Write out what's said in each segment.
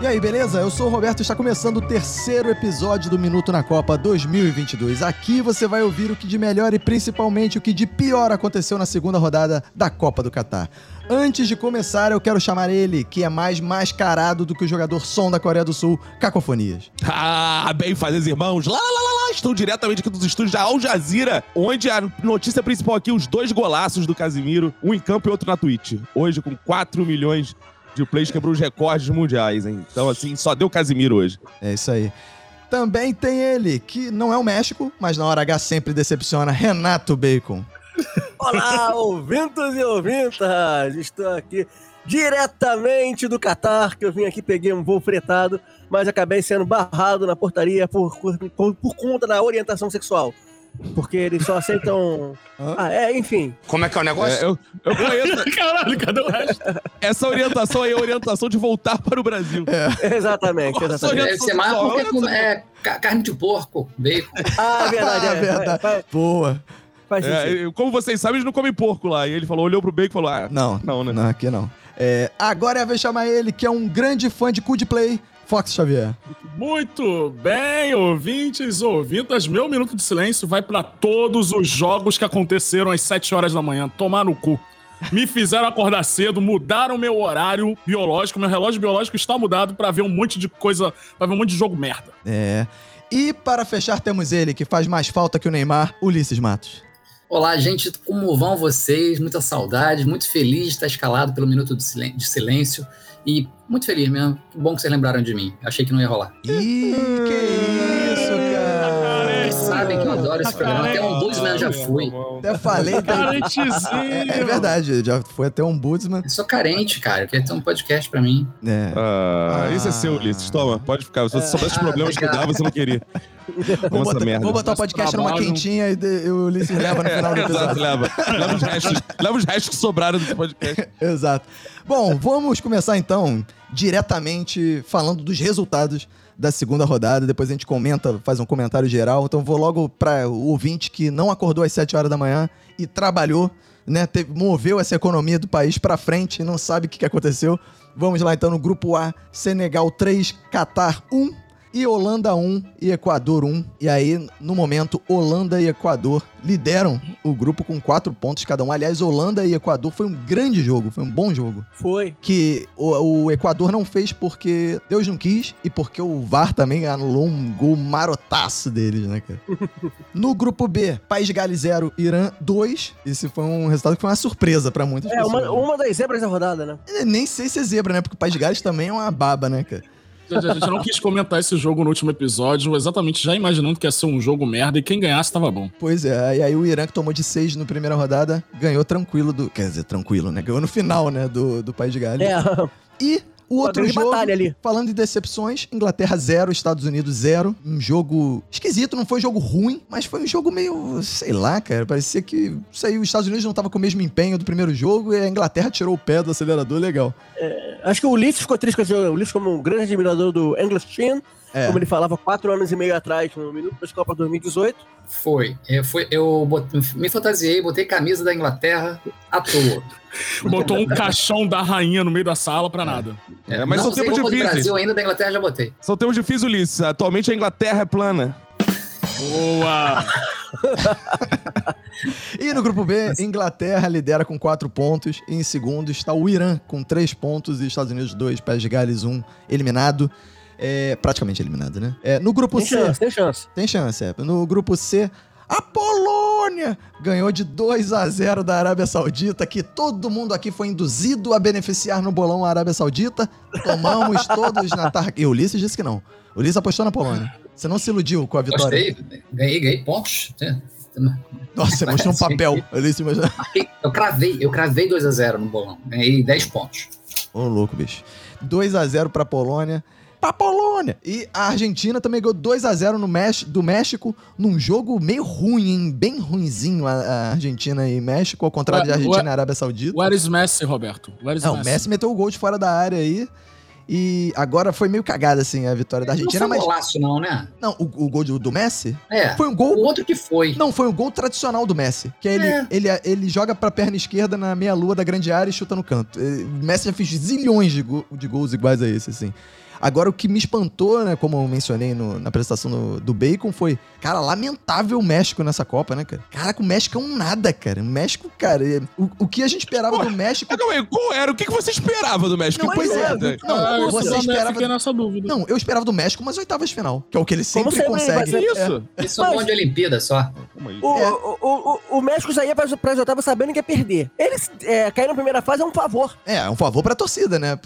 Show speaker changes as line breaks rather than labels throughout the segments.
E aí, beleza? Eu sou o Roberto e está começando o terceiro episódio do Minuto na Copa 2022. Aqui você vai ouvir o que de melhor e principalmente o que de pior aconteceu na segunda rodada da Copa do Catar. Antes de começar, eu quero chamar ele, que é mais mascarado do que o jogador som da Coreia do Sul, Cacofonias.
Ah, bem fazer, irmãos. Lá, lá, lá, lá, lá. Estou diretamente aqui dos estúdios da Al Jazeera, onde a notícia principal aqui, os dois golaços do Casimiro, um em campo e outro na Twitch. Hoje, com 4 milhões de plays, quebrou os recordes mundiais, hein? Então, assim, só deu Casimiro hoje.
É isso aí. Também tem ele, que não é o México, mas na hora H sempre decepciona, Renato Bacon.
Olá, ouvintos e ouvintas! Estou aqui diretamente do Catar, que eu vim aqui, peguei um voo fretado, mas acabei sendo barrado na portaria por, por, por conta da orientação sexual. Porque eles só aceitam. Ah, é, enfim.
Como é que é o negócio?
É, eu, eu conheço.
Caralho, cadê o resto?
Essa orientação aí é a orientação de voltar para o Brasil.
É,
Exatamente,
Nossa,
exatamente.
olha-
Deve ser mais porque é, com- é ca- carne de porco, bacon.
Ah, verdade, é,
Ah, verdade.
Faz,
Boa.
faz
É,
sentido.
eu- como vocês sabem, eles não comem porco lá. E ele falou, olhou pro bacon e falou: ah,
Não,
não, né?
não, aqui não. É, agora é a vez de chamar ele, que é um grande fã de Cool Play, Fox Xavier.
Muito bem, ouvintes, ouvintas. Meu minuto de silêncio vai pra todos os jogos que aconteceram às 7 horas da manhã. Tomar no cu. Me fizeram acordar cedo, mudaram meu horário biológico. Meu relógio biológico está mudado pra ver um monte de coisa, pra ver um monte de jogo merda.
É. E para fechar, temos ele, que faz mais falta que o Neymar, Ulisses Matos.
Olá, gente, como vão vocês? Muita saudade, muito feliz de estar escalado pelo Minuto de Silen- de Silêncio. E muito feliz mesmo. Que bom que vocês lembraram de mim. Achei que não ia rolar.
Ih, que isso,
Vocês
cara.
Sabem que eu adoro
Ah,
esse programa. Até um
né?
Budsman já fui.
Até falei da...
Carentezinho.
É, é verdade, já foi até um Budsman.
Eu sou carente, cara. Eu queria ter um podcast pra mim.
É.
Ah,
Ah.
esse é seu, Ulisses. Toma, pode ficar. Se você soubesse os
Ah,
problemas que
obrigado.
dá, você não queria.
É. Vou
Nossa,
botar,
merda. É,
vou botar o
Nosso
podcast numa
trabalho-
quentinha e de- e o Ulisses leva no final do
Exato,
episódio.
leva. Leva os restos, leva os restos que sobraram desse podcast.
Exato. Bom, vamos começar então diretamente falando dos resultados da segunda rodada. Depois a gente comenta, faz um comentário geral. Então vou logo para o ouvinte que não acordou às 7 horas da manhã e trabalhou, né? Teve, moveu essa economia do país para frente e não sabe o que, que aconteceu. Vamos lá então no grupo A: Senegal 3, Catar 1. E Holanda 1 e Equador 1. E aí, no momento, Holanda e Equador lideram o grupo com 4 pontos cada um. Aliás, Holanda e Equador foi um grande jogo, foi um bom jogo
Foi.
que o, o Equador não fez porque Deus não quis e porque o VAR também anulou um gol marotaço deles, né, cara? no grupo B, País de Gales 0, Irã 2. Esse foi um resultado que foi uma surpresa pra muitas
É,
pessoas.
uma, uma das zebras da rodada, né?
Eu Nem sei se é zebra, né? Porque o País de Gales também é uma baba, né, cara?
Gente, a gente não quis comentar esse jogo no último episódio, exatamente já imaginando que ia ser um jogo merda e quem ganhasse tava bom.
Pois é, e aí o Irã que tomou de 6 na primeira rodada ganhou tranquilo do. Quer dizer, tranquilo, né? Ganhou no final, né? Do, do País de Gales.
É,
E o
uma
outro
grande
jogo.
batalha ali.
Falando em decepções, Inglaterra 0, Estados Unidos 0. Um jogo esquisito, não foi um jogo ruim, mas foi um jogo meio, sei lá, cara. Parecia que isso aí, os Estados Unidos não tava com o mesmo empenho do primeiro jogo e a Inglaterra tirou o pé do acelerador, legal.
Acho que o Ulisses ficou triste com esse jogo. O Ulisses, como um grande admirador do English Chin,
É.
como ele falava quatro anos e meio atrás, no Minuto das Copa 2018.
Foi. Eu, fui, eu bot- me fantasiei, botei camisa da Inglaterra à toa.
Botou um caixão da rainha no meio da sala pra nada.
É, mas são
sei
tempos
como do
difíceis.
Brasil ainda, da Inglaterra já botei.
São tempos difíceis, Ulisses. Atualmente a Inglaterra é plana.
Boa!
E no grupo B, Inglaterra lidera com 4 pontos. E em segundo está o Irã com 3 pontos e Estados Unidos 2, Pés de Gales 1, eliminado. É, praticamente eliminado, né? É, no grupo
Tem
C,
chance, tem chance.
Tem chance, é. No grupo C, a Polônia ganhou de 2 a 0 da Arábia Saudita, que todo mundo aqui foi induzido a beneficiar no bolão a Arábia Saudita. Tomamos todos na tarde. E o Ulisses disse que não. O Ulisses apostou na Polônia. Você não se iludiu com a vitória.
Gostei, ganhei, ganhei pontos. né?
Nossa, você mostrou um papel. O Ulisses mostrou...
Eu cravei, eu cravei 2x0 no bolão. Ganhei 10 pontos.
Ô, louco, bicho. 2 a 0 pra Polônia. Pra Polônia! E a Argentina também ganhou 2 a 0 no Méx- do México, num jogo meio ruim, hein? Bem ruinzinho a, a Argentina e México, ao contrário
Ué,
de Argentina
ué.
e Arábia Saudita.
Where is Messi, Roberto? Where is
Não, o Messi meteu o gol de fora da área aí. E agora foi meio cagada, assim, a vitória da Argentina,
não foi
mas.
um golaço, não, né?
Não, o, o gol do, do Messi?
É.
Foi um gol.
O outro que foi.
Não, foi um gol tradicional do Messi. Que é ele,
É.
ele, ele joga pra perna esquerda na meia-lua da grande área e chuta no canto. Eh, O Messi já fez zilhões de, go- de gols iguais a esse, assim. Agora, o que me espantou, né, como eu mencionei no- na apresentação do, do Bacon, foi, cara, lamentável o México nessa Copa, né, cara? Caraca, o México é um nada, cara. O México, cara, é- o, o que a gente esperava
Pô,
do México.
Mas calma aí, qual era? O que que você esperava do México?
Não,
pois
é,
é.
é,
né?
Não,
Ah, eu
você
também
esperava-
fiquei nessa dúvida.
Não, eu esperava do México, mas oitavas de final, que é o que ele sempre,
sempre, vai
consegue.
ser-
Isso.
Isso só pode de Olimpíada só.
Calma aí.
O,
É.
o, o, o- o México já ia pra, pra as oitavas sabendo que ia perder. Eles é, cair na primeira fase é um favor.
É, é um favor pra torcida, né?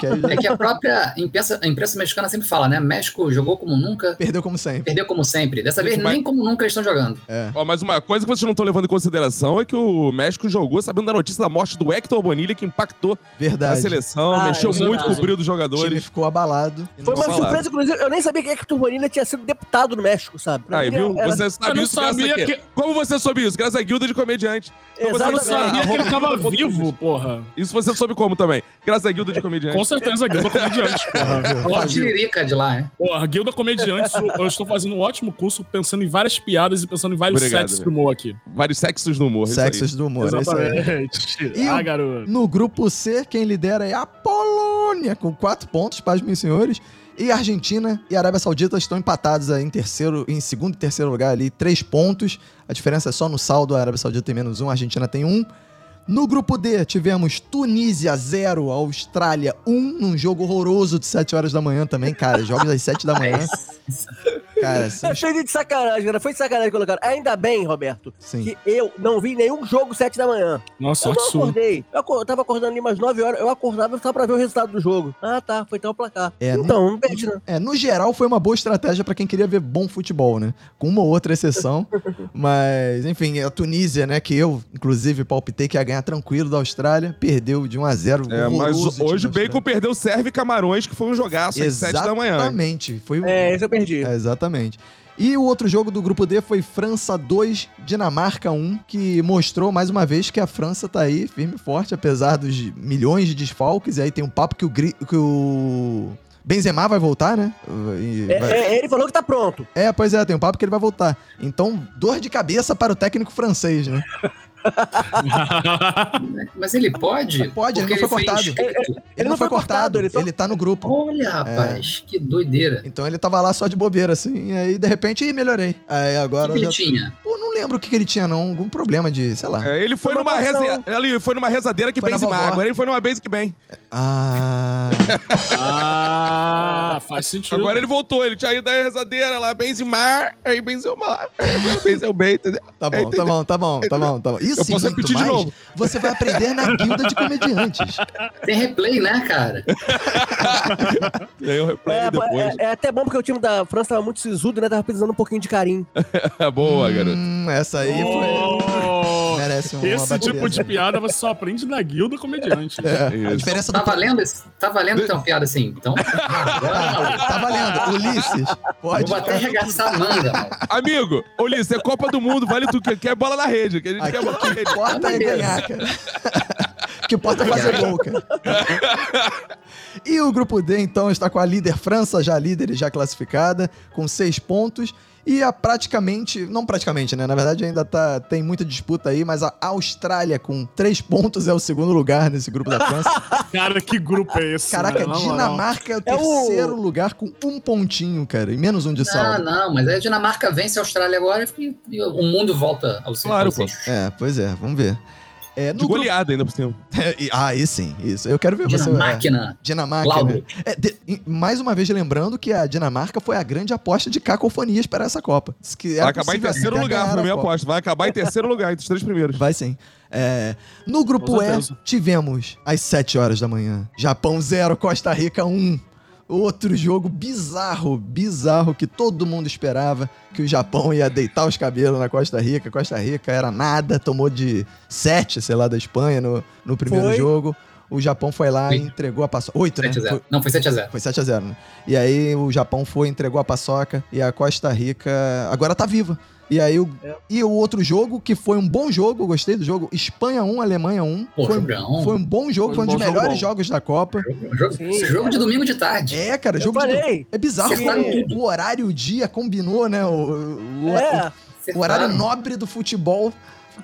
Que ele
É que a própria imprensa, a imprensa mexicana sempre fala, né? México jogou como nunca,
perdeu como sempre.
perdeu como sempre. Dessa vez,
Mas-
nem como nunca eles estão jogando.
Ó, mas uma coisa que vocês não estão levando em consideração é que o México jogou sabendo da notícia da morte do Hector Bonilha, que impactou a
Verdade.
seleção,
Ah,
mexeu
é
muito
verdade.
com o brilho dos
O time
jogadores.
ficou abalado.
Foi
Vamos
uma
falar.
surpresa, inclusive. Eu nem sabia que Hector Bonilha tinha sido deputado no México, sabe? Pra
Aí,
mim,
Ah, viu?
era-
Você
Eu
sabe
não
isso é graças
sabia
a quê?
que.
Como você soube isso? Graças à guilda de comediantes. Então você não
Exatamente.
sabia
sabia que ele tava
Arroba-
vivo, porra.
Isso você soube como também? Graças à guilda de comediantes.
Com certeza, a Guilda Comediante, porra.
Olha a
Óbvio.
tiririca de lá, né?
Porra, Guilda Comediante, eu estou fazendo um ótimo curso pensando em várias piadas e pensando em vários
Obrigado,
sets
velho.
do humor aqui.
Vários sexos no humor. isso aí.
Sexos do humor, é isso aí.
Exatamente.
E
ah,
o-
garoto.
No grupo C, quem lidera é a Polônia, com quatro pontos, pasmem, senhores. E a Argentina e a Arábia Saudita estão empatados aí em terceiro, em segundo e terceiro lugar ali, três pontos. A diferença é só no saldo, a Arábia Saudita tem menos um, a Argentina tem um. No grupo D, tivemos Tunísia 0, Austrália 1, num jogo horroroso de 7 horas da manhã também, cara. Jogos às 7 da
É
manhã, cara, sim,
É cheio de sacanagem, cara. Foi de sacanagem colocar. Ainda bem, Roberto,
sim.
que eu não vi nenhum jogo sete da manhã.
Nossa,
Eu
sorte
não
sua.
acordei. Eu, aco- eu tava acordando ali umas 9 horas. Eu acordava só pra ver o resultado do jogo. Ah, tá. Foi tal placar.
É, né?
então, não perde, não.
É, no geral foi uma boa estratégia pra quem queria ver bom futebol, né? Com uma ou outra exceção, mas enfim, a Tunísia, né, que eu inclusive palpitei que ia ganhar tranquilo da Austrália, perdeu de 1 a 0
É,
horroroso
mas
time
hoje o
da Austrália.
Bacon perdeu serve e camarões, que foi um jogaço às 7 da manhã.
Exatamente, foi o-
É, esse eu perdi.
É, exatamente. E o outro jogo do grupo D foi França 2, Dinamarca 1, que mostrou mais uma vez que a França tá aí firme e forte, apesar dos milhões de desfalques. E aí tem um papo que o, Gri- que o Benzema vai voltar, né? E
É,
vai-
é, ele falou que tá pronto.
É, pois é, tem um papo que ele vai voltar. Então, dor de cabeça para o técnico francês, né?
Mas ele pode?
Pode, ele
Porque
não foi cortado.
foi inscrito.
Ele não foi cortado, ele,
só-
tá no grupo.
é, Olha, rapaz, que doideira.
Então ele tava lá só de bobeira, assim, e aí de repente, ih, melhorei. Aí
O
agora
que
eu
ele
já...
tinha?
Pô, não lembro o que, que ele tinha, não. Algum problema de, sei lá.
É, ele foi,
Foi uma
numa reza...
emoção.
ele foi numa rezadeira que
Foi na
benze
vovó.
má. Agora ele foi numa base que bem.
Ah.
Ah, faz sentido.
Agora ele voltou, ele tinha ido da rezadeira lá, Benzimar, aí Benzemar, agora Benzemar, entendeu?
Tá bom, tá bom, tá bom, tá bom, tá bom. Isso
Eu posso
e muito
repetir de
mais,
novo.
Você vai aprender na guilda de comediantes.
Tem replay, né, cara?
Ganhou o replay
É,
depois.
é- é até bom porque o time da França tava muito sisudo, né? Tava precisando um pouquinho de carinho.
Boa, garoto.
Hum, essa aí foi...
Oh,
merece uma
Esse
batida.
tipo de piada você só aprende na Guilda Comediante.
É, a
Isso.
diferença do...
Tá valendo, esse- tá valendo então, piada assim. Então, agora,
Ah,
maluco,
tá valendo. Ulisses,
eu
pode...
vou até arregaçar a manga, maluco.
Amigo, Ulisses, é Copa do Mundo, vale tudo que quer bola na rede, que a gente
Aqui,
quer bola na
o que
rede.
importa é ganhar, cara. O que importa é fazer gol, cara. E o grupo D, então, está com a líder França, já líder e já classificada, com seis pontos. E a praticamente, não praticamente, né? Na verdade, ainda tá, tem muita disputa aí, mas a Austrália, com três pontos, é o segundo lugar nesse grupo da França.
Cara, que grupo é esse?
Caraca,
mano? Na moral.
Dinamarca é o
É o-
terceiro lugar com um pontinho, cara, e menos um de
Ah,
saldo.
não, mas aí a Dinamarca vence a Austrália agora e e o mundo volta ao seu
Claro,
ao seu-
É, pois é, vamos ver. É,
De
no grupo...
goleada ainda por cima.
Ah, aí sim, isso. Eu quero ver você. é.
Dinamarca,
Dinamarca, né?
Lauro.
É, de- e mais uma vez lembrando que a Dinamarca foi a grande aposta de cacofonias para essa Copa. Diz que era
Vai acabar em
É possível
terceiro
até
lugar,
ganhar
pra
a
minha
Copa.
aposta. Vai acabar em terceiro lugar, entre os três primeiros.
Vai sim. É, no grupo
Com
E,
certeza.
tivemos às 7 horas da manhã. Japão 0, Costa Rica 1. Outro jogo bizarro, bizarro, que todo mundo esperava que o Japão ia deitar os cabelos na Costa Rica. Costa Rica era nada, tomou de 7, sei lá, da Espanha no, no primeiro
Foi.
jogo. O Japão foi lá e
Oito.
entregou a passagem. 8, né?
7 a
Foi-
0. Não, foi 7 a 0.
Foi 7x0, né? E aí o Japão foi, entregou a paçoca e a Costa Rica agora tá viva. E aí o,
É.
e o outro jogo, que foi um bom jogo, eu gostei do jogo, Espanha 1, Alemanha 1.
Pô,
foi,
jogão.
foi um bom jogo, foi
Foi
um
um
dos
bom jogo
melhores
bom.
jogos da Copa.
Jogo- jogo-
Sim.
esse jogo de domingo de tarde.
É, cara,
Eu
jogo de...
falei.
É bizarro,
Você tá
porque
tudo.
o horário, o dia combinou, né? O, o- o-
É,
o horário
Acertaram.
nobre do futebol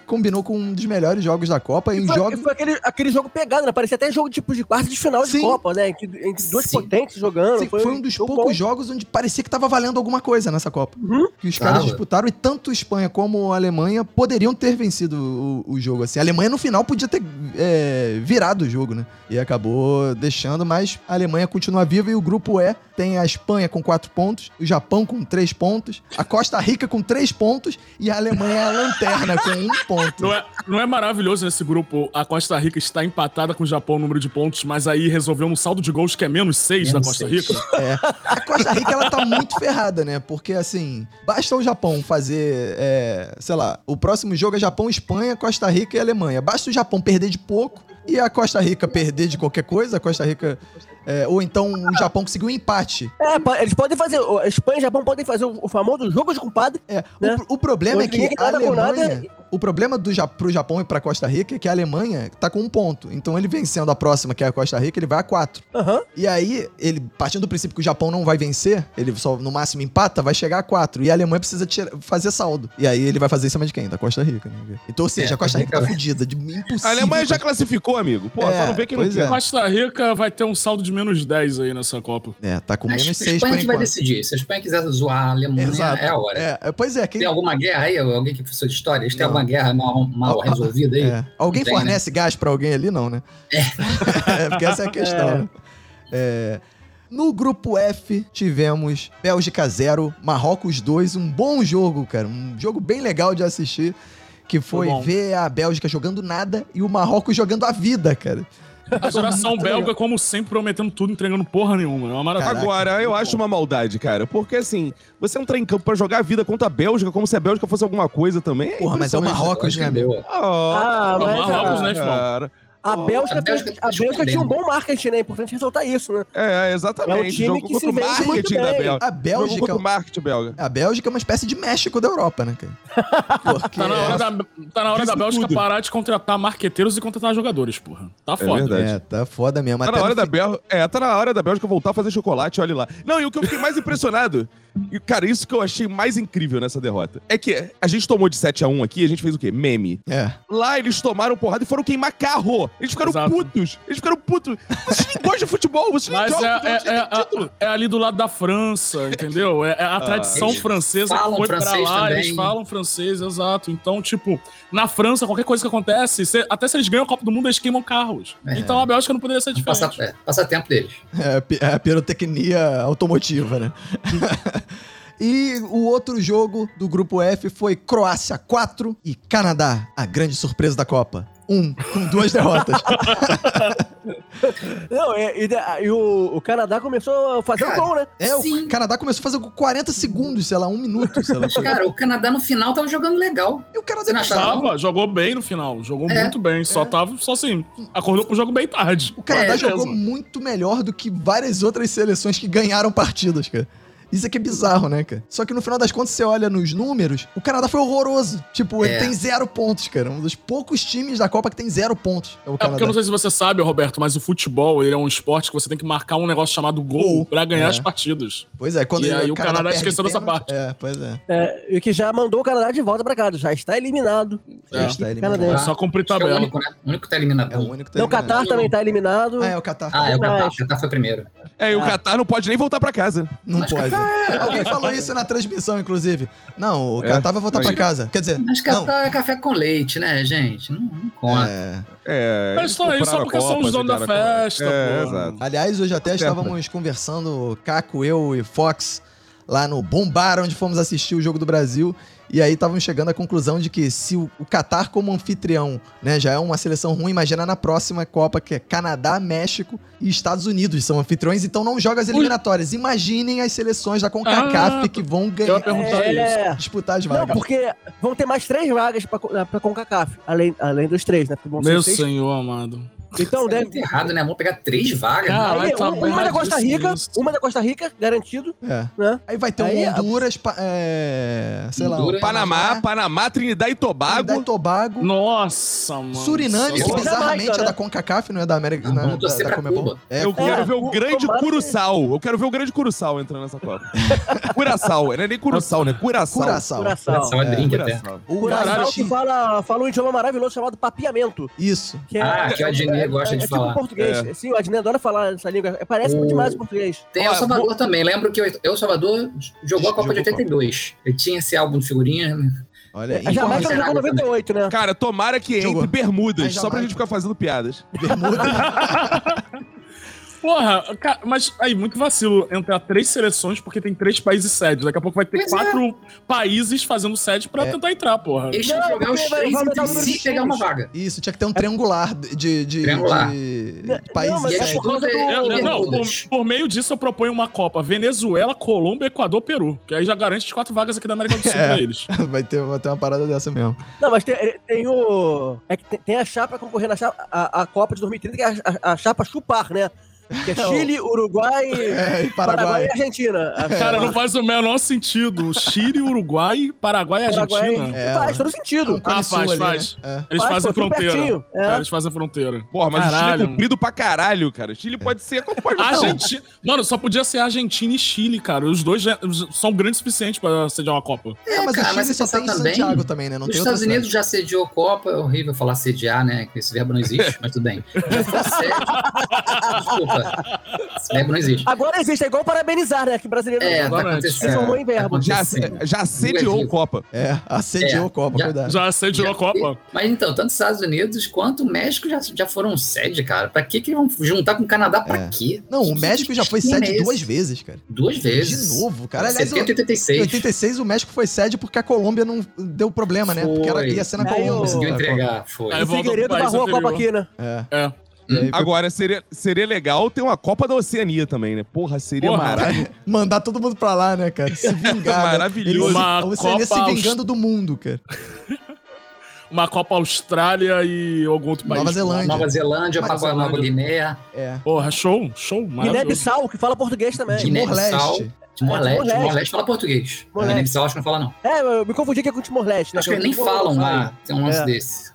combinou com um dos melhores jogos da Copa em
Foi,
jogos.
foi aquele, aquele jogo pegado, né? Parecia até jogo tipo de quarto de final
Sim.
de Copa, né? Entre, entre dois
Sim.
potentes jogando.
Sim, foi, um dos poucos
bom.
jogos onde parecia que tava valendo alguma coisa nessa Copa.
Uhum.
Que os caras
Tava.
disputaram e tanto a Espanha como a Alemanha poderiam ter vencido o, o jogo. Assim, a Alemanha no final podia ter é, virado o jogo, né? E acabou deixando, mas a Alemanha continua viva e o grupo E tem a Espanha com quatro pontos, o Japão com três pontos, a Costa Rica com três pontos e a Alemanha é a lanterna com um ponto.
Não é, não é maravilhoso nesse grupo? A Costa Rica está empatada com o Japão no número de pontos, mas aí resolveu um saldo de gols que é menos seis da
Menos
Costa
seis.
Rica?
É. A Costa Rica, ela tá muito ferrada, né? Porque, assim, basta o Japão fazer, é, sei lá, o próximo jogo é Japão, Espanha, Costa Rica e Alemanha. Basta o Japão perder de pouco e a Costa Rica perder de qualquer coisa. A Costa Rica. é, ou então o Japão conseguiu um empate.
É, pa- eles podem fazer. o- A Espanha e o Japão podem fazer o, o famoso jogo de compadre.
É,
Né?
o, o problema é
Hoje
que
ninguém
a
nada com nada.
Alemanha. O problema do, Ja- pro Japão e pra Costa Rica é que a Alemanha tá com um ponto. Então ele vencendo a próxima, que é a Costa Rica, ele vai a quatro.
Aham.
E aí, ele, partindo do princípio que o Japão não vai vencer, ele só no máximo empata, vai chegar a 4. E a Alemanha precisa tirar- fazer saldo. E aí ele vai fazer em cima de quem? Da Costa Rica, né? Então, ou seja,
É,
a Costa Rica tá
Costa
fodida. de- Impossível.
A Alemanha já classificou, amigo. Pô,
É,
só não vê quem não
pois
quer.
é.
Costa Rica vai ter um saldo de menos 10 aí nessa Copa.
É, tá com
Mas
menos
a
6 por
Espanha que vai
enquanto.
decidir. Se a Espanha quiser zoar a Alemanha,
Exato.
é a hora.
É, pois é, quem.
Tem alguma guerra aí? Alguém que professor de história? Eles têm
Não.
alguma guerra mal, mal
Ah,
resolvida aí?
é. Alguém
Tem, né?
fornece gás pra alguém ali, não, né? É. Porque essa é a questão. né? É. No grupo F, tivemos Bélgica 0, Marrocos 2. Um bom jogo, cara. Um jogo bem legal de assistir. Que foi
Foi bom.
ver a Bélgica jogando nada e o Marrocos jogando a vida, cara.
A geração
muito
belga,
Tá legal.
como sempre, prometendo tudo, entregando porra nenhuma. É uma maratona.
Caraca,
Agora, eu
muito
acho
bom.
uma maldade, cara. Porque, assim, você entrar em campo pra jogar a vida contra a Bélgica, como se a Bélgica fosse alguma coisa também. é
Porra, mas é o
impressionante.
Marrocos, né, meu?
entendeu?
Ah,
Ah, mas,
Marrocos,
ah,
né?
cara.
A Bélgica,
A Bélgica
a
tá
Bélgica tinha um
surpreendendo.
bom marketing, né? É importante ressaltar isso, né?
É, exatamente.
É um time
Jogou
que
contra
se
o
vende muito
marketing da
bem.
Bélgica.
A
Jogou contra
Bélgica, é um
o marketing belga.
a Bélgica é uma espécie de México da Europa, né, cara? Porque
Tá na hora da, tá na hora
é Isso
da Bélgica
tudo.
parar de contratar marqueteiros e contratar jogadores, porra. Tá foda.
verdade.
É, tá foda mesmo.
Tá
Até
na,
no
hora da
fim-
Bel... é, tá na hora da Bélgica voltar a fazer chocolate, olha lá. Não, e o que eu fiquei mais impressionado, e, cara, isso que eu achei mais incrível nessa derrota, é que a gente tomou de 7x1 aqui, a gente fez o quê? Meme.
É.
Lá eles tomaram porrada e foram queimar carro. Eles ficaram
Exato.
putos. Eles ficaram putos. Vocês nem gostam de futebol, vocês nem
Mas é,
jogam futebol,
é,
vocês
é,
nem têm título. Ah,
é ali do lado da França, entendeu? É, é a tradição
eles
francesa
falam
que foi pra
francês
lá,
também.
eles falam francês, exato. Então, tipo, na França, qualquer coisa que acontece, se- até se eles ganham a Copa do Mundo, eles queimam carros. Então a Bélgica não poderia ser diferente.
É. Passa, é, passatempo deles.
É, pi- é a pirotecnia automotiva, né? e o outro jogo do grupo F foi Croácia 4 e Canadá, a grande surpresa da Copa. Um, com duas derrotas.
Não, é- e, da- e o, o Canadá começou a fazer o
Cara,
gol, né?
É,
Sim.
o Canadá começou a fazer com 40 segundos, sei lá, um minuto, sei lá.
Cara, o Canadá no final tava jogando legal.
E o Canadá
Você não achava?
Tava, jogou bem no final, jogou
É,
muito bem. Só tava, só assim, acordou com o jogo bem tarde.
O Canadá
É,
jogou
mesmo.
muito melhor do que várias outras seleções que ganharam partidas, cara. Isso aqui é bizarro, né, cara? Só que no final das contas, você olha nos números, o Canadá foi horroroso. Tipo, ele
É.
tem zero pontos, cara. Um dos poucos times da Copa que tem zero pontos. É o
É porque eu
Canadá.
não sei se você sabe, Roberto, mas o futebol ele é um esporte que você tem que marcar um negócio chamado
Gol.
gol pra ganhar
É.
as partidas.
Pois é, quando
E aí o Canadá
perde
esqueceu dessa
pênalti-
parte.
É, pois é.
É, e que já mandou o Canadá de volta pra casa, já está eliminado.
É.
Está
Equipe
eliminado.
Ah,
É
É.
Tá.
só cumprir
Acho que é o
tabela.
único, né? O único que tá
É o único
eliminado.
que tá
Não, o
eliminado.
Catar também está eliminado.
Ah, é o Catar.
Ah, é o Catar.
Mas-
O Catar foi primeiro.
É, e o Catar não pode nem voltar pra casa.
Não
Mas
pode. Alguém falou isso na transmissão, inclusive. Não, o
É,
Catar vai voltar
mas-
pra casa. Quer dizer,
Mas
não.
Catar é café com leite, né, gente? Não, não conta.
É.
É,
Mas estão aí
compraram
só
a
porque são os
Copa,
donos da
ficaram com-
festa,
É,
pô.
exato.
Aliás, hoje até
Tá certo,
estávamos conversando, Caco, eu e Fox, lá no Bombar, onde fomos assistir o Jogo do Brasil. E aí estávamos chegando à conclusão de que se o, o Catar como anfitrião né, já é uma seleção ruim, imagina na próxima Copa, que é Canadá, México e Estados Unidos são anfitriões, então não joga as eliminatórias. Imaginem as seleções da CONCACAF
Ah,
que vão
Eu ia
ganhar,
perguntar isso.
É,
disputar as
Não,
vagas.
porque vão ter mais três vagas pra, co- pra CONCACAF, além, além dos três, né? Porque vão ser
Meu
seis
senhor amado.
Então
Isso é
deve
muito errado, né? Vamos pegar três vagas.
Ah,
né?
vai
Aí,
tá
um- uma da Costa Rica,
erradíssimo isso.
uma da Costa Rica, garantido,
É.
né?
Aí vai ter um
Aí,
Honduras, pa- é, sei lá,
Honduras,
um
Panamá, Panamá, Trinidad e
Trinidad
Tobago.
e Tobago,
Nossa, mano.
Suriname, que
Nossa.
bizarramente
Jamaica,
é
né?
da CONCACAF, não é da América,
Ah,
não,
vamos
da,
torcer
da
pra
Comebol.
Cuba.
É,
Eu quero ver o
o-
grande
tomara que-
Curaçao. Eu quero ver o grande Curaçao entrando nessa Copa. Curaçao, não é nem Curaçao, né? Curaçao.
Curaçao.
Curaçao.
Só é, drink até.
Curaçao.
O
Curaçao
Brasil-
que fala, fala um idioma maravilhoso chamado papiamento.
Isso.
Que é,
Ah, que o Adnet
é-
gosta
é,
de
é
falar.
Tipo português. Sim, o Adnet adora falar essa língua. É, Parece
O-
demais o português.
Tem
Ó,
El Salvador também. Lembro que o El Salvador jogou a Copa de
Jogou a Copa.
82. Ele tinha esse álbum de figurinha. né? É,
Olha aí.
A É, Jamaica
Jamaica
jogou em 98, né?
Cara, tomara que entre
Jogou. Ai,
Bermudas,
Jamaica.
só pra gente ficar fazendo piadas.
é
Bermuda.
Porra, cara, mas aí, muito vacilo entrar três seleções porque tem três países sede. Daqui a pouco vai ter
Pois é.
quatro países fazendo sede pra
É.
tentar entrar, porra.
Eles tinham que
Não,
jogar os
porque vai-
três
vai
entre
aumentar o número
si e
de
pegar uma
times.
vaga.
Isso, tinha que ter um triangular de, de,
Triangular.
de- de
Não,
países.
mas tipo
E é
sede.
por causa
Eu- eu-
Eu-
do
eu- não, por,
Bermudas.
por meio disso eu proponho uma Copa. Venezuela, Colômbia, Equador, Peru. Que aí já garante as quatro vagas aqui da América do Sul
É.
pra eles.
Vai ter, vai ter uma parada dessa mesmo.
Não, mas tem, tem o. É que tem, tem a chapa concorrendo à chapa, a, a Copa de 2030, que é a, a- a chapa chupar, né? Que é
É, o-
Chile, Uruguai,
É, e
Paraguai
Paraguai.
e
É,
Argentina. É, A
Cara,
chapa-
não faz o menor sentido. Chile, Uruguai, Paraguai
Paraguai
e Argentina.
É,
faz
né?
todo sentido.
Ah,
Cone Sul
faz,
ali,
faz.
né? É.
Eles
Faz,
fazem
pô, tudo
fronteira.
né?
pertinho, é.
É, Eles fazem fronteira.
Porra, mas o Chile
Caralho. Ah,
é comprido pra caralho, cara. O
É.
Chile pode ser conforme.
Argentina. Mano, só podia ser Argentina e Chile, cara. Os dois já- os- são grandes o suficiente pra sediar uma Copa.
É, mas
cara,
o
mas
Chile
se
só
pensar
tem em
também,
Santiago também, né? Não
Os
tem outra
Estados Unidos
cidade.
já sediou a Copa, é horrível falar sediar, né? Que esse verbo não existe, mas tudo bem. Já foi sede. Desculpa. Esse verbo não existe.
Agora existe, é igual parabenizar, né? Que brasileiro
É, tá
Agora,
acontecendo.
é. em verbo.
Tá
Já,
acontecendo.
já sediou
Brasil.
Copa.
É, assediou
É,
a Copa,
já-
cuidado.
Já sediou a Copa.
Mas então, tanto os Estados Unidos quanto o México já, já foram sede, cara. Pra que que vão juntar com o Canadá? Pra
É.
quê?
Não, o
Que
México já foi
destino é
sede
esse?
duas vezes, cara.
Duas vezes.
De novo, cara. Aliás,
70 e 86.
em 86 o México foi sede porque a Colômbia não deu problema, né? Porque ela
Foi.
ia ser na
Aí
Colômbia.
o-
Conseguiu
né?
entregar, foi.
Aí
O
volta pro
Figueiredo
país
barrou a Copa
anterior.
aqui, né?
É.
É.
E aí,
Agora, seria, seria legal ter uma Copa da Oceania também, né? Porra, seria
Porra.
maravilhoso.
mandar todo mundo pra lá, né, cara? Se vingar. né?
Maravilhoso.
Eles-
Uma
a Oceania
Copa
se vingando do mundo, cara.
Uma Copa Austrália e algum outro país.
Nova Zelândia.
Nova Zelândia,
Nova
Papua Nova
Zelândia.
Guiné,
É.
Porra, show, show, maravilhoso.
Guiné-Bissau, que fala português também.
Guiné-
Timor-Leste.
Timor-Leste.
Timor-Leste.
Timor-Leste fala português.
Timor-Leste.
Guiné-Bissau acho que não fala, não.
É, eu me confundi aqui com o Timor-Leste. né?
Acho que eles
Eu
nem
tô-
falam lá. Tem um lance
É.
desse.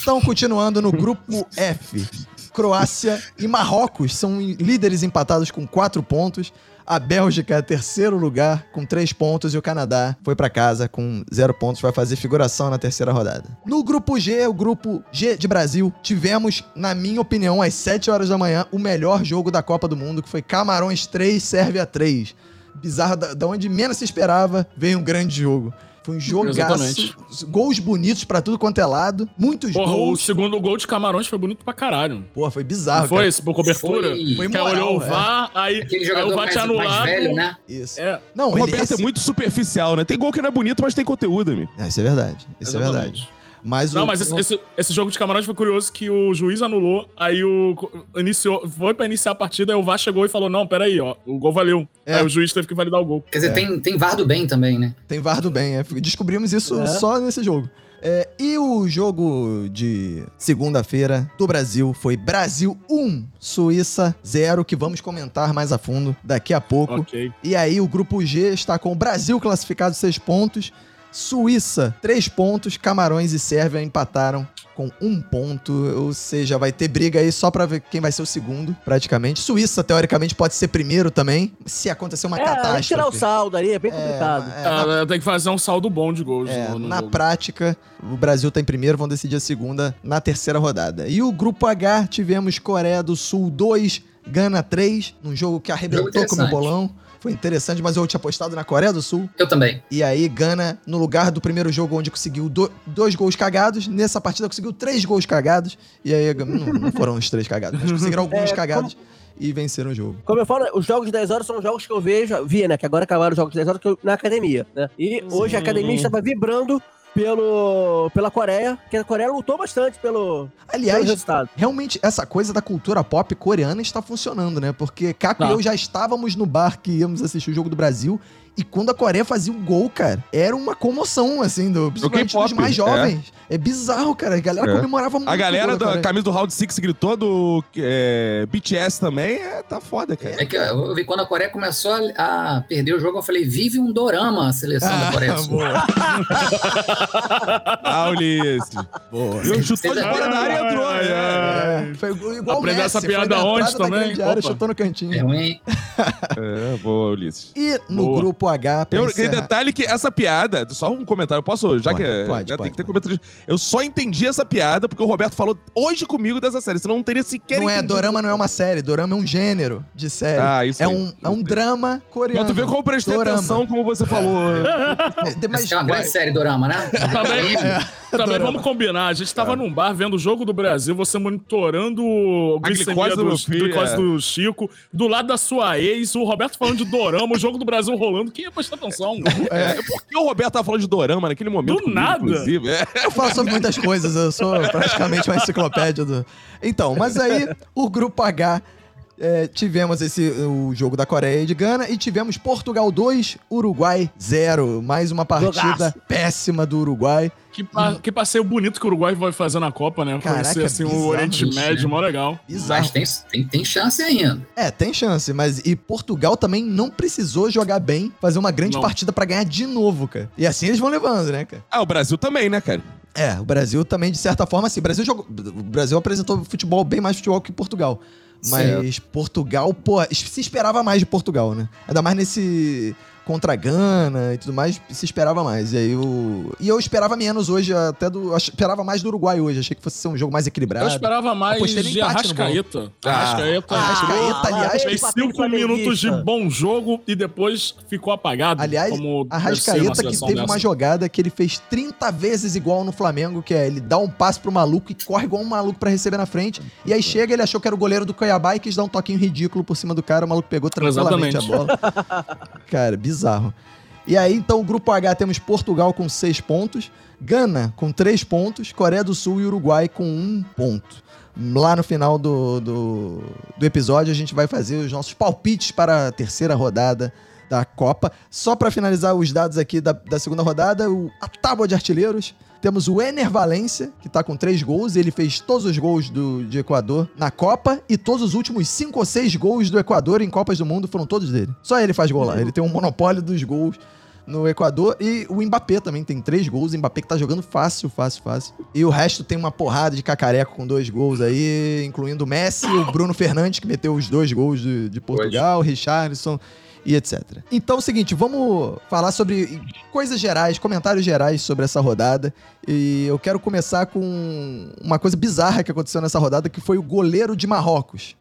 Então, continuando no grupo F. Croácia e Marrocos são em- líderes empatados com quatro pontos. A Bélgica é terceiro lugar com três pontos e o Canadá foi pra casa com zero pontos, vai fazer figuração na terceira rodada. No grupo G, o grupo G de Brasil, tivemos, na minha opinião, às 7 horas da manhã, o melhor jogo da Copa do Mundo, que foi Camarões 3, Sérvia 3. Bizarro, da, da onde menos se esperava, veio um grande jogo. Foi um jogaço,
Exatamente.
gols bonitos pra tudo quanto é lado, muitos
Porra, o
gols.
segundo gol de Camarões foi bonito pra caralho.
Porra, foi
Não
bizarro,
foi
cara.
isso? Por cobertura?
Foi.
Foi
Que
moral,
olhou o
é.
VAR, aí,
Aquele
aí
jogador
o VAR
mais,
tinha
mais
anulado.
velho, né?
Isso.
É,
Não,
O
ele-
Roberto
esse-
é muito superficial, né? Tem gol que não é bonito, mas tem conteúdo, amigo.
É, isso é verdade. Isso é
exatamente.
verdade. Mas
Não,
o...
mas esse, esse- esse jogo de Camarões foi curioso que o juiz anulou, aí o iniciou, foi pra iniciar a partida, aí o VAR chegou e falou: "Não, peraí, ó, o gol valeu".
É.
Aí o juiz teve que validar o gol.
Quer dizer, tem, tem VAR do bem também, né?
Tem VAR do bem, é. Descobrimos isso
É.
só nesse jogo. É, e o jogo de segunda-feira do Brasil foi Brasil 1, Suíça 0, que vamos comentar mais a fundo daqui a pouco.
OK.
E aí o grupo G está com o Brasil classificado 6 pontos, Suíça 3 pontos, Camarões e Sérvia empataram com um ponto, ou seja, vai ter briga aí só pra ver quem vai ser o segundo, praticamente. Suíça, teoricamente, pode ser primeiro também, se acontecer uma
É, tem que
catástrofe.
tirar o saldo ali, é bem
É,
complicado.
é, na-
Ah, tem que fazer um saldo bom de gols
é,
Ah, no, no
na
jogo.
prática, o Brasil tá em primeiro, vão decidir a segunda na terceira rodada. E o grupo H, tivemos Coreia do Sul 2, Gana 3, num jogo que arrebentou com o meu
interessante.
bolão. Foi interessante, mas eu tinha apostado na Coreia do Sul.
Eu também.
E aí, Gana, no lugar do primeiro jogo onde conseguiu do- dois gols cagados, nessa partida conseguiu três gols cagados. E aí, não, não foram os três cagados, mas conseguiram alguns
É,
cagados e venceram o jogo.
Como eu falo, os jogos de 10 horas são jogos que eu vejo, via, né? Que agora acabaram os jogos de 10 horas que eu, na academia, né? E hoje a academia estava vibrando pelo, pela Coreia, que a Coreia lutou bastante pelo, pelo
Aliás,
resultado.
realmente essa coisa da cultura pop coreana está funcionando, né? Porque Caco e
Tá.
eu já estávamos no bar que íamos assistir o jogo do Brasil e quando a Coreia fazia um gol, cara, era uma comoção, assim, do, principalmente dos
K-pop,
mais
é.
jovens. É, bizarro, cara. A galera
É.
comemorava muito.
A
o
galera
gol da
da
Coreia.
camisa do Round Six gritou do é, BTS também, é, tá foda, cara.
É que eu eu vi quando a Coreia começou a, a perder o jogo, eu falei, vive um dorama a seleção da Coreia
Ah,
do Sul.
boa.
Ah, Ulisses.
boa.
Eu chutou de
Ai,
fora da área e entrou.
ai,
né?
ai.
É, foi igual o
Aprendeu
Messi,
essa
foi
piada
na entrada
ontem
da
também?
grande área,
Opa.
chutou no cantinho.
É ruim, hein?
É, boa, Ulisses.
E no
Boa.
grupo H, pra
Eu, tem
encerrar-
detalhe que essa piada, só um comentário, eu posso, já
é. Pode,
que é-
pode,
já
pode,
tem que ter
pode.
comentário. Eu só entendi essa piada porque o Roberto falou hoje comigo dessa série, senão eu não teria sequer
não é,
entendido.
dorama não é uma série, dorama é um gênero de série.
Ah, isso
é
aí.
um, é um drama
Pra
coreano.
tu ver como eu prestei
Dorama.
atenção, como você falou. né?
É, de-
Mas,
mas, É,
é uma grande
mas-
série dorama, né?
Também, também
Adorava.
vamos combinar. A gente tava num bar vendo o jogo do Brasil, você monitorando o
A glicose
glicemia
do meu
do,
filho,
glicose
é.
do Chico, do lado da sua ex, o Roberto falando de dorama, o jogo do Brasil rolando. Quem ia prestar atenção?
É, porque o Roberto tava falando de dorama naquele momento.
Do nada.
Inclusive. É.
eu falo sobre muitas coisas, eu sou praticamente uma enciclopédia do. Então, mas aí o grupo H. é, tivemos esse o jogo da Coreia e de Gana e tivemos Portugal 2, Uruguai 0. Mais uma partida
Jogaço.
péssima do Uruguai.
Que, pa- que passeio bonito que o Uruguai vai fazer na Copa, né?
Caraca,
Conhecer assim,
bizarro
o Oriente
isso,
Médio,
né?
mó legal.
Bizarro.
Mas tem, tem, tem chance ainda.
É, tem chance, mas e Portugal também não precisou jogar bem, fazer uma grande
Não.
partida pra ganhar de novo, cara. E assim eles vão levando, né, cara?
Ah, o Brasil também, né, cara?
É, o Brasil também de certa forma assim, o Brasil jogou, o Brasil apresentou futebol bem mais futebol que Portugal. Mas Portugal, pô, se esperava mais de Portugal, né? Ainda mais nesse contra a Gana e tudo mais, se esperava mais. E aí o e eu esperava menos hoje até do, eu esperava mais do Uruguai hoje, achei que fosse ser um jogo mais equilibrado.
Eu esperava mais
Apostei no
de
empate no gol.
Arrascaeta.
Ah,
Arrascaeta.
Arrascaeta,
entrou,
aliás,
Fez cinco minutos de bom jogo e depois ficou apagado.
Aliás,
como
A
deve ser uma
Rascaeta que
seleção
teve
dessa.
uma jogada que ele fez 30 vezes igual no Flamengo, que é ele dá um passe pro maluco e corre igual um maluco pra receber na frente. E aí chega, ele achou que era o goleiro do Cuiabá e quis dar um toquinho ridículo por cima do cara, o maluco pegou tranquilamente a bola. cara, bizarro. E aí, então, o grupo H temos Portugal com 6 pontos, Gana com 3 pontos, Coreia do Sul e Uruguai com 1 ponto. Lá no final do, do, do episódio, a gente vai fazer os nossos palpites para a terceira rodada da Copa. Só pra finalizar os dados aqui da, da segunda rodada, o, a tábua de artilheiros. Temos o Ener Valência, que tá com três gols. Ele fez todos os gols do, de Equador na Copa e todos os últimos cinco ou seis gols do Equador em Copas do Mundo foram todos dele. Só ele faz gol lá. Ele tem um monopólio dos gols no Equador. E o Mbappé também tem três gols. O Mbappé que tá jogando fácil, fácil, fácil. E o resto tem uma porrada de cacareco com dois gols aí, incluindo o Messi, o Bruno Fernandes, que meteu os dois gols de, de Portugal, o Richarlison e etc. Então é o seguinte, vamos falar sobre coisas gerais, comentários gerais sobre essa rodada. E eu quero começar com uma coisa bizarra que aconteceu nessa rodada, que foi o goleiro de Marrocos.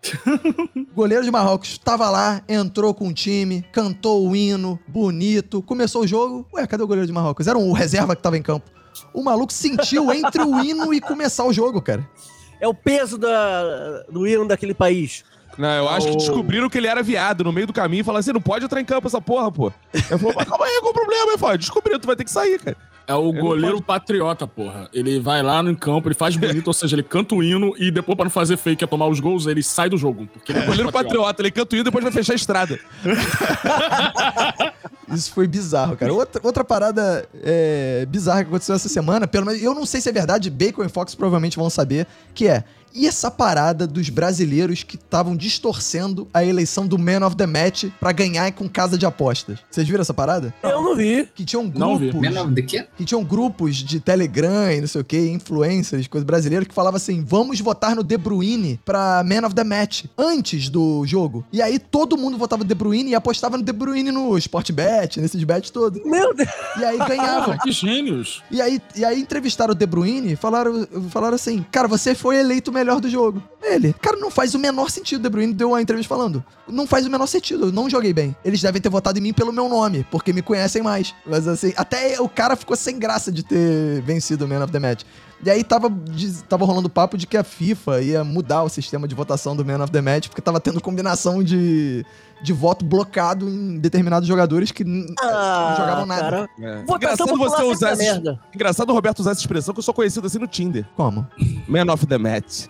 O goleiro de Marrocos tava lá, entrou com o time, cantou o hino, bonito, começou o jogo. Ué, cadê o goleiro de Marrocos? Era o reserva que tava em campo. O maluco sentiu entre o hino e começar o jogo, cara.
É o peso da, do hino daquele país.
Não, eu acho que
Oh.
descobriram que ele era viado no meio do caminho e falaram assim: não pode entrar em campo essa porra, pô. Ele falou, mas calma aí, qual o problema? Ele falou, descobriu, tu vai ter que sair, cara.
É o
não
goleiro patriota, porra. Ele vai lá no campo, ele faz bonito, ou seja, ele canta o hino e depois, pra não fazer fake, é tomar os gols, ele sai do jogo. Porque ele é
Goleiro patriota, ele canta o hino e depois vai fechar a estrada. É.
Isso foi bizarro, cara. Outra, outra parada é, bizarra que aconteceu essa semana, pelo menos eu não sei se é verdade, Bacon e Fox provavelmente vão saber, que é. E essa parada dos brasileiros que estavam distorcendo a eleição do Man of the Match pra ganhar com casa de apostas? Vocês viram essa parada?
Eu não vi.
Que tinham
Não vi.
grupos.
Menos de quê?
que tinham grupos de Telegram e não sei o que, influencers, coisa brasileira, que falava assim: vamos votar no De Bruyne pra Man of the Match antes do jogo. E aí todo mundo votava De Bruyne e apostava no De Bruyne no Sportbet, nesses bets todos.
Meu Deus.
E aí ganhavam.
Ah, que gênios.
E aí, e aí entrevistaram o De Bruyne e falaram, falaram assim: Cara, você foi eleito o melhor do jogo. Ele, cara, não faz o menor sentido. O De Bruyne deu uma entrevista falando: Não faz o menor sentido, eu não joguei bem. Eles devem ter votado em mim pelo meu nome, porque me conhecem mais. Mas assim, até o cara ficou sem graça de ter vencido o Man of the Match. E aí tava, diz- tava rolando papo de que a FIFA ia mudar o sistema de votação do Man of the Match, porque tava tendo combinação de, de voto blocado em determinados jogadores que n- não jogavam nada.
Ah, Cara,
É.
votação
Engraçado você usar
popular usar
essa-
merda.
Engraçado o Roberto usar essa expressão que eu sou conhecido assim no Tinder.
Como?
Man of the match.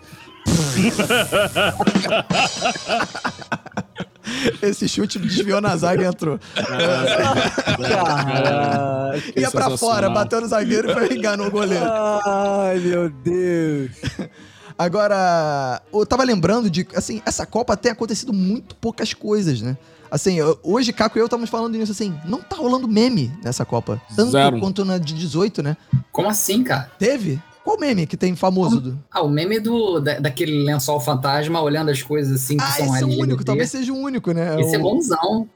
Esse chute desviou na zaga e entrou.
Caralho.
Ia pra fora,
sensacional.
bateu no zagueiro e foi- enganou o goleiro.
Ai, meu Deus.
Agora, eu tava lembrando de, assim, essa Copa tem acontecido muito poucas coisas, né? Assim, eu- hoje, Caco e eu estamos falando nisso, assim, não tá rolando meme nessa Copa. Tanto
Zero.
quanto na de 18, né?
Como assim, cara?
Teve? Qual meme que tem famoso? Do...
Ah, o meme do, da- daquele lençol fantasma olhando as coisas assim que
Ah,
são
esse é o
LGBT.
único, talvez seja o único, né?
Esse é
O-
bonzão.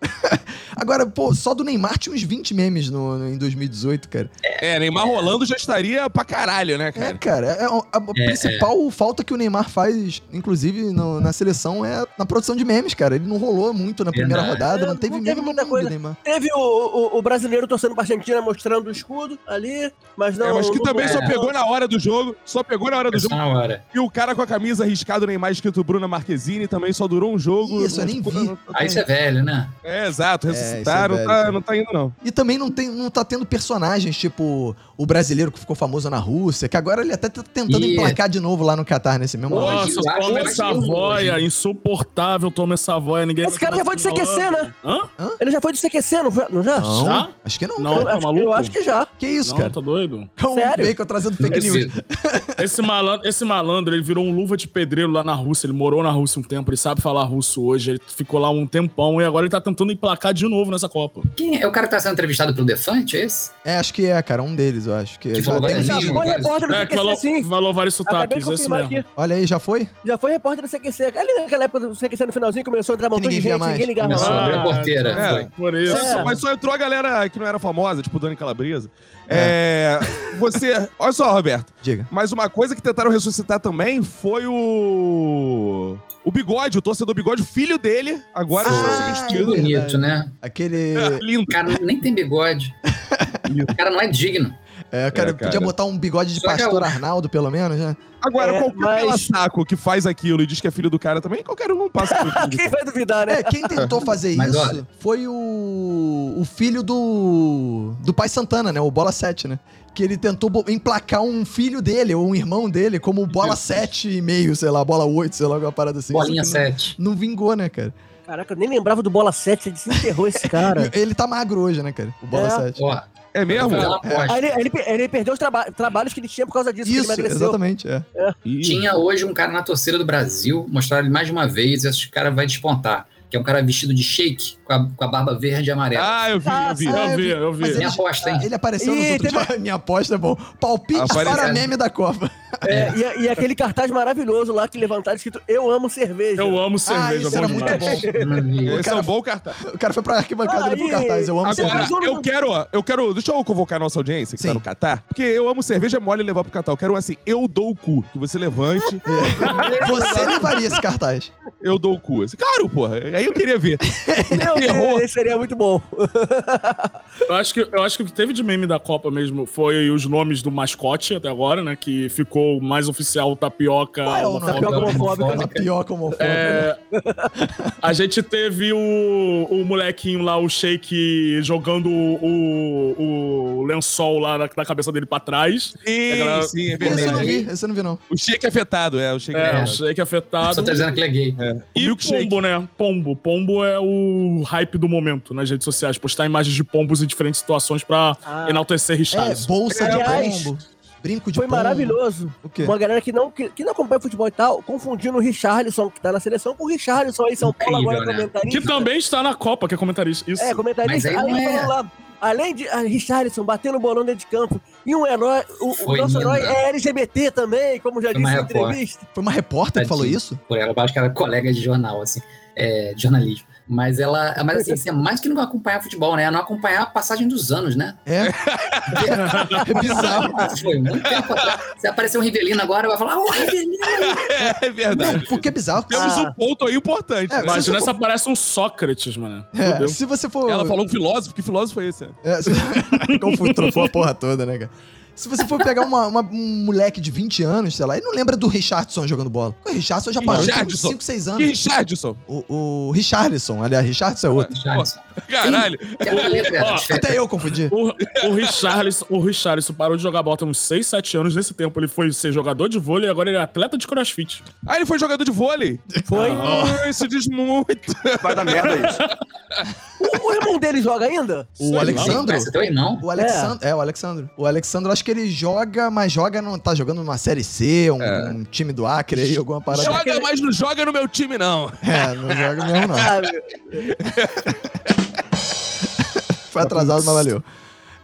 Agora, pô, só do Neymar tinha uns 20 memes no, no- em 2018, cara.
É, Neymar rolando já estaria pra caralho, né,
É,
cara?
cara, é- a, a
é.
principal falta que o Neymar faz, inclusive no- na seleção, é na produção de memes, cara. Ele não rolou muito na primeira
Verdade.
rodada,
É,
não teve
não
meme
teve muita
nenhum
coisa.
do Neymar.
Teve o, o- o brasileiro torcendo pra Argentina, mostrando o escudo ali, mas não...
É, mas que
não-
também só
é.
pegou na hora do jogo, só pegou na hora do
Só
jogo.
na é hora.
E o cara com a camisa arriscado Neymar escrito Bruna Marquezine também só durou um jogo.
Isso, eu nem vi.
Aí você é velho, né?
É, exato,
É, isso é
ressuscitaram,
velho,
tá-
cara.
não tá indo não.
E também não, tem, não tá tendo personagens, tipo o brasileiro que ficou famoso na Rússia, que agora ele até tá tentando
Ih.
emplacar de novo lá no Catar nesse mesmo ano.
Nossa,
Hoje eu acho
toma
mais
essa
perigoso,
voia, insuportável, toma essa voia, ninguém...
Esse cara já foi de CQC, né?
Hã?
Ele já foi do CQC, não, foi- não já?
Não,
Já?
acho que não.
Não,
cara.
tá
Eu acho-
maluco?
Eu acho que já.
Que isso,
Não,
cara?
tá doido?
Calma,
Sério?
Bacon trazendo fake
Esse-
news.
Esse malandro, esse malandro, ele virou um luva de pedreiro lá na Rússia. Ele morou na Rússia um tempo, ele sabe falar russo hoje. Ele ficou lá um tempão e agora ele tá tentando emplacar de novo nessa Copa.
Quem é o cara que tá sendo entrevistado pelo Defante, é esse?
É, acho que é, cara, um deles, eu acho. Que
Que
já
falou
tem
várias
um
Já
vezes.
vídeo.
foi repórter do
É, que
CQC,
falou,
assim?
sim.
falou vários
Acabei de
sotaques, esse
confirmar
mesmo.
aqui.
Olha aí, já foi?
Já foi repórter do CQC. Ali naquela época do CQC no finalzinho começou a entrar um montão de
ninguém via
gente,
mais.
ninguém ligava
Começou a
mais.
abrir a
Ah,
porteira.
é.
foi.
Por isso.
É.
Só- Mas só entrou a galera que não era famosa, tipo Dani Calabresa. É. você. Olha só, Roberto.
Diga.
Mas uma coisa que tentaram ressuscitar também foi o. O bigode, o torcedor bigode, o filho dele, agora
Ah, é.
foi
Que
substituído.
bonito, né?
Aquele.
Lindo.
O cara nem tem bigode. O cara não é digno.
É, cara,
É, cara.
podia botar um bigode de
Só que é
pastor
o-
Arnaldo, pelo menos, né?
Agora,
É,
qualquer
mas-
pela saco que faz aquilo e diz que é filho do cara também, qualquer um passa por
Quem
tudo.
vai duvidar, né?
É, quem tentou fazer
Mas
isso
olha-
foi o, o filho do do pai Santana, né? O Bola 7, né? Que ele tentou bo- emplacar um filho dele ou um irmão dele como Bola 7,5, sei lá, Bola 8, sei lá, alguma parada assim.
Bolinha
Só que
7.
Não, não vingou, né, cara?
Caraca, eu nem lembrava do Bola 7, ele desenterrou esse cara.
E- Ele tá magro hoje, né, cara? O Bola
É.
7.
Ó,
É mesmo?
aquela
Aí
aposta.
ele, ele, ele perdeu os traba- trabalhos que ele tinha por causa disso, que ele
Isso,
emagreceu.
exatamente, é.
Ih,
Tinha hoje um cara na torcida do Brasil, mostraram ele mais uma vez, esse cara vai despontar. Que é um cara vestido de shake, com a, com a barba verde e amarela.
Ah, eu vi, eu vi.
Ah,
Eu vi, eu vi.
Mas
Minha
ele,
aposta, hein?
Ah, ele apareceu nos
Ih,
outros dias. Minha aposta é bom. Palpite
Apareceu.
para meme da Copa.
É, e, e aquele cartaz maravilhoso lá que levantaram escrito Eu amo cerveja.
Eu amo cerveja,
é- Ah, isso
bom
era muito
demais.
bom.
Esse
cara-
é um bom cartaz.
O cara foi pra arquibancada ali pro
Aí.
cartaz. Eu amo
Você
Agora,
cerveja.
faz um-
eu quero, ó, eu quero. Deixa eu convocar a nossa audiência que
Sim.
tá no Catar. Porque eu amo cerveja mole e levar pro Catar. Eu quero assim, eu dou o cu. Que você levante,
Você levaria esse cartaz.
eu dou o cu. Assim, claro, porra. Aí eu queria ver.
Meu
Errou.
Deus, esse seria muito bom.
Eu acho, que, eu acho que o que teve de meme da Copa mesmo foi os nomes do mascote até agora, né? Que ficou mais oficial o Tapioca.
Qual é o
o
nome?
Tapioca homofóbica.
A pior homofóbica.
É, a gente teve o, o molequinho lá, o Shake, jogando o, o, o lençol lá da, da cabeça dele pra trás.
Sim, sim,
Esse
é
eu não
verdade.
vi, esse eu não vi, não.
O shake afetado, é. O shake
É, o
afetado.
Shake afetado.
Só tá dizendo que ele é gay.
E
Milkshake.
pombo, né? Pombo. Pombo é o hype do momento nas redes sociais. Postar imagens de pombos em diferentes situações pra
Ah.
enaltecer
É,
Richard.
bolsa
Aliás,
de pombo. Brinco de
Foi
pombo.
maravilhoso.
O quê?
Uma galera que não, que, que não acompanha futebol e tal, confundindo o Richarlison, que tá na seleção, com o Richarlison aí em São Paulo,
Incrível,
agora
né?
comentarista.
Que também está na Copa, que é comentarista. Isso.
É, comentarista.
Mas aí não
Aí
é.
falando lá, além de ah, Richarlison batendo o bolão dentro de campo, e um herói, o, o
Foi
nosso
linda.
herói é LGBT também, como já
Foi
disse
uma
na
repórter.
entrevista.
Foi uma repórter que
Tadinho.
falou isso?
por ela, eu acho que ela é colega de jornal, assim, é, de jornalismo. Mas ela, mas assim, você é mais que não acompanhar futebol, né? É não acompanhar a passagem dos anos, né?
É. é bizarro.
Foi muito tempo atrás. Você apareceu um Rivelino agora, vai falar, ô, Rivelino!
É, é
Não,
verdade.
porque é bizarro.
Temos
Ah.
um ponto aí importante.
É,
né?
mas-
Imagina se aparece um Sócrates, mano.
É,
Deus.
se você for. Ah.
Ela falou um filósofo. Que filósofo foi esse?
É, se... Confu- trocou a porra toda, né, cara? Se você for pegar uma- uma- um moleque de 20 anos, sei lá, ele não lembra do Richardson jogando bola. O Richardson já parou de
Richardson.
5, 6
Que
anos.
Richardson?
O, o Richardson, aliás, Richardson é outro.
Richardson.
Caralho.
Que a letra era
É,
Ó,
diferente.
Até eu confundi.
O, o, Richarlison, o Richarlison parou de jogar bola há uns 6, 7 anos. Nesse tempo ele foi ser jogador de vôlei e agora ele é atleta de crossfit.
Ah, ele foi jogador de vôlei.
Foi.
Ah, isso diz muito.
Vai dar merda isso.
O, o irmão dele joga ainda?
O Alexandro.
Você também não?
O Alexandro, é. o Alexandro. O Alexandro, acho que ele joga, mas joga, não tá jogando numa série C, um, um time do Acre aí, alguma parada.
Joga, mas não joga no meu time, não.
É, não joga mesmo, não.
Ah, meu.
Foi atrasado, mas valeu.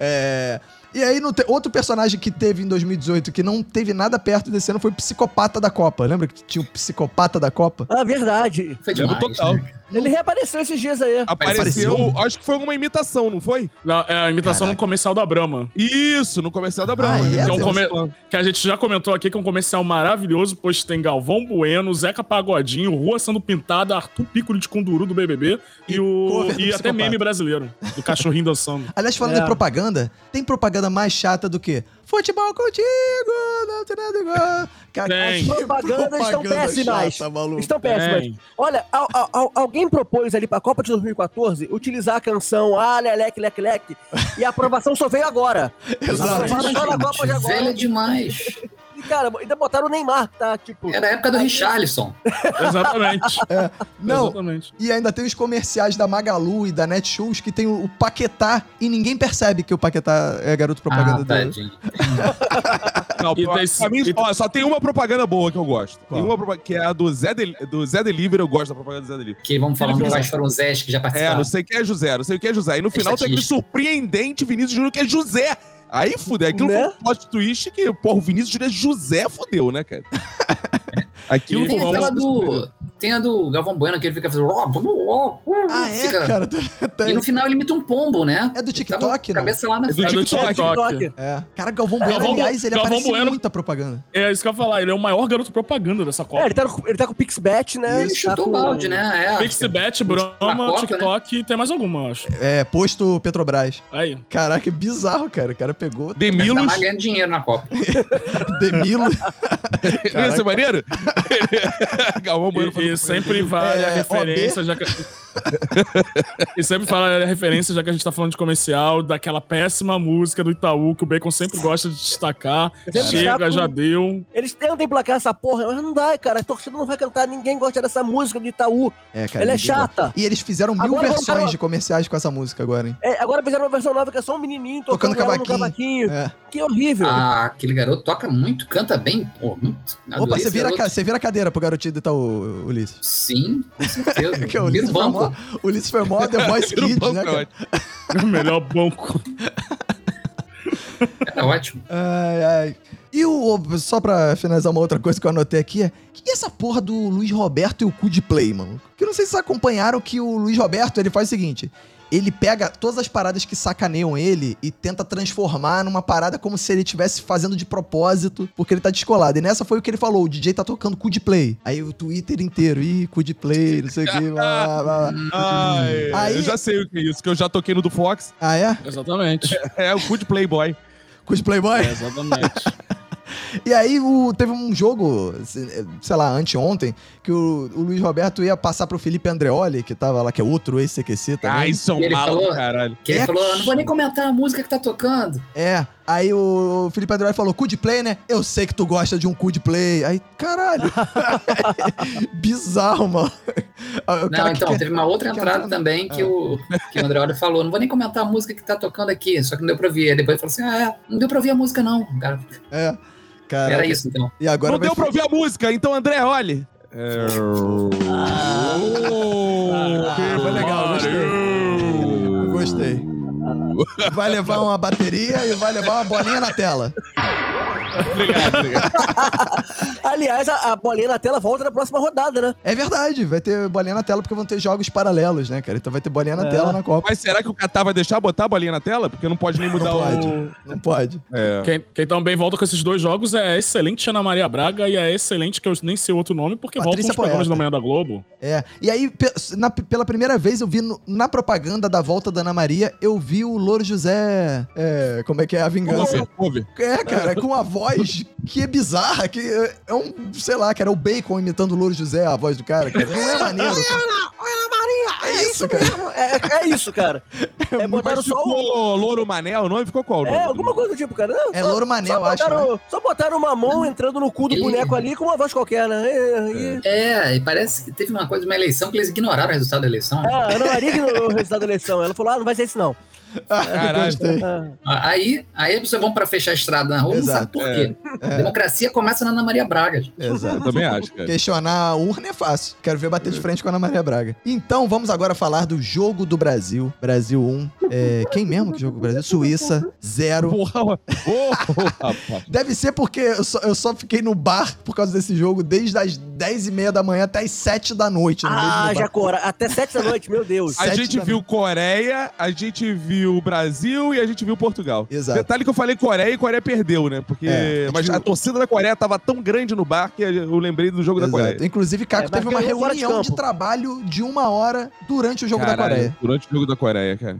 É, E aí, no te- outro personagem que teve em 2018 que não teve nada perto desse ano foi o Psicopata da Copa. Lembra que tinha o Psicopata da Copa?
Ah, verdade.
Foi
Lembro Tipo,
demais.
total.
né?
Ele reapareceu esses dias aí.
Apareceu,
um-
Apareceu?
acho que foi alguma imitação, não foi?
Na, é a imitação
Caraca.
no comercial da Brahma.
Isso, no comercial da Brahma.
Ah, é?
Que é um
Deus.
come-
Que a gente já comentou aqui que é um comercial maravilhoso, pois tem Galvão Bueno, Zeca Pagodinho, Rua Sendo Pintada, Arthur Piccolo de Conduru do BBB e,
E
o,
cover do
e até
Psicopata.
meme brasileiro, do cachorrinho dançando.
Aliás, falando
É.
de propaganda, tem propaganda mais chata do que Futebol contigo, não tem nada igual. Cara,
Tem.
que
Propagandas estão péssimas.
chata, maluco.
Estão péssimas.
Tem.
Olha, al- al- al- alguém propôs ali pra Copa de 2014 utilizar a canção Ah, Leleque, Leque, Leque, e a aprovação só veio agora.
Exato.
Só na Copa de
Velha
agora.
demais.
E, cara, ainda botaram o Neymar, tá? Tipo,
Era a época do Richarlison.
Exatamente.
Não,
Exatamente.
E ainda tem os comerciais da Magalu e da Netshoes que tem o o Paquetá e ninguém percebe que o Paquetá é garoto propaganda
Ah,
dele.
tadinho.
Não,
E
pra,
tem-
pra mim,
e-
ó, só tem uma propaganda boa que eu gosto. Tem
Qual?
uma propa- que é a do Zé, Del- do Zé Delivery, eu gosto da propaganda do Zé Delivery.
Que vamos falar
Ele
que
fez-
quais foram os Zés que já
É,
Tá.
participaram.
não sei o que é José, não sei o que é José. E no
É
final tem aquele surpreendente Vinícius Júnior que é José. Aí fudeu. Aquilo
Né?
foi um plot twist que, porra, o Vinícius Júnior é José, fudeu, né, cara? Aquilo
E
tem
foi um
aquela
absurdo.
do. Tem a do Galvão Bueno que ele fica fazendo.
Ah, é,
Fica-
cara.
E no final ele imita um pombo, né?
É do
Ele tava com a
TikTok, né?
cabeça lá na
É do
É do
TikTok.
TikTok.
É. Cara, Galvão Bueno,
Galvão-
aliás, ele
Galvão
aparece em
Bueno-
muita propaganda.
É isso que eu ia falar, ele é o maior garoto propaganda dessa
É,
Copa.
ele tá, no- ele tá com o Pixbet, né?
Ele chutou o balde, né? É.
Pixibet,
Na
Brahma,
Copa, né?
TikTok e tem mais alguma, acho.
É, posto Petrobras.
Aí.
Caraca, é bizarro, cara. O cara pegou
Ele tá
Demilos.
mais ganhando dinheiro na Copa.
Demilo.
Não ia ser é maneiro? Galvão Bueno
E,
foi
e sempre vale a
É,
referência, já que. e sempre fala a referência, já que a gente tá falando de comercial, daquela péssima música do Itaú, que o Bacon sempre gosta de destacar.
sempre
Chega,
destaco-
já deu.
Eles tentam emplacar essa porra, mas não dá, cara. A torcida não vai cantar, ninguém gosta dessa música do Itaú.
É, cara.
Ela é
ninguém gosta.
chata.
E eles fizeram mil
Agora vamos
versões
para-
de comerciais com essa música agora, hein?
É, agora fizeram uma versão nova que é só um menininho
Tocando
tocando, ela no
cavaquinho.
cavaquinho.
É.
Que horrível.
Ah, aquele garoto toca muito, canta bem. Pô, muito.
Opa,
Adorei
você
esse
vira, a
garoto.
ca- você vira a cadeira pro garotinho do Itaú, Ulisses.
Sim, com certeza.
Que o
Vira
Ulisses
o
foi
banco.
mó, o Ulisses foi mó The Voice
Vira o
Kids,
banco,
né,
é
cara?
ótimo.
O melhor banco.
Era É ótimo.
Ai, ai. E o, o- só pra finalizar uma outra coisa que eu anotei aqui é. Que essa porra do Luiz Roberto e o cu de play, mano? Que eu não sei se vocês acompanharam que o Luiz Roberto ele faz o seguinte. Ele pega todas as paradas que sacaneiam ele e tenta transformar numa parada como se ele estivesse fazendo de propósito, porque ele tá descolado. E nessa foi o que ele falou: o DJ tá tocando cu de play. Aí o Twitter inteiro, ih, cu de play, não sei o que, blá, blá, blá.
Ai,
Aí-
Eu já sei o que é isso, que eu já toquei no do Fox.
Ah, é?
Exatamente.
É o Good Playboy.
Cu de playboy?
Exatamente.
E aí o- teve um jogo, se- sei lá, anteontem, que o, o Luiz Roberto ia passar pro Felipe Andreoli, que tava lá, que é outro ex-CQC
Ai,
também.
isso é um
Ele
mal do
falou-
caralho.
Que ele
É.
falou: "Eu não vou nem comentar a música que tá tocando.
É, aí o Felipe Andreoli falou, cu de play, né? Eu sei que tu gosta de um cu de play. Aí, caralho. Bizarro, mano. Ah, O
Não,
que
então,
quer-
teve uma outra
que
entrada
entrada-
também que,
Ah.
o, que o André Olho falou. Não vou nem comentar a música que tá tocando aqui, só que não deu pra ouvir. Aí depois ele falou assim: ah, é, não deu pra ouvir a música, não. Cara,
É, cara.
era isso então.
E agora
Não
vai
deu pra ouvir a música, então André, olhe. É...
Ah, foi legal, gostei. Gostei. Vai levar uma bateria e vai levar uma bolinha na tela.
obrigado, obrigado.
Aliás, a, a bolinha na tela volta na próxima rodada, né?
É verdade, vai ter bolinha na tela porque vão ter jogos paralelos, né, cara? Então vai ter bolinha na
É.
tela na Copa.
Mas será que o Catar vai deixar botar a bolinha na tela? Porque não pode nem mudar
Não pode.
o.
Não pode.
É.
Quem, quem também volta com esses dois jogos é a excelente Ana Maria Braga e a excelente, que eu nem sei o outro nome, porque
Patrícia
voltam os programas
Poeta.
da manhã da Globo.
É. E aí, pe- na- pela primeira vez, eu vi no- na propaganda da volta da Ana Maria, eu vi o Louro José. É, como é que é? A vingança.
Cover, cover.
É, cara, com a voz que é bizarra, que é é um, sei lá, cara, é o Bacon imitando o Louro José, a voz do cara, cara. Não é maneiro. É isso, cara.
É, é isso, cara. É, botaram
Mas
só o.
ficou Louro Mané o nome? Ficou qual o nome?
É, alguma coisa do tipo, cara. Não,
É
só-
Louro Mané, eu
só
acho, né?
botaram, Só botaram uma mão entrando no cu do
Ele-
boneco ali com uma voz qualquer, né? E, e-
É, e parece que teve uma coisa de uma eleição que eles ignoraram o resultado da eleição. né?
Ah, a Ana Maria ignorou o resultado da eleição. Ela falou: ah, não vai ser esse não.
Caralho.
Gostei.
Ah,
Aí, aí as pessoas vão pra fechar a estrada na rua, não sabe
É. Exato, é,
por quê. Democracia começa na Ana Maria Braga. gente.
Exato.
Eu também acho, cara.
Questionar a urna é fácil. Quero ver bater de frente com a Ana Maria Braga. Então, vamos agora falar do jogo do Brasil. Brasil 1. É, quem mesmo que jogou com o Brasil? Suíça 0.
Porra, ué. Ô, rapaz.
Deve ser porque eu só, eu só fiquei no bar por causa desse jogo desde as 10h30 da manhã até as 7 da noite. no mesmo
ah
bar.
já cora. Até sete da noite, meu Deus.
A
Sete
gente
da
viu Coreia, a gente viu Brasil e a gente viu Portugal.
Exato.
Detalhe que eu falei Coreia e Coreia perdeu, né? Porque
É, a gente
mas a
viu-
torcida da Coreia tava tão grande no bar que eu lembrei do jogo da Coreia.
Exato. Inclusive, Caco
É, mas
teve uma
ganhou fora de
reunião de,
campo.
trabalho de uma hora durante o jogo da
Caralho,
Coreia.
Durante o jogo da Coreia, cara.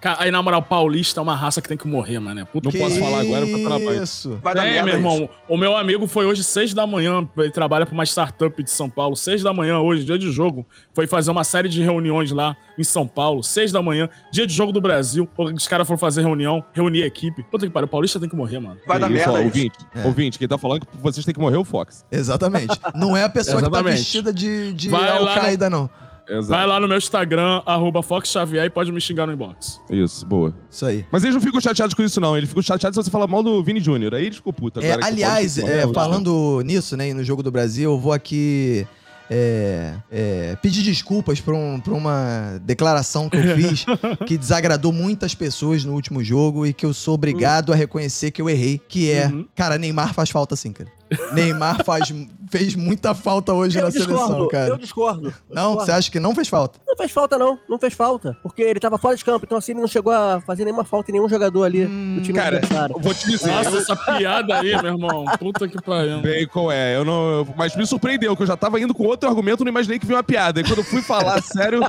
Cara, aí, na moral, paulista é uma raça que tem que morrer, mané. Puta
Não
que
posso
pariu.
falar agora porque eu tô na banha.
Isso.
Vai
É, meu irmão, o meu amigo foi hoje, seis da manhã, ele trabalha pra uma startup de São Paulo, seis da manhã hoje, dia de jogo, foi fazer uma série de reuniões lá em São Paulo, seis da manhã, dia de jogo do Brasil, os caras foram fazer reunião, reunir a equipe. Puta que pariu, o paulista tem que morrer, mano.
Vai dar
Isso, ó,
merda. isso.
ouvinte,
É.
ouvinte, quem tá falando que vocês têm que morrer é o Fox.
Exatamente. Não é a pessoa que tá
Exatamente.
vestida de, de
Vai lá no-
Al-Qaeda, não.
Vai
Exato.
lá no meu Instagram, arroba Fox Xavier, e pode me xingar no inbox.
Isso, boa.
Isso aí.
Mas eles não ficam chateados com isso, não. Eles ficam chateados se você falar mal do Vini Júnior. Aí eles ficam puta.
É,
agora que o
aliás,
Paulo-
é, falando nisso, né, e no jogo do Brasil, eu vou aqui é, é, pedir desculpas por, um- por uma declaração que eu fiz que desagradou muitas pessoas no último jogo e que eu sou obrigado a reconhecer que eu errei, que é,
Uhum.
cara, Neymar faz falta sim, cara. Neymar faz, fez muita falta hoje
Eu
na seleção,
discordo,
cara.
eu discordo.
Não, você acha que não fez falta?
Não fez falta, não. Não fez falta. Porque ele tava fora de campo, então assim ele não chegou a fazer nenhuma falta em nenhum jogador ali
Hum,
do
é
time
cara,
adversário.
eu vou te dizer.
Nossa, essa piada aí, meu irmão, puta que pariu.
Bem, qual é? Eu não, eu- mas me surpreendeu, que eu já tava indo com outro argumento, não imaginei que vinha uma piada. E quando eu fui falar sério,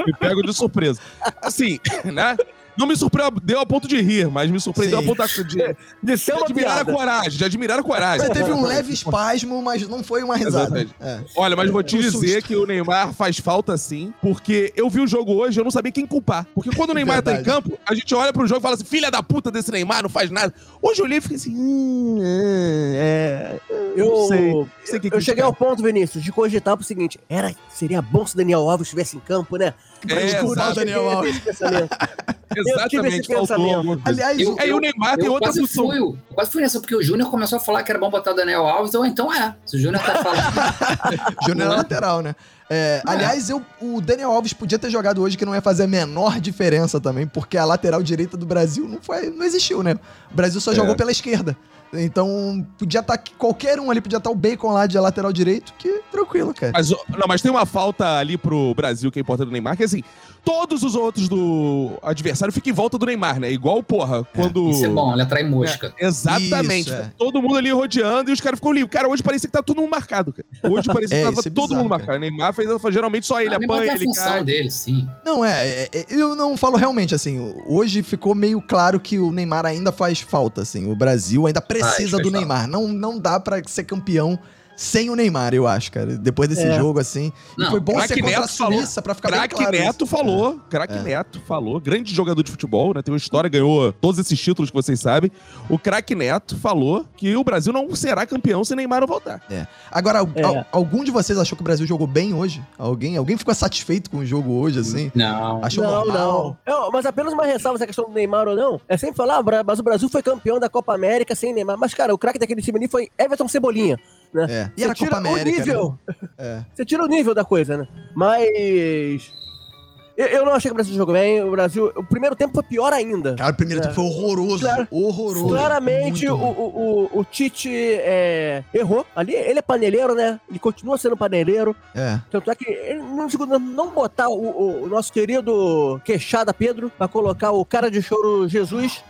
é, me pego de surpresa. Assim, né? Não me surpreendeu a ponto de rir, mas me surpreendeu
Sim.
a ponto de, de
De ser uma
admirar a
piada.
coragem, de admirar a coragem.
Você teve um leve espasmo, mas não foi uma risada.
Exatamente.
É.
Olha, mas vou te
Um
dizer
susto.
que o Neymar faz falta sim, porque eu vi o jogo hoje e eu não sabia quem culpar. Porque quando o Neymar tá em
Verdade.
campo, a gente olha pro jogo e fala assim, filha da puta desse Neymar, não faz nada. Hoje eu olhei e fiquei assim, hum, é, é, não
Eu,
sei. não sei o que é?
eu
criticar.
cheguei ao ponto, Vinícius, de cogitar pro seguinte: era, seria bom se o Daniel Alves estivesse em campo, né? Pra
É,
gente
exato.
eu tive
Daniel Alves.
esse pensamento. Eu tive esse
Exatamente, faltou
pensamento.
alguma coisa.
Aliás,
Eu-
o-
Aí É, o
Ah,
Neymar tem
Eu
outra
quase
função.
fui, eu quase fui nessa, porque o Júnior começou a falar que era bom botar o Daniel Alves, ou então é. Se o Júnior tá falando.
Júnior é lateral, né? É, aliás, eu, o Daniel Alves podia ter jogado hoje, que não ia fazer a menor diferença também, porque a lateral direita do Brasil não, foi, não existiu, né? O Brasil só
É.
jogou pela esquerda. Então, podia estar qualquer um ali, podia estar o Bacon lá de lateral direito, que tranquilo, cara.
Mas, ó, não, mas tem uma falta ali pro Brasil que é importante do Neymar, que é assim, todos os outros do adversário ficam em volta do Neymar, né? Igual, porra, quando...
Isso é bom, ele atrai mosca.
É, exatamente.
Isso, é.
Todo mundo ali rodeando e os caras ficam livres. Cara, hoje parecia que tá todo mundo marcado, cara. Hoje parecia
É,
que
isso
tava
é
todo
bizarro,
mundo
cara.
marcado. Neymar fez neymar faz geralmente só ele
Ah, mas
apanha,
é a
ele
função
cai.
dele, sim.
Não, é, é, é, eu não falo realmente, assim, hoje ficou meio claro que o Neymar ainda faz falta, assim, o Brasil ainda precisa
faz
do
falta.
Neymar, não, não dá pra ser campeão sem o Neymar, eu acho, cara, depois desse
É.
jogo, assim, e
Não,
foi bom
Craque
ser contra a
Neto falou.
Suíça pra ficar bem
Craque
claro
Neto
isso. É.
falou, craque Neto falou, grande jogador de futebol, né? Tem uma história, ganhou todos esses títulos que vocês sabem. O craque Neto falou que o Brasil não será campeão se Neymar não voltar.
Agora, al-
É.
al- algum de vocês achou que o Brasil jogou bem hoje? Alguém? Alguém ficou satisfeito com o jogo hoje, assim?
Não.
Achou
Não,
normal?
não. É, mas apenas uma ressalva essa questão do Neymar ou não. É sempre falar, ah, Bra- mas o Brasil foi campeão da Copa América sem Neymar. Mas, cara, o craque daquele time ali foi Everton Cebolinha. Né?
É. E
Você
era
tira
Copa
o
América,
nível.
né? É.
Você tira o nível da coisa, né? Mas. Eu, eu não achei que o Brasil jogou bem. O Brasil, o primeiro tempo foi pior ainda.
Cara, o primeiro
É.
tempo foi horroroso.
Claro-
horroroso.
Claramente
Muito
o,
ruim.
o, o, o Tite é, errou. Ali ele é paneleiro, né? Ele continua sendo paneleiro.
É.
Tanto é que ele não, segura- não botar o, o- o nosso querido queixada Pedro pra colocar o cara de choro Jesus.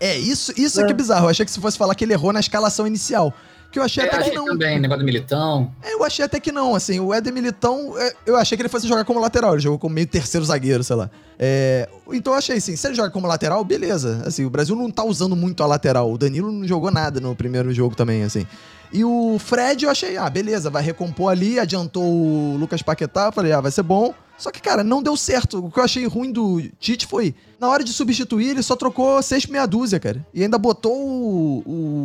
É, isso, isso é. que é bizarro. Eu achei que se fosse falar que ele errou na escalação inicial. Que eu
É,
achei
Eu
até
achei
que não.
também, negócio do militão.
É, Eu achei até que não, assim, o Éder Militão, é, eu achei que ele fosse jogar como lateral, ele jogou como meio terceiro zagueiro, sei lá. É, então eu achei assim, se ele joga como lateral, beleza. Assim, o Brasil não tá usando muito a lateral, o Danilo não jogou nada no primeiro jogo também, assim. E o Fred eu achei, ah, beleza, vai recompor ali, adiantou o Lucas Paquetá, eu falei, ah, vai ser bom. Só que, cara, não deu certo. O que eu achei ruim do Tite foi, na hora de substituir, ele só trocou seis por meia dúzia, cara. E ainda botou o,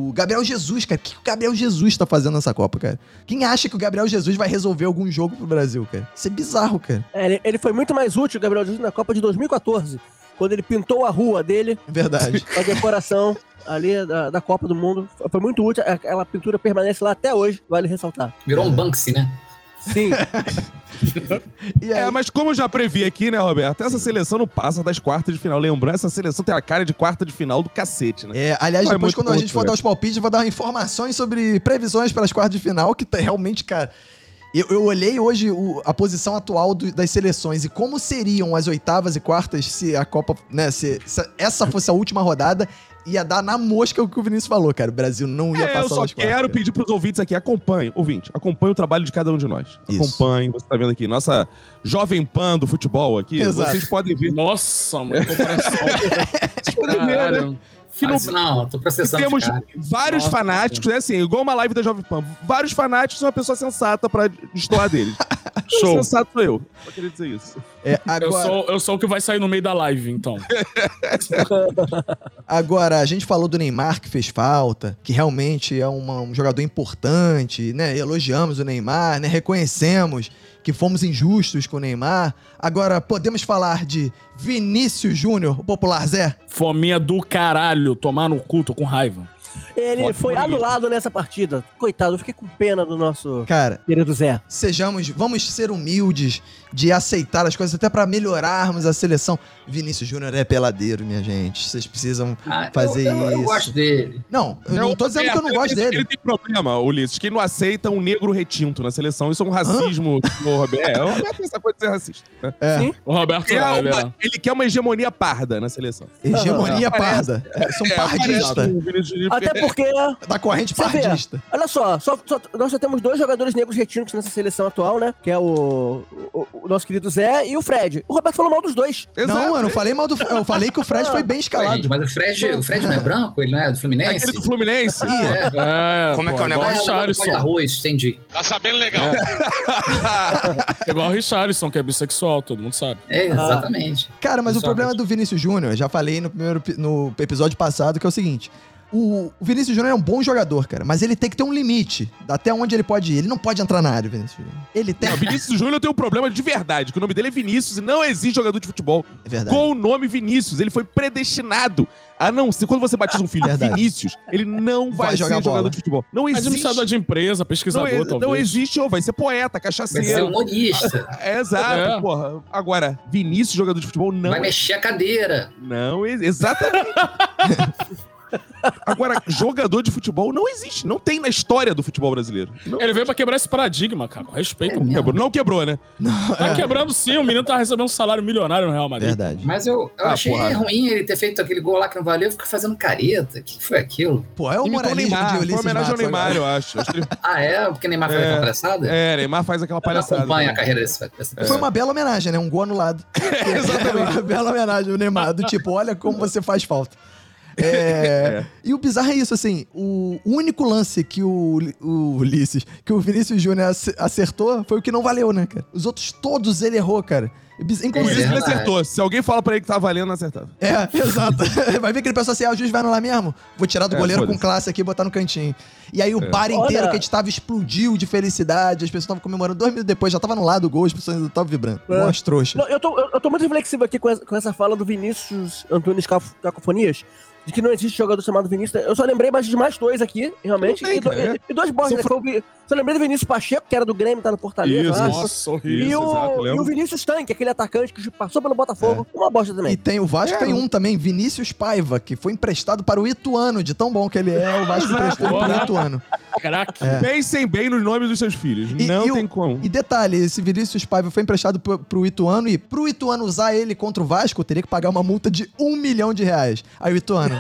o Gabriel Jesus, cara. O que o Gabriel Jesus tá fazendo nessa Copa, cara? Quem acha que o Gabriel Jesus vai resolver algum jogo pro Brasil, cara? Isso é bizarro, cara.
É, ele, ele foi muito mais útil, Gabriel Jesus, na Copa de 2014, quando ele pintou a rua dele,
É verdade.
a decoração ali da, da Copa do Mundo. Foi- Foi muito útil. Aquela pintura permanece lá até hoje, vale ressaltar.
Virou
É.
um Banksy, né?
Sim.
E aí,
É, mas como eu já previ aqui, né, Roberto? Essa seleção não passa das quartas de final. Lembrando, essa seleção tem a cara de quarta de final do cacete, né?
é, aliás,
Vai
depois,
muito
quando a
ponto,
gente for
né?
dar os palpites, eu vou dar informações sobre previsões pelas quartas de final, que tá realmente, cara. Eu, eu olhei hoje o- a posição atual do- das seleções e como seriam as oitavas e quartas se a Copa, né, se, se essa fosse a última rodada, ia dar na mosca o que o Vinícius falou, cara. O Brasil não ia
É,
passar
eu só
das quartas,
quero
cara.
pedir pros ouvintes aqui, acompanhe, ouvinte, acompanhe o trabalho de cada um de nós.
Isso.
Acompanhe, você tá vendo aqui, nossa jovem pan do futebol aqui,
Exato.
vocês podem ver.
Nossa, mano, comparação.
Vocês podem ver, né?
Fala
Fino-
isso não, tô processando
temos
os caras.
vários
Nossa,
fanáticos, né? Assim, igual uma live da Jovem Pan. Vários fanáticos são uma pessoa sensata pra destoar deles.
Show.
Sensato sou eu. Só queria dizer isso.
É,
Eu
agora...
sou, eu sou o que vai sair no meio da live, então.
Agora, a gente falou do Neymar que fez falta, que realmente é uma- um jogador importante, né? Elogiamos o Neymar, né? Reconhecemos que fomos injustos com o Neymar. Agora, podemos falar de Vinícius Júnior, o popular Zé?
Fominha do caralho, tomar no cu, tô com raiva.
Ele
Voto
foi
bonito.
anulado nessa partida. Coitado, eu fiquei com pena do nosso
Cara,
querido Zé.
sejamos, vamos ser humildes de aceitar as coisas até pra melhorarmos a seleção. Vinícius Júnior é peladeiro, minha gente. Vocês precisam
Ah, eu-
fazer
eu, eu,
isso.
gosto dele.
Não, eu não tô dizendo que eu não
Ele
gosto
tem-
dele.
Ele tem problema, Ulisses, que não aceita um negro retinto na seleção. Isso é um racismo, ô, Roberto. É, o Roberto tem essa coisa de ser racista. né?
É.
Sim.
O Roberto
Ele, é
Carvalho,
uma- ele quer uma hegemonia parda na seleção.
Hegemonia
Parece-
parda. É, Ah, São
parece
pardistas.
um Vinícius de-
Até porque,
Da corrente
Você vê.
pardista.
olha só, só- só- nós só temos dois jogadores negros retinos nessa seleção atual, né? Que é o, o- o nosso querido Zé e o Fred. O Roberto falou mal dos dois.
Exato. É
Não, mano, eu falei mal do. Eu falei que o Fred foi bem
Gente,
escalado.
mas o Fred, o Fred não é branco? Ele não é do Fluminense?
Aquele do Fluminense.
Ah,
É,
É,
Como é que é
igual
o
Ah,
negócio?
o
de
Richarlison.
arroz, entendi.
Igual o Richarlison, que é bissexual, todo mundo sabe.
Ah.
É, exatamente.
Cara, mas o
Exato.
problema do Vinícius Júnior, eu já falei no primeiro pi- no episódio passado, que é o seguinte. O o Vinícius Júnior é um bom jogador, cara, mas ele tem que ter um limite até onde ele pode ir. Ele não pode entrar na área, o Vinícius Júnior. Ele tem.
Não, Vinícius Júnior tem um problema de verdade, que o nome dele é Vinícius e não existe jogador de futebol
É verdade.
com o nome Vinícius. Ele foi predestinado a não ser. Quando você batiza um filho
Verdade.
Vinícius, ele não vai,
Vai jogar
ser um
bola.
jogador de futebol. Não existe.
Administrador de empresa,
Não,
pesquisador,
e-
talvez.
não existe, ou vai ser poeta,
Vai ser um-
cachaceiro.
humorista.
É, exato,
É.
porra. Agora, Vinícius, jogador de futebol, não.
Vai mexer a cadeira.
Não, ex- exatamente. Agora, jogador de futebol não existe. Não tem na história do futebol brasileiro. Não,
Ele veio pra quebrar esse paradigma, cara. Respeito.
É.
quebrou, não quebrou, né?
É.
Tá quebrando sim, o menino tá recebendo um salário milionário no Real Madrid.
É Verdade.
Mas eu, eu
Ah,
achei
porra.
ruim ele ter feito aquele gol lá que não valeu, ficou fazendo careta. O que foi aquilo?
Pô, é o
Imitou o
moralismo de
Neymar. Foi uma
Ulisses
homenagem ao
Matos agora.
Neymar, eu acho. Acho que ele-
Ah, é? Porque Neymar foi
É.
é. palhaçada?
É, Neymar faz aquela
Eu não
palhaçada. né? É.
acompanho a carreira dessa, dessa
Foi
pessoa.
uma bela homenagem, né? Um gol anulado. Exatamente. uma bela homenagem ao Neymar, do tipo, olha como você faz falta. É, E o bizarro é isso, assim, o único lance que o, Uli- o Ulisses, que o Vinícius Júnior ace- acertou foi o que não valeu, né, cara? Os outros todos ele errou, cara. E biz-
Por isso
Inclusive,
que ele
Verdade.
acertou. Se alguém fala pra ele que tá valendo, acertava.
é, exato. Vai ver que ele pensou assim: ah, o juiz vai anular mesmo? Vou tirar do
É,
goleiro com
foda-se. É.
classe aqui e botar no cantinho. E aí o bar inteiro
Olha.
que a gente tava explodiu de felicidade, as pessoas estavam comemorando. Dois minutos depois já tava anulado o gol, as pessoas ainda estavam vibrando.
É.
Mó as trouxas.
Não, eu, tô, eu, eu tô muito reflexivo aqui com essa, com essa fala do Vinícius Antônio Cacofonias, de que não existe jogador chamado Vinícius. Eu só lembrei mais de mais dois aqui, realmente.
Não tem,
e, do-
cara.
e dois bosta,
Só
né? que eu vi- Só lembrei do Vinícius Pacheco, que era do Grêmio, tá no Fortaleza.
Isso,
lá.
Nossa,
e,
horrível.
isso,
o,
exato,
e
lembro.
o Vinícius Tanque, aquele atacante que passou pelo Botafogo. Uma bosta
E
também.
tem o Vasco,
É,
tem
o-
um também, Vinícius Paiva, que foi emprestado para o Ituano, de tão bom que ele é, o Vasco
Exato.
emprestou ele para o Ituano.
Craque.
É.
Pensem bem nos nomes dos seus filhos.
E-
não
e o-
tem como.
E detalhe, esse Vinícius Paiva foi emprestado pro, pro Ituano e pro Ituano usar ele contra o Vasco, teria que pagar uma multa de um milhão de reais. Aí o Ituano.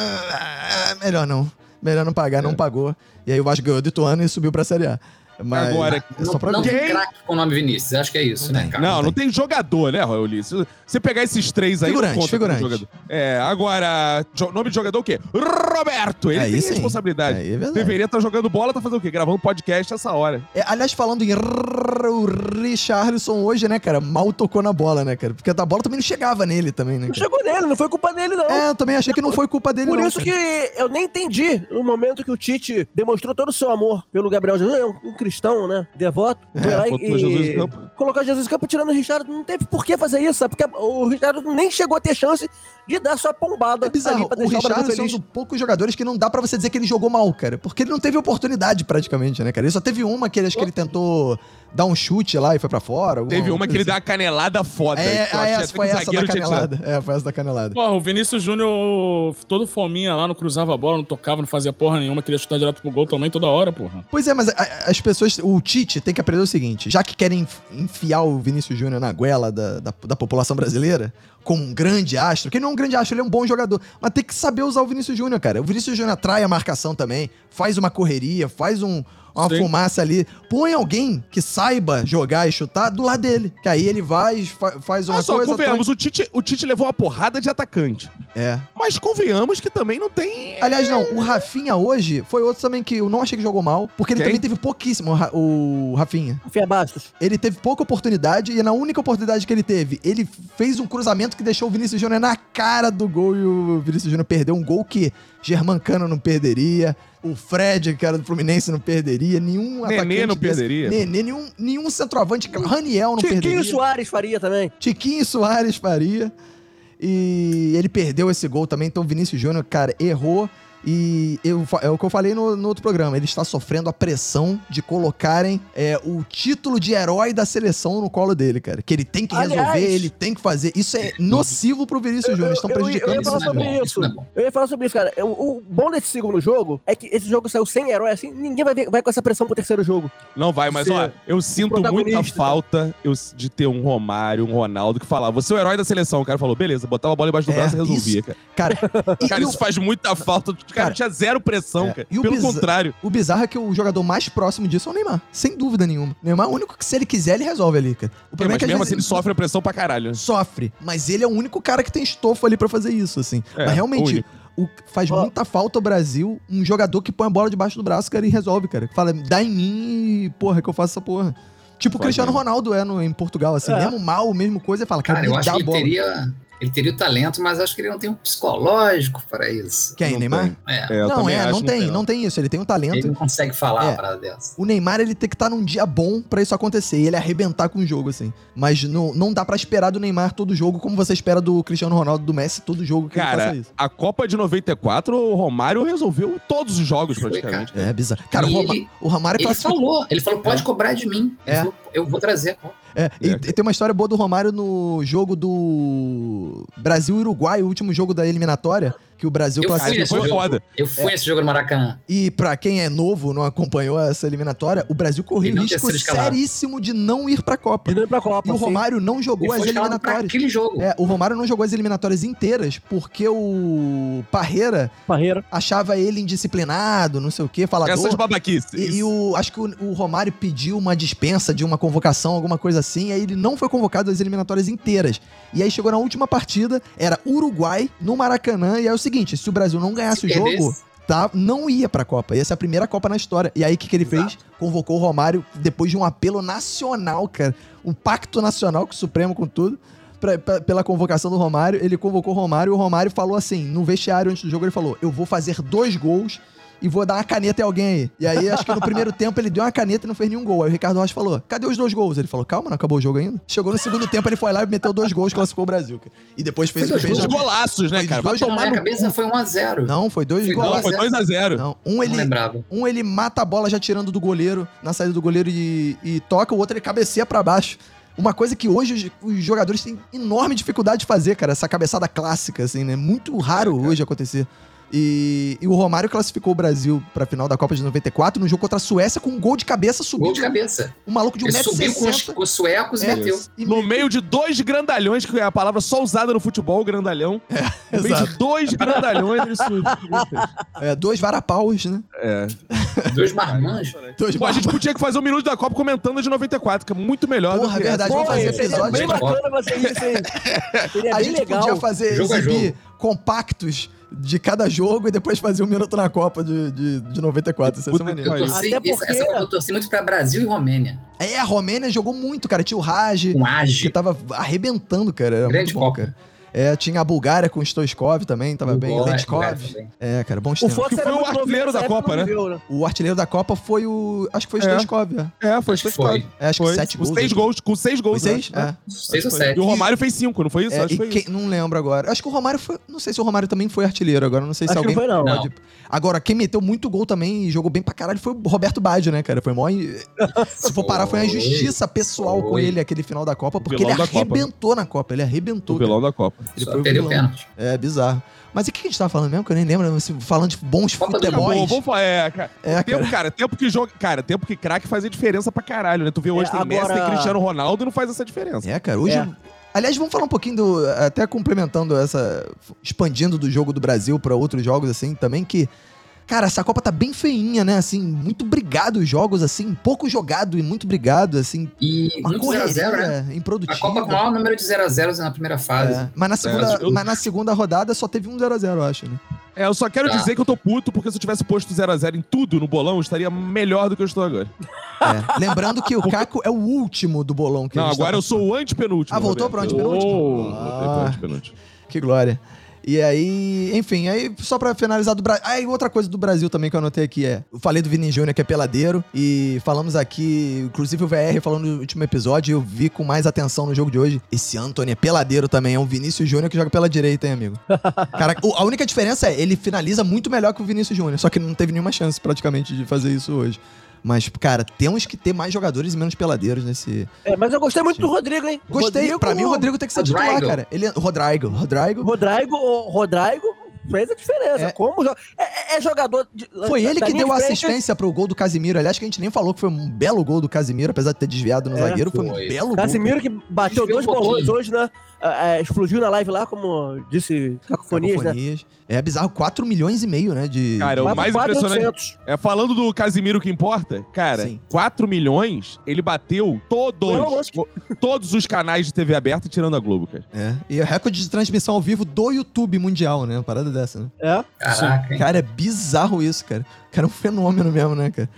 "Ah, melhor não. Melhor não pagar, não pagou. E aí o Vasco ganhou do Ituano e subiu pra Série A. Mas,
Agora,
é só
não
pra
não
ver.
quê?
tem craque com o nome Vinícius, acho que é isso,
Não
né,
tem.
cara?
Não, não tem jogador, né, Roy Ulisses? Você pegar esses três aí,
Figurante,
não conta como
figurante.
jogador. É, agora, jo- nome de jogador o quê? Roberto! Ele
Aí
tem
sim.
responsabilidade.
Aí é verdade.
Deveria estar jogando bola, tá fazendo o quê? Gravando podcast essa hora.
É, aliás, falando em rrr, o Richarlison hoje, né, cara? Mal tocou na bola, né, cara? Porque a da bola também não chegava nele também, né?
Não
Cara?
chegou nele, não foi culpa dele, não.
É, eu também achei que não foi culpa dele,
Por
não.
isso
cara.
que eu nem entendi no momento que o Tite demonstrou todo o seu amor pelo Gabriel Jesus, é um, um cristão, né? Devoto. Foi lá
botou Jesus em campo.
Colocar Jesus em campo tirando o Richard, não teve por que fazer isso, sabe? Porque o Richard nem chegou a ter chance de dar sua pombada
É bizarro.
ali pra
o
deixar o Brasil
Richarlison é um
feliz.
dos poucos jogadores que não dá pra você dizer que ele jogou mal, cara. Porque ele não teve oportunidade praticamente, né, cara? Ele só teve uma que ele, acho que ele tentou dar um chute lá e foi pra fora. alguma
Teve uma
coisa
que ele deu
assim.
uma canelada foda. que
É,
eu
ah,
achei até
essa
que
foi
o
essa da
zagueiro tinha tirado.
canelada. É, foi essa da canelada.
Porra, o Vinícius Júnior, todo fominha lá, não cruzava a bola, não tocava, não fazia porra nenhuma, queria chutar direto pro gol também toda hora, porra.
Pois é, mas a- a- as pessoas. O Tite tem que aprender o seguinte: já que querem enf- enfiar o Vinícius Júnior na goela da, da, da população brasileira, com um grande astro, que não é um grande astro, ele é um bom jogador, mas tem que saber usar o Vinícius Júnior, cara. O Vinícius Júnior atrai a marcação também, faz uma correria, faz um, uma
Sim.
fumaça ali. Põe alguém que saiba jogar e chutar do lado dele, que aí ele vai, fa- faz uma
Olha Ah, só, é
coisa.
convenhamos, o Tite, o Tite levou uma porrada de atacante.
atrai- É.
Mas convenhamos que também não tem.
Aliás, não, o Rafinha hoje foi outro também que eu não achei que jogou mal, porque ele
Quem?
também teve pouquíssimo, o Ra- o Rafinha.
Rafinha Bastos.
Ele teve pouca oportunidade e na única oportunidade que ele teve, ele fez um cruzamento que deixou o Vinícius Júnior na cara do gol e o Vinícius Júnior perdeu um gol que Germancano não perderia, o Fred, que era do Fluminense, não perderia, nenhum
Nenê
Um atacante
não perderia.
Nenê, nenhum, nenhum centroavante, Raniel não perderia.
Tiquinho Soares faria também.
Tiquinho Soares faria. E ele perdeu esse gol também, então o Vinícius Júnior, cara, errou. E eu, fa- é o que eu falei no, no outro programa, ele está sofrendo a pressão de colocarem é, o título de herói da seleção no colo dele, cara. Que ele tem que resolver,
Aliás-
ele tem que fazer. Isso é nocivo pro Vinícius Júnior, estão
eu- eu-
prejudicando
eu ia
isso.
falar
não é
sobre
bom,
isso.
não é bom.
Eu ia falar sobre isso, cara. O, o bom desse segundo jogo é que esse jogo saiu sem herói, assim, ninguém vai, ver- vai com essa pressão pro terceiro jogo.
Não vai, mas
Ser
ó,
é
eu sinto muita
protagonista.
falta eu- de ter um Romário, um Ronaldo que falava, você é o herói da seleção. O cara falou, beleza, botava a bola embaixo do
É,
braço e resolvia,
isso.
cara.
Cara, e-
Cara,
e o-
isso faz muita falta. O cara,
Cara,
tinha zero pressão,
é.
cara.
E o
Pelo
bizar-
contrário.
o bizarro é que o jogador mais próximo disso é o Neymar, sem dúvida nenhuma. O Neymar é o único que, se ele quiser, ele resolve ali, cara. O
É,
problema
mas
é que às
mesmo
vezes
assim ele sofre a pressão pra caralho. né?
sofre, mas ele é o único cara que tem estofo ali pra fazer isso, assim.
É,
mas realmente,
único.
o- faz
Ó.
muita falta ao Brasil um jogador que põe a bola debaixo do braço, cara, e resolve, cara. Que Fala, dá em mim e, porra, que eu faço essa porra. Tipo o
Faz
Cristiano
mesmo.
Ronaldo é no- em Portugal, assim,
É.
mesmo mal, mesmo coisa, e fala, cara,
Cara, eu
me
acho
dá
que
a
ele
bola.
teria, ele teria o talento, mas acho que ele não tem um psicológico para isso.
Quem,
Não
Neymar?
tem.
É,
É, eu
Não,
também
é,
acho
não
que
tem, não tem isso. Ele tem um
ele
talento.
não consegue falar
É.
uma parada dessa.
O Neymar, ele tem que estar num dia bom pra isso acontecer e ele arrebentar com o jogo, assim. Mas não, não dá pra esperar do Neymar todo jogo como você espera do Cristiano Ronaldo, do Messi, todo jogo que ele faça
Cara,
isso.
a Copa de 94, o Romário resolveu todos os jogos
Foi,
praticamente.
É bizarro. Cara, o
E
Roma-
ele-
o Romário
Ele
classificou.
falou, ele falou, pode cobrar de mim. Ele
É.
falou, eu vou trazer.
É, e,
É.
e tem uma história boa do Romário no jogo do Brasil-Uruguai, o último jogo da eliminatória, que o Brasil
Eu
Cara,
fui
ele
classificou.
nesse
foi
jogo.
é foda.
Eu fui nesse jogo no Maracanã.
E pra quem é novo, não acompanhou essa eliminatória, o Brasil correu
E não tinha
risco
sido escalado.
seríssimo de não ir pra Copa.
E não ir pra Copa.
E o
assim.
Romário não
Ele
jogou as
foi escalado pra
eliminatórias.
aquele jogo.
É, o Romário não jogou as eliminatórias inteiras porque o Parreira
Parreira.
achava ele indisciplinado, não sei o quê, falador.
Essas babaquices.
E, e o, acho que o, o Romário pediu uma dispensa de uma convocação, alguma coisa assim, aí ele não foi convocado das eliminatórias inteiras. E aí chegou na última partida, era Uruguai no Maracanã, e aí é o seguinte, se o Brasil não ganhasse o jogo,
Perdesse.
tá, não ia pra Copa. Ia ser a primeira Copa na história. E aí o que, que ele fez? Convocou o Romário depois de um apelo nacional, cara. Um pacto nacional com o Supremo, com tudo. pra- pra- pela convocação do Romário, ele convocou o Romário e o Romário falou assim: no vestiário antes do jogo, ele falou: Eu vou fazer dois gols e vou dar uma caneta em alguém aí. E aí, acho que no primeiro tempo ele deu uma caneta e não fez nenhum gol. Aí o Ricardo Rocha falou: cadê os dois gols? Ele falou: calma, não acabou o jogo ainda. Chegou no segundo tempo, ele foi lá e meteu dois gols, classificou o Brasil. cara. E depois fez,
Foi dois
fez
Os
gols?
golaços, né,
Foi
cara?
dois
Vai
Na
tomar
minha
no
cabeça foi 1x0. Não,
Não, foi dois
Foi
gols.
Não, foi 2x0.
Não, um ele,
lembrava.
um ele mata a bola já tirando do goleiro, na saída do goleiro e, e toca, o outro ele cabeceia pra baixo. Uma coisa que hoje os, os jogadores têm enorme dificuldade de fazer, cara, essa cabeçada clássica, assim, né? Muito
É,
raro hoje acontecer. E, e o Romário classificou o Brasil pra final da Copa de 94 no jogo contra a Suécia com um gol de cabeça
Gol
subindo.
de cabeça.
Um maluco de
Ele subiu com os,
1,60m.
com os suecos
É.
e meteu.
e
No meio de dois grandalhões, que é a palavra só usada no futebol, grandalhão. No meio
exato.
de dois grandalhões, ele subiu.
É, dois varapaus, né?
É.
Dois marmanjos.
Dois
Pô, a gente podia que fazer um minuto da Copa comentando a de 94, que é muito melhor. do
Porra,
que
é verdade,
essa.
vamos fazer
seria
episódio.
bem
Gente,
bacana você isso, hein?
A
Seria É bem
gente
legal.
podia fazer
Jogo a
exibir
jogo.
compactos de cada jogo e depois fazer um minuto na Copa de, de, de 94. Isso ia ser
Puta
maneiro.
que
Eu torci,
Até
essa,
porque-
essa Copa eu torci muito pra Brasil e Romênia.
É, a Romênia jogou muito, cara. Tinha o Raj,
Com
que
Age.
tava arrebentando, cara. Era muito
Grande
bom,
Copa.
cara. É, tinha a Bulgária com o Stoichkov também, tava bem. Lentkov. É, cara, bons
O
tempos.
Fox
Que
era
foi o
muito novinho
artilheiro
nessa
da
época,
Copa,
não
né?
viveu, né?
O artilheiro da Copa foi o... Acho que foi o
É.
Stoichkov, é.
É, foi
Acho que
Stoichkov.
foi.
É, acho
Foi.
que sete
Com
gols.
seis
né?
gols. Com seis
Foi
gols.
seis?
né?
É.
Seis
Foi.
ou sete.
E o Romário fez cinco, não foi isso?
É,
Acho que
e
foi
quem-
isso.
não lembro agora. Acho que o Romário foi. Não sei se o Romário também foi artilheiro agora. Não sei se
Acho que
alguém. É.
não foi, não.
pode- Agora, quem meteu muito gol também e jogou bem pra caralho foi o Roberto Baggio, né, cara? Foi mó. Se for parar, foi uma injustiça pessoal com
Foi.
ele aquele final da Copa, porque ele
vilão da Copa.
arrebentou na Copa. Ele arrebentou.
O vilão da Copa.
Ele
Só
foi o
perdeu o
vilão.
pênalti.
cara. É bizarro. Mas e o que a gente tava falando mesmo? Que eu nem lembro. né? mas Falando de bons
Copa do
Tá bom,
futebols.
vamos falar. É, cara.
É, cara.
Tempo, cara, tempo que joga. Cara, tempo que craque fazia diferença pra caralho, né? Tu vê hoje
É,
tem Messi,
agora-
tem Cristiano Ronaldo e não faz essa diferença.
É, cara, hoje.
É.
Aliás, vamos falar um pouquinho do. Até complementando essa. expandindo do jogo do Brasil pra outros jogos, assim, também, que. Cara, essa Copa tá bem feinha, né? Assim, muito brigado os jogos, assim, pouco jogado e muito brigado, assim.
E
Uma
muito 0x0, né?
correria improdutiva.
A Copa com o maior número de 0x0 na primeira fase.
É, mas, na segunda,
eu-
mas na segunda rodada só teve um 0x0, eu acho, né?
É, eu só quero
Tá.
dizer que eu tô puto, porque se eu tivesse posto 0x0 em tudo no bolão, eu estaria melhor do que eu estou agora.
É. Lembrando que o Caco é o último do bolão que a
não,
gente tá
agora eu sou o antepenúltimo.
Ah, voltou pro
Roberto.
antepenúltimo?
Oh,
Ah.
voltei pro antepenúltimo.
Que glória. E aí, enfim, aí só pra finalizar do Brasil. Aí outra coisa do Brasil também que eu anotei aqui é. Eu falei do Vini Júnior, que é peladeiro, e falamos aqui, inclusive o VR falou no último episódio, e eu vi com mais atenção no jogo de hoje. Esse Anthony é peladeiro também, é um Vinícius Júnior que joga pela direita, hein, amigo? Cara, o- a única diferença é, ele finaliza muito melhor que o Vinícius Júnior, só que não teve nenhuma chance praticamente de fazer isso hoje. Mas, cara, temos que ter mais jogadores e menos peladeiros nesse,
É, mas eu gostei muito do Rodrigo, hein?
Gostei. pra mim, o Rodrigo tem que ser titular,
Rodrigo.
cara. Ele, é, Rodrigo. Rodrigo.
Rodrigo, o Rodrigo fez a diferença.
É.
Como jo- é, é- é jogador de-
Foi
da-
ele
da
que
linha
deu a
de frente, né?
assistência pro gol do Casimiro. Aliás, que a gente nem falou que foi um belo gol do Casimiro, apesar de ter desviado no
É,
zagueiro. Foi um
foi.
belo
Casimiro que bateu
Desviou
dois
um pouquinho.
bolões hoje, né? Ah, ah, explodiu na live lá, como disse
gol.
Cacofonias, né?
Cacofonias. É bizarro, 4 milhões e meio, né? De...
Cara, é
de-
o
Vai pro
mais
4.800.
impressionante- É, falando do Casimiro que importa, cara,
Sim.
4 milhões, ele bateu todos,
Não, eu acho
todos os canais de TV aberta, tirando a Globo, cara.
É. E é recorde de transmissão ao vivo do YouTube mundial, né? Uma parada dessa, né?
É.
Caraca, hein?
Cara, é bizarro isso, cara. O cara é um fenômeno mesmo, né, cara?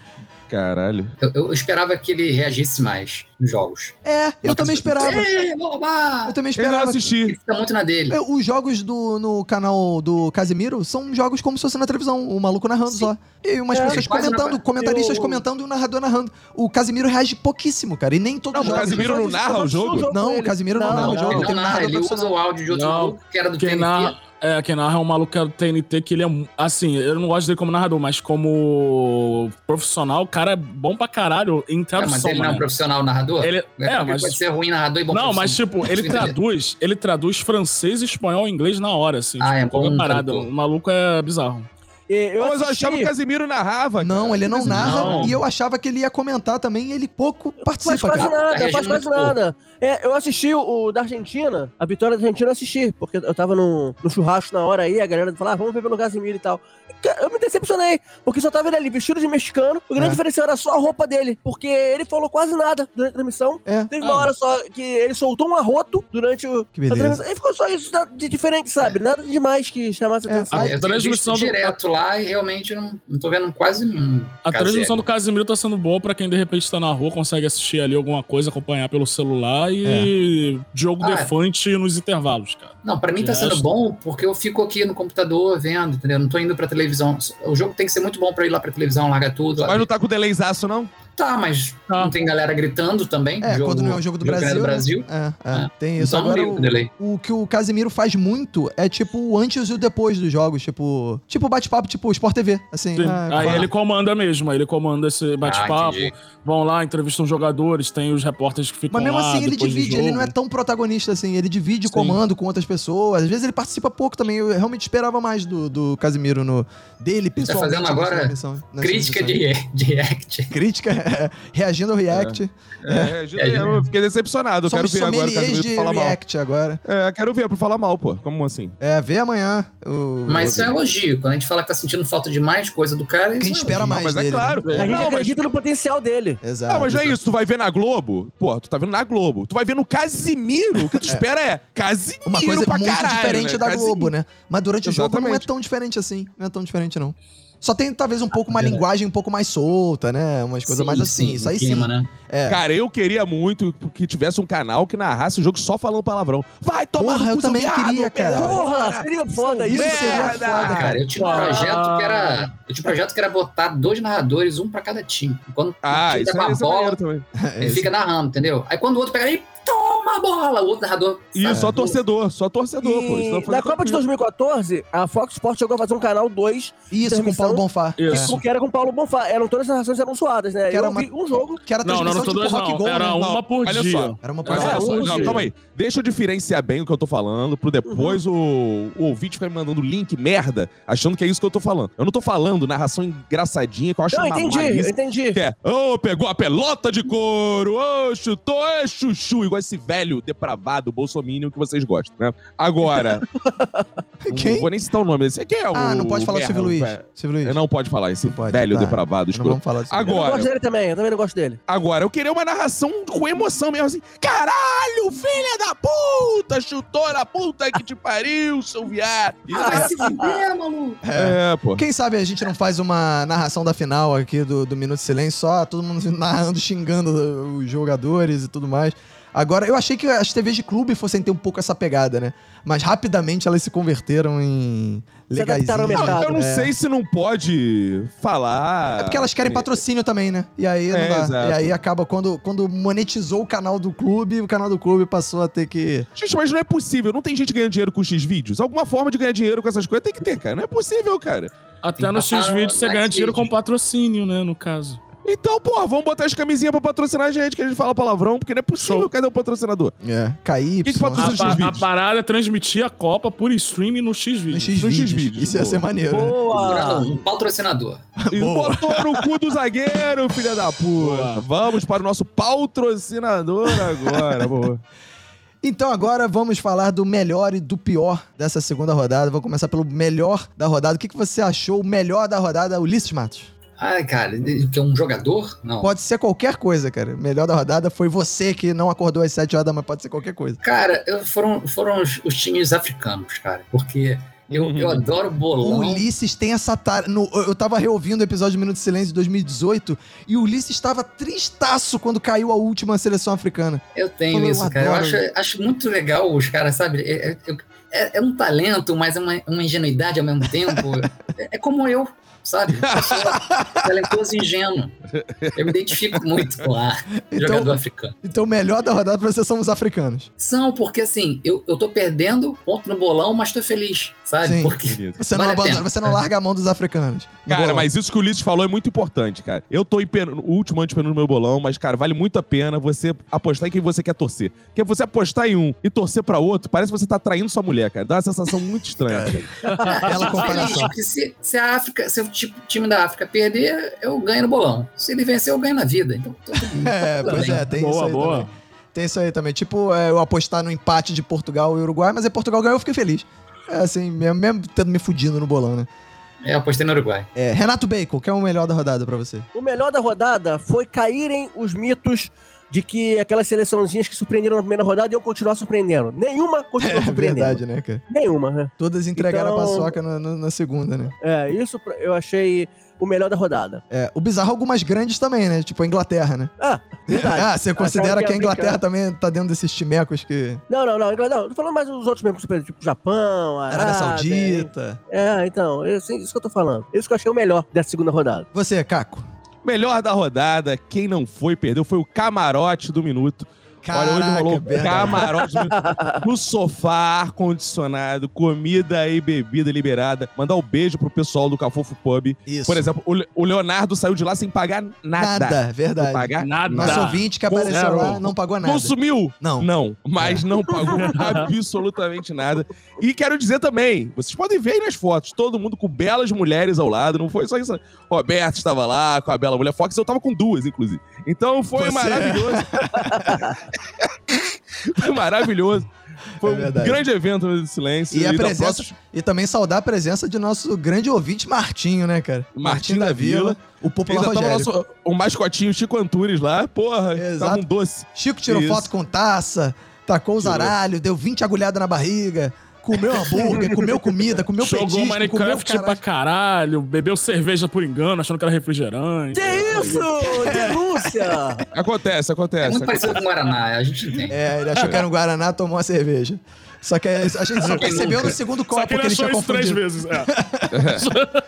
Caralho.
Eu, eu esperava que ele reagisse mais nos jogos.
É, eu
Não,
também
Casimiro.
esperava.
Ei, vou roubar!
Eu também
Eu não
esperava.
assisti.
Ele fica muito na dele.
É, Os jogos do, no canal do Casimiro são jogos como se fosse na televisão, o maluco narrando
Sim.
só. E umas
É,
pessoas
ele quase
comentando,
narra.
comentaristas
Eu-
comentando e o narrador narrando. O Casimiro reage pouquíssimo, cara, e nem todos
Não,
os
o
jogos.
Casimiro não narra o jogo?
Não, o Casimiro não narra o jogo,
ele
tem
não
um
narra,
narrador
ele usa
profissional.
o áudio de outro
Não.
maluco que era do
Quem
TNT.
narra, é, quem narra é um maluco que é do TNT, que ele é. mu- Assim, eu não gosto dele como narrador, mas como profissional, o cara é bom pra caralho em
Ah, mas
tradução,
ele não é um
mano.
profissional narrador?
Ele-
É,
é,
porque
mas.
pode ser ruim narrador e bom
Não, mas
profissional.
tipo, ele
Entendeu?
traduz, ele traduz francês, espanhol e inglês na hora, assim.
Ah,
tipo,
é bom
qualquer parada.
tradutor.
O maluco é bizarro.
E Eu
Mas eu
assisti-
achava que o Casimiro narrava.
Não,
cara.
ele não narra
Não.
e eu achava que ele ia comentar também e ele pouco
Faz
participa, cara.
quase
cara. Tá
nada,
reagindo
faz quase
muito
nada. É, eu assisti o, o da Argentina, a vitória da Argentina eu assisti, porque eu tava no, no churrasco na hora aí, a galera falava, ah, vamos ver pelo Casimiro e tal. Cara, Eu me decepcionei, porque só tava ele ali vestido de mexicano, o grande
É.
diferencial era só a roupa dele, porque ele falou quase nada durante a transmissão.
É.
Teve uma hora só que ele soltou um arroto durante o,
Que
a
beleza.
transmissão, e ficou só isso de diferente, sabe? Nada demais que chamasse
É.
atenção.
A
É, eu tenho
transmissão
visto
do-
direto Uruguai, realmente não, não tô vendo quase nenhum.
A
caseiro.
transmissão do Casimiro tá sendo boa pra quem de repente tá na rua, consegue assistir ali alguma coisa, acompanhar pelo celular e Diogo
Ah, é.
Defante nos intervalos, cara.
Não, pra mim tá
Eu
sendo
acho-
bom porque eu fico aqui no computador vendo, entendeu? Não tô indo pra televisão. O jogo tem que ser muito bom pra ir lá pra televisão, largar tudo.
Mas não tá com delayzaço, não?
Tá, mas
Tá.
não tem galera gritando também.
É,
Jogo-
quando não é um jogo do
que é
Brasil.
do Brasil.
né? É, é,
É.
tem isso.
Então não
Agora,
ligo pro
o,
delay.
o que o Casimiro faz muito é tipo o antes e o depois dos jogos, tipo. Tipo bate-papo, tipo Sport TV. Assim,
Sim.
ah,
aí
fala-
ele comanda mesmo, aí ele comanda esse
Ah,
bate-papo.
entendi.
vão lá, entrevistam jogadores, tem os repórteres que ficam
Mas mesmo
lá
assim ele
depois do
divide, ele
jogo.
não é tão protagonista assim, ele divide o
Sim.
comando com outras pessoas. Às vezes ele participa pouco também. Eu realmente esperava mais do, do Casimiro no dele pessoalmente.
Tá fazendo
nessa
agora
missão- nessa
Crítica
missão.
de, de act.
crítica, é, reagindo ao React.
É,
É,
eu fiquei decepcionado. Eu quero
Somos
ver agora o
sommeliers
Casimiro
de
falar mal.
React agora.
É, quero ver pra falar mal, pô. Como assim?
É, vê amanhã. o-
Mas isso
o-
é um elogio. Quando a gente fala que tá sentindo falta de mais coisa do cara, isso
Quem
é um
espera
elogio.
mais
Mas
dele,
é claro.
né?
A gente
Não, mas
acredita no potencial
né?
dele.
Exato.
Não, mas não é isso. Tu vai ver na Globo? Pô, tu tá vendo na Globo. Tu vai ver no Casimiro. O que tu espera é Casimiro
Uma coisa
pra
muito
caralho,
diferente
né?
da
Casimiro.
Globo, né? Mas durante o jogo não é
Exatamente.
tão diferente assim. Não é tão diferente, não. Só tem talvez um pouco
É.
uma
verdade.
linguagem um pouco mais solta, né? Umas coisas
Sim,
mais assim.
sim,
isso aí
o clima,
sim.
né?
É.
Cara, eu queria muito que tivesse um canal que narrasse o jogo só falando palavrão. Vai tomar
Porra,
no
eu
cu, seu
também
viado,
queria, cara.
merda.
Porra, seria foda
Isso
isso.
seria
merda!
foda,
Ah,
cara.
cara, eu tinha um
Ah.
projeto que era. Eu tinha um projeto que era botar dois narradores, um pra cada time. Quando o
Ah,
time
isso
tá com
é,
a
isso é maneiro
bola,
também.
ele fica narrando, entendeu? Aí quando o outro pega aí, toma a bola! O outro narrador.
E
sabe?
É.
só torcedor, só torcedor, pô. Isso é
E
não foi
na Copa de 2014, a Fox Sports chegou a fazer um canal 2,
Isso, com o
Transmissão-
Paulo Bonfá.
Isso.
É.
que era com o Paulo Bonfá. Eram todas as narrações eram suadas, né?
Que era
Eu
uma-
vi um jogo.
Que era a
Não, não,
transmissão
não,
tipo
todas
Rock
não.
Gol,
Era
né?
um-
uma por
Olha
dia.
só.
Era uma
Mas é
Ah,
olha
parada. assim.
só,
hoje.
não, calma aí. Deixa eu diferenciar bem o que eu tô falando, pro depois
Uhum.
o, o ouvinte ficar me mandando link merda, achando que é isso que eu tô falando. Eu não tô falando narração engraçadinha que eu acho
Não,
uma
entendi, eu
malícia.
entendi.
Que é, ô, pegou a pelota de couro, ô, chutou, é chuchu, igual esse velho depravado bolsominion que vocês gostam, né? Agora, não
Quem?
vou nem citar o nome desse. Quem é o.
Ah, não pode falar do Silvio Luiz.
merda,
Silvio
velho?
Luiz.
um Não pode falar, esse
Não pode,
velho
tá.
depravado,
Não
escroto.
vamos falar disso.
Eu não
Agora.
gosto dele também, eu também não gosto dele.
Agora, eu queria uma narração com emoção mesmo, assim. Caralho, filha da puta! Chutou na puta que te pariu, seu viado!
Ah, se fuder, maluco!
É, pô.
Então, Quem sabe a gente não faz uma narração da final aqui do, do Minuto de Silêncio, só todo mundo narrando, xingando os jogadores e tudo mais. Agora, eu achei que as TVs de clube fossem ter um pouco essa pegada, né? Mas rapidamente elas se converteram em
Se adaptaram
legaisinhas.
ao mercado.
Não, então eu não
É.
sei se não pode falar.
É porque elas querem patrocínio também, né? E aí, não
É,
dá.
exato.
e aí acaba quando, quando monetizou o canal do clube, o canal do clube passou a ter que.
Gente, mas não é possível. Não tem gente ganhando dinheiro com X-Vídeos. Alguma forma de ganhar dinheiro com essas coisas tem que ter, cara. Não é possível, cara.
Até no
Tem que
X-Vídeo
passar
você ganha
na
dinheiro
Disney.
com patrocínio, né, no caso.
Então, porra, vamos botar as camisinhas pra patrocinar a gente, que a gente fala palavrão, porque não é possível.
Show.
Cadê o patrocinador?
É, cair.
Que que
pô,
A,
patrocina Todos os
pa-
X-Vídeos.
a parada é transmitir a Copa por streaming no
nos
X-Vídeo.
X-Vídeos.
X-Vídeos,
Isso ia
boa.
ser maneiro. né?
Boa!
Um patrocinador.
E
Boa.
botou no cu do zagueiro, filha da puta.
Boa.
Vamos para o nosso patrocinador agora, boa.
Então agora vamos falar do melhor e do pior dessa segunda rodada. Vou começar pelo melhor da rodada. O que, que você achou o melhor da rodada, Ulisses Matos?
Ai, cara, que é um jogador? Não.
Pode ser qualquer coisa, cara. Melhor da rodada foi você que não acordou às 7 horas da manhã, pode ser qualquer coisa.
Cara, eu- foram, foram os, os times africanos, cara. Porque eu,
Uhum.
eu adoro
O
bolão.
Ulisses tem essa tara. no- eu- eu tava reouvindo o episódio de Minuto de Silêncio de 2018 e o Ulisses estava tristaço quando caiu a última seleção africana.
Eu tenho
Pô, eu
isso, cara. Eu
adoro.
acho, acho muito legal os caras, sabe? É, é- eu- é- é um talento, mas é uma, uma ingenuidade ao mesmo tempo. é, é como eu, sabe? Eu sou talentoso e ingênuo. Eu me identifico muito com a jogador
Então,
africano.
então o melhor da rodada pra você são os africanos.
São, porque assim, eu, eu tô perdendo ponto no bolão, mas tô feliz, sabe?
Sim.
Porque
Você não,
Vale a
abandona-
pena.
você não larga a mão dos africanos.
Cara,
Boa.
mas isso que o Ulisses falou é muito importante, cara. Eu tô em pena, o último antepenu no meu bolão, mas, cara, vale muito a pena você apostar em quem você quer torcer. Porque você apostar em um e torcer pra outro, parece que você tá traindo sua mulher, cara. Dá uma sensação muito estranha. cara.
Bela Tá, comparação.
Porque se, se a África, se o ti- time da África perder, eu ganho no bolão. Se ele vencer, eu ganho na vida. Então, tô-
É,
tudo
pois
bem.
é, tem isso
Boa,
aí
boa.
também. Tem isso aí também. Tipo, é, eu apostar no empate de Portugal e Uruguai, mas aí Portugal ganhou, eu fiquei feliz. É assim, mesmo, mesmo tendo me fudido no bolão, né?
É, eu apostei no Uruguai.
É, Renato Bacon, que é o melhor da rodada pra você?
O melhor da rodada foi caírem os mitos de que aquelas seleçãozinhas que surpreenderam na primeira rodada iam continuar surpreendendo. Nenhuma continuou
É
surpreendendo.
verdade, né, cara?
Nenhuma, né?
Todas entregaram
Então-
a paçoca na, na- na segunda, né?
É, isso pra- eu achei o melhor da rodada.
É, o bizarro, algumas grandes também, né? Tipo a Inglaterra, né?
Ah, verdade.
Ah, você
Acharam
considera
que
que a
ia
Inglaterra
brincar.
também tá dentro desses timecos que.
Não, não, não, não. Tô falando mais dos outros mesmo, super- tipo Japão, Arábia.
Arábia Saudita.
É, então, é assim, isso que eu tô falando. Isso que eu achei o melhor da segunda rodada.
Você, Caco.
Melhor da rodada, quem não foi, perdeu, foi o camarote do minuto. Olha, hoje rolou
é verdade.
camarote do minuto. no sofá, ar-condicionado, comida e bebida liberada. Mandar um beijo pro pessoal do Cafofo Pub.
Isso.
Por exemplo, o Le- o Leonardo saiu de lá sem pagar nada.
nada.
Sem
verdade.
pagar
Nada.
Nosso ouvinte que apareceu
Zero.
lá não pagou nada.
Consumiu?
Não.
Não, mas não pagou absolutamente nada. E quero dizer também, vocês podem ver aí nas fotos, todo mundo com belas mulheres ao lado, não foi só isso. Roberto estava lá com a bela mulher Fox, eu estava com duas, inclusive. Então foi
Você- é.
maravilhoso. foi maravilhoso. Foi
É
um
verdade.
grande evento no Silêncio. Então,
E a
da
presença-
próxima-
E também saudar a presença de nosso grande ouvinte Martinho, né, cara?
Martinho da Vila.
o popular
Ainda tava
Rogério.
nosso, o mascotinho Chico Antunes lá, porra, tava
Exato.
um doce.
Chico tirou
Isso.
foto com taça, tacou o
Tirou.
zaralho, deu 20 agulhadas na barriga, comeu hambúrguer, comeu comida, comeu
Jogou
petisco, comeu
Minecraft pra
caralho.
caralho, bebeu cerveja por engano, achando que era refrigerante.
Que isso? É. Denúncia!
Acontece,
É
acontece.
muito parecido com o Guaraná, a gente entende.
É, ele achou que era um Guaraná, tomou uma cerveja. Só que a gente só percebeu no segundo copo
Só
que
que ele
ele,
achou
tinha
isso três
confundido.
vezes. é.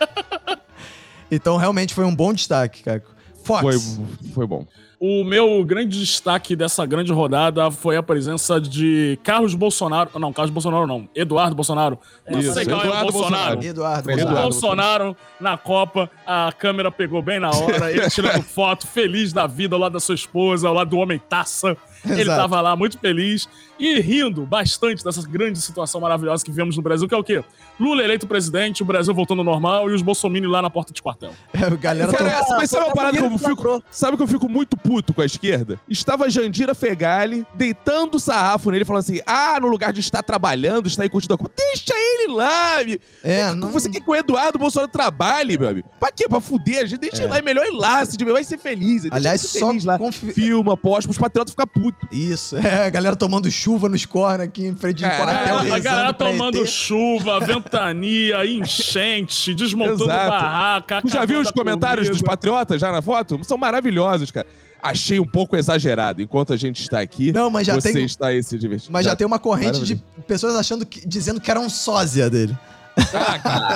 Então, realmente, foi um bom destaque, Caco. Fox.
Foi, foi bom.
O meu grande destaque dessa grande rodada foi a presença de Carlos Bolsonaro. Não, Carlos Bolsonaro não. Eduardo Bolsonaro. Não
Isso,
sei qual é o
Eduardo
Bolsonaro.
Ah, Eduardo.
Eduardo.
Bolsonaro.
Bolsonaro na Copa, a câmera pegou bem na hora, ele tirando foto, feliz da vida, ao lado da sua esposa, ao lado do homem taça. Ele
Exato.
tava lá muito feliz e rindo bastante dessa grande situação maravilhosa que vivemos no Brasil, que é o quê? Lula eleito presidente, o Brasil voltando ao normal e os bolsominions lá na porta de quartel.
É, a galera
Cara,
tomou-
essa- mas sabe uma parada que eu
Ele
fico.
lacrou.
Sabe que eu fico muito puto com a esquerda? Estava Jandira Fegali deitando o sarrafo nele, falando assim: ah, no lugar de estar trabalhando, estar aí curtindo a culpa, deixa ele lá, meu.
É, não...
Você quer que o Eduardo Bolsonaro trabalhe, meu amigo? Pra quê? Pra fuder a gente? Deixa ele lá, é melhor ir lá, se tiver, vai ser feliz. Deixa
Aliás,
ele ser
só
feliz lá.
confi-
Filma, posta, os patriotas ficam putos.
Isso, é, a galera tomando chuva nos corner aqui em frente de
Caralho,
quartel.
A
rezando
galera
pra
tomando
ET.
chuva, ventania, enchente, desmontando
Exato.
barraca.
Tu já viu os
acabando a
comentários dos
comida.
patriotas já na foto? São maravilhosos, cara. Achei um pouco exagerado. Enquanto a gente está aqui,
Não, mas já
você
tem-
está aí se divertindo.
Mas já tem uma corrente de pessoas achando que, dizendo que era um sósia dele.
Ah, cara.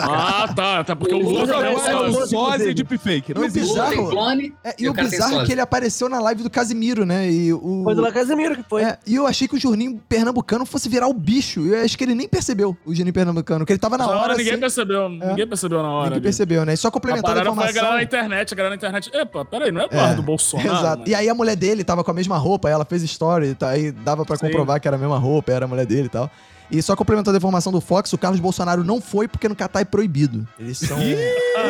Ah, tá. Até porque o
O
Lula
Lula
é um
é o
sócio.
Só
sósia,
sósia
inclusive.
e deepfake. Não
E o
existe.
bizarro-
Lula tem clone
É, e,
e
o
o cara tem
bizarro é
sósia.
que ele apareceu na live do Casimiro, né? E o.
Foi do La Casemiro que foi.
É, e eu achei que o Juninho Pernambucano fosse virar o bicho. Eu acho que ele nem percebeu o Juninho Pernambucano, que ele tava na
Na
hora.
hora
assim,
ninguém percebeu. Ninguém percebeu na hora.
ninguém
ali.
percebeu, né? E só
A
complementando a,
parada foi a
informação.
galera na internet, a galera na internet. Epa, peraí, não é Eduardo
É,
Bolsonaro.
Exato.
mano?
E aí a mulher dele tava com a mesma roupa, ela fez story, tá, aí dava pra
Sim.
comprovar que era a mesma roupa, era a mulher dele e tal. E só complementando a informação do Fox, o Carlos Bolsonaro não foi porque no Catar é proibido. Eles são.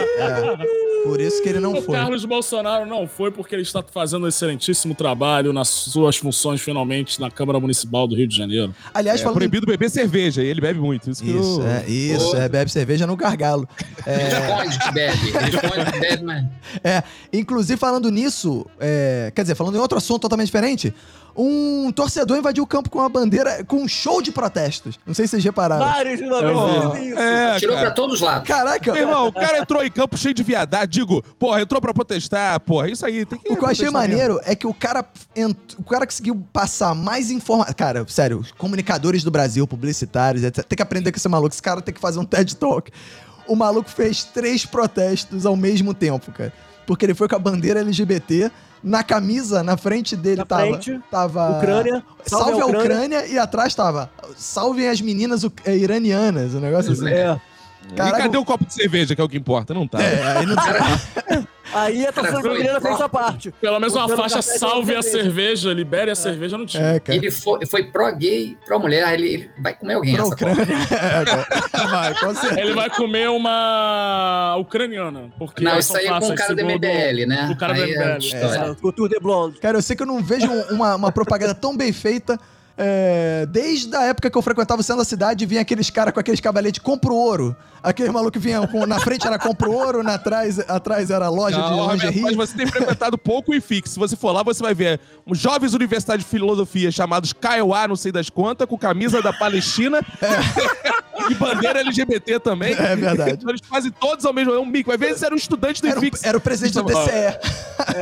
É, por isso que ele não
o
foi.
Carlos Bolsonaro não foi porque ele está fazendo um excelentíssimo trabalho nas suas funções, finalmente, na Câmara Municipal do Rio de Janeiro.
Aliás,
É
falando em
proibido beber cerveja, e ele bebe muito. Isso, que
Isso,
eu-
é, isso,
Outro.
é, bebe cerveja no gargalo.
ele esconde que bebe. Ele esconde que bebe, mas.
É, inclusive falando nisso, é, quer dizer, falando em outro assunto totalmente diferente, um torcedor invadiu o campo com uma bandeira, com um show de protestos. Não sei se vocês repararam.
Vários de novembro.
Pô,
isso.
É,
Tirou pra
cara.
todos os lados.
Caraca,
Meu irmão, o cara entrou em campo cheio de viadade. Digo, porra, entrou pra protestar, porra. Isso aí, tem que
o que eu achei
protestar
maneiro é que o cara, ent- o cara conseguiu passar mais informação. Cara, sério, os comunicadores do Brasil, publicitários, etc. Tem que aprender com esse maluco. Esse cara tem que fazer um TED Talk. O maluco fez três protestos ao mesmo tempo, cara. Porque ele foi com a bandeira LGBT, na camisa, na frente dele
Na
tava.
frente,
tava
Ucrânia.
Salve, a Ucrânia. e atrás tava. Salvem as meninas uc- eh, iranianas, o negócio assim.
É.
mesmo.
Caraca,
E cadê o copo de cerveja, que é o que importa? Não tá.
É, aí não
Aí a torcida
Cara,
brasileira
foi-
fez sua parte.
Pelo menos uma
Botando
faixa
café com
salve a
cerveja.
cerveja, libere a cerveja, não tinha.
é, cara.
Ele foi, foi pró-gay, pró-mulher, ele, ele vai comer alguém
Pra
essa porra.
Ucrânia. É, cara. Vai, com certeza.
Ele vai comer uma ucraniana. Porque
Não,
elas
isso
são
aí é com o
fáceis,
cara do
segundo-
MBL, né?
o cara do
Aí é
MBL.
outra história.
Cultura de blonde.
Cara, eu sei que eu não vejo um- uma, uma propaganda tão bem feita É, desde a época que eu frequentava o centro da cidade, vinha aqueles caras com aqueles cavalete compro ouro. Aqueles malucos que vinham com- na frente era compro ouro, na trás, atrás era loja
Não, é,
de
Roberto, mas
lingerie.
você tem frequentado pouco o IFIX. Se você for lá, você vai ver um jovens universidade de filosofia chamados Kaiowá, não sei das contas, com camisa da Palestina e bandeira LGBT também.
É verdade.
Então eles fazem todos ao mesmo tempo. Um mico. Às vezes era um estudante do
Era o,
IFIX.
era o presidente do TCE.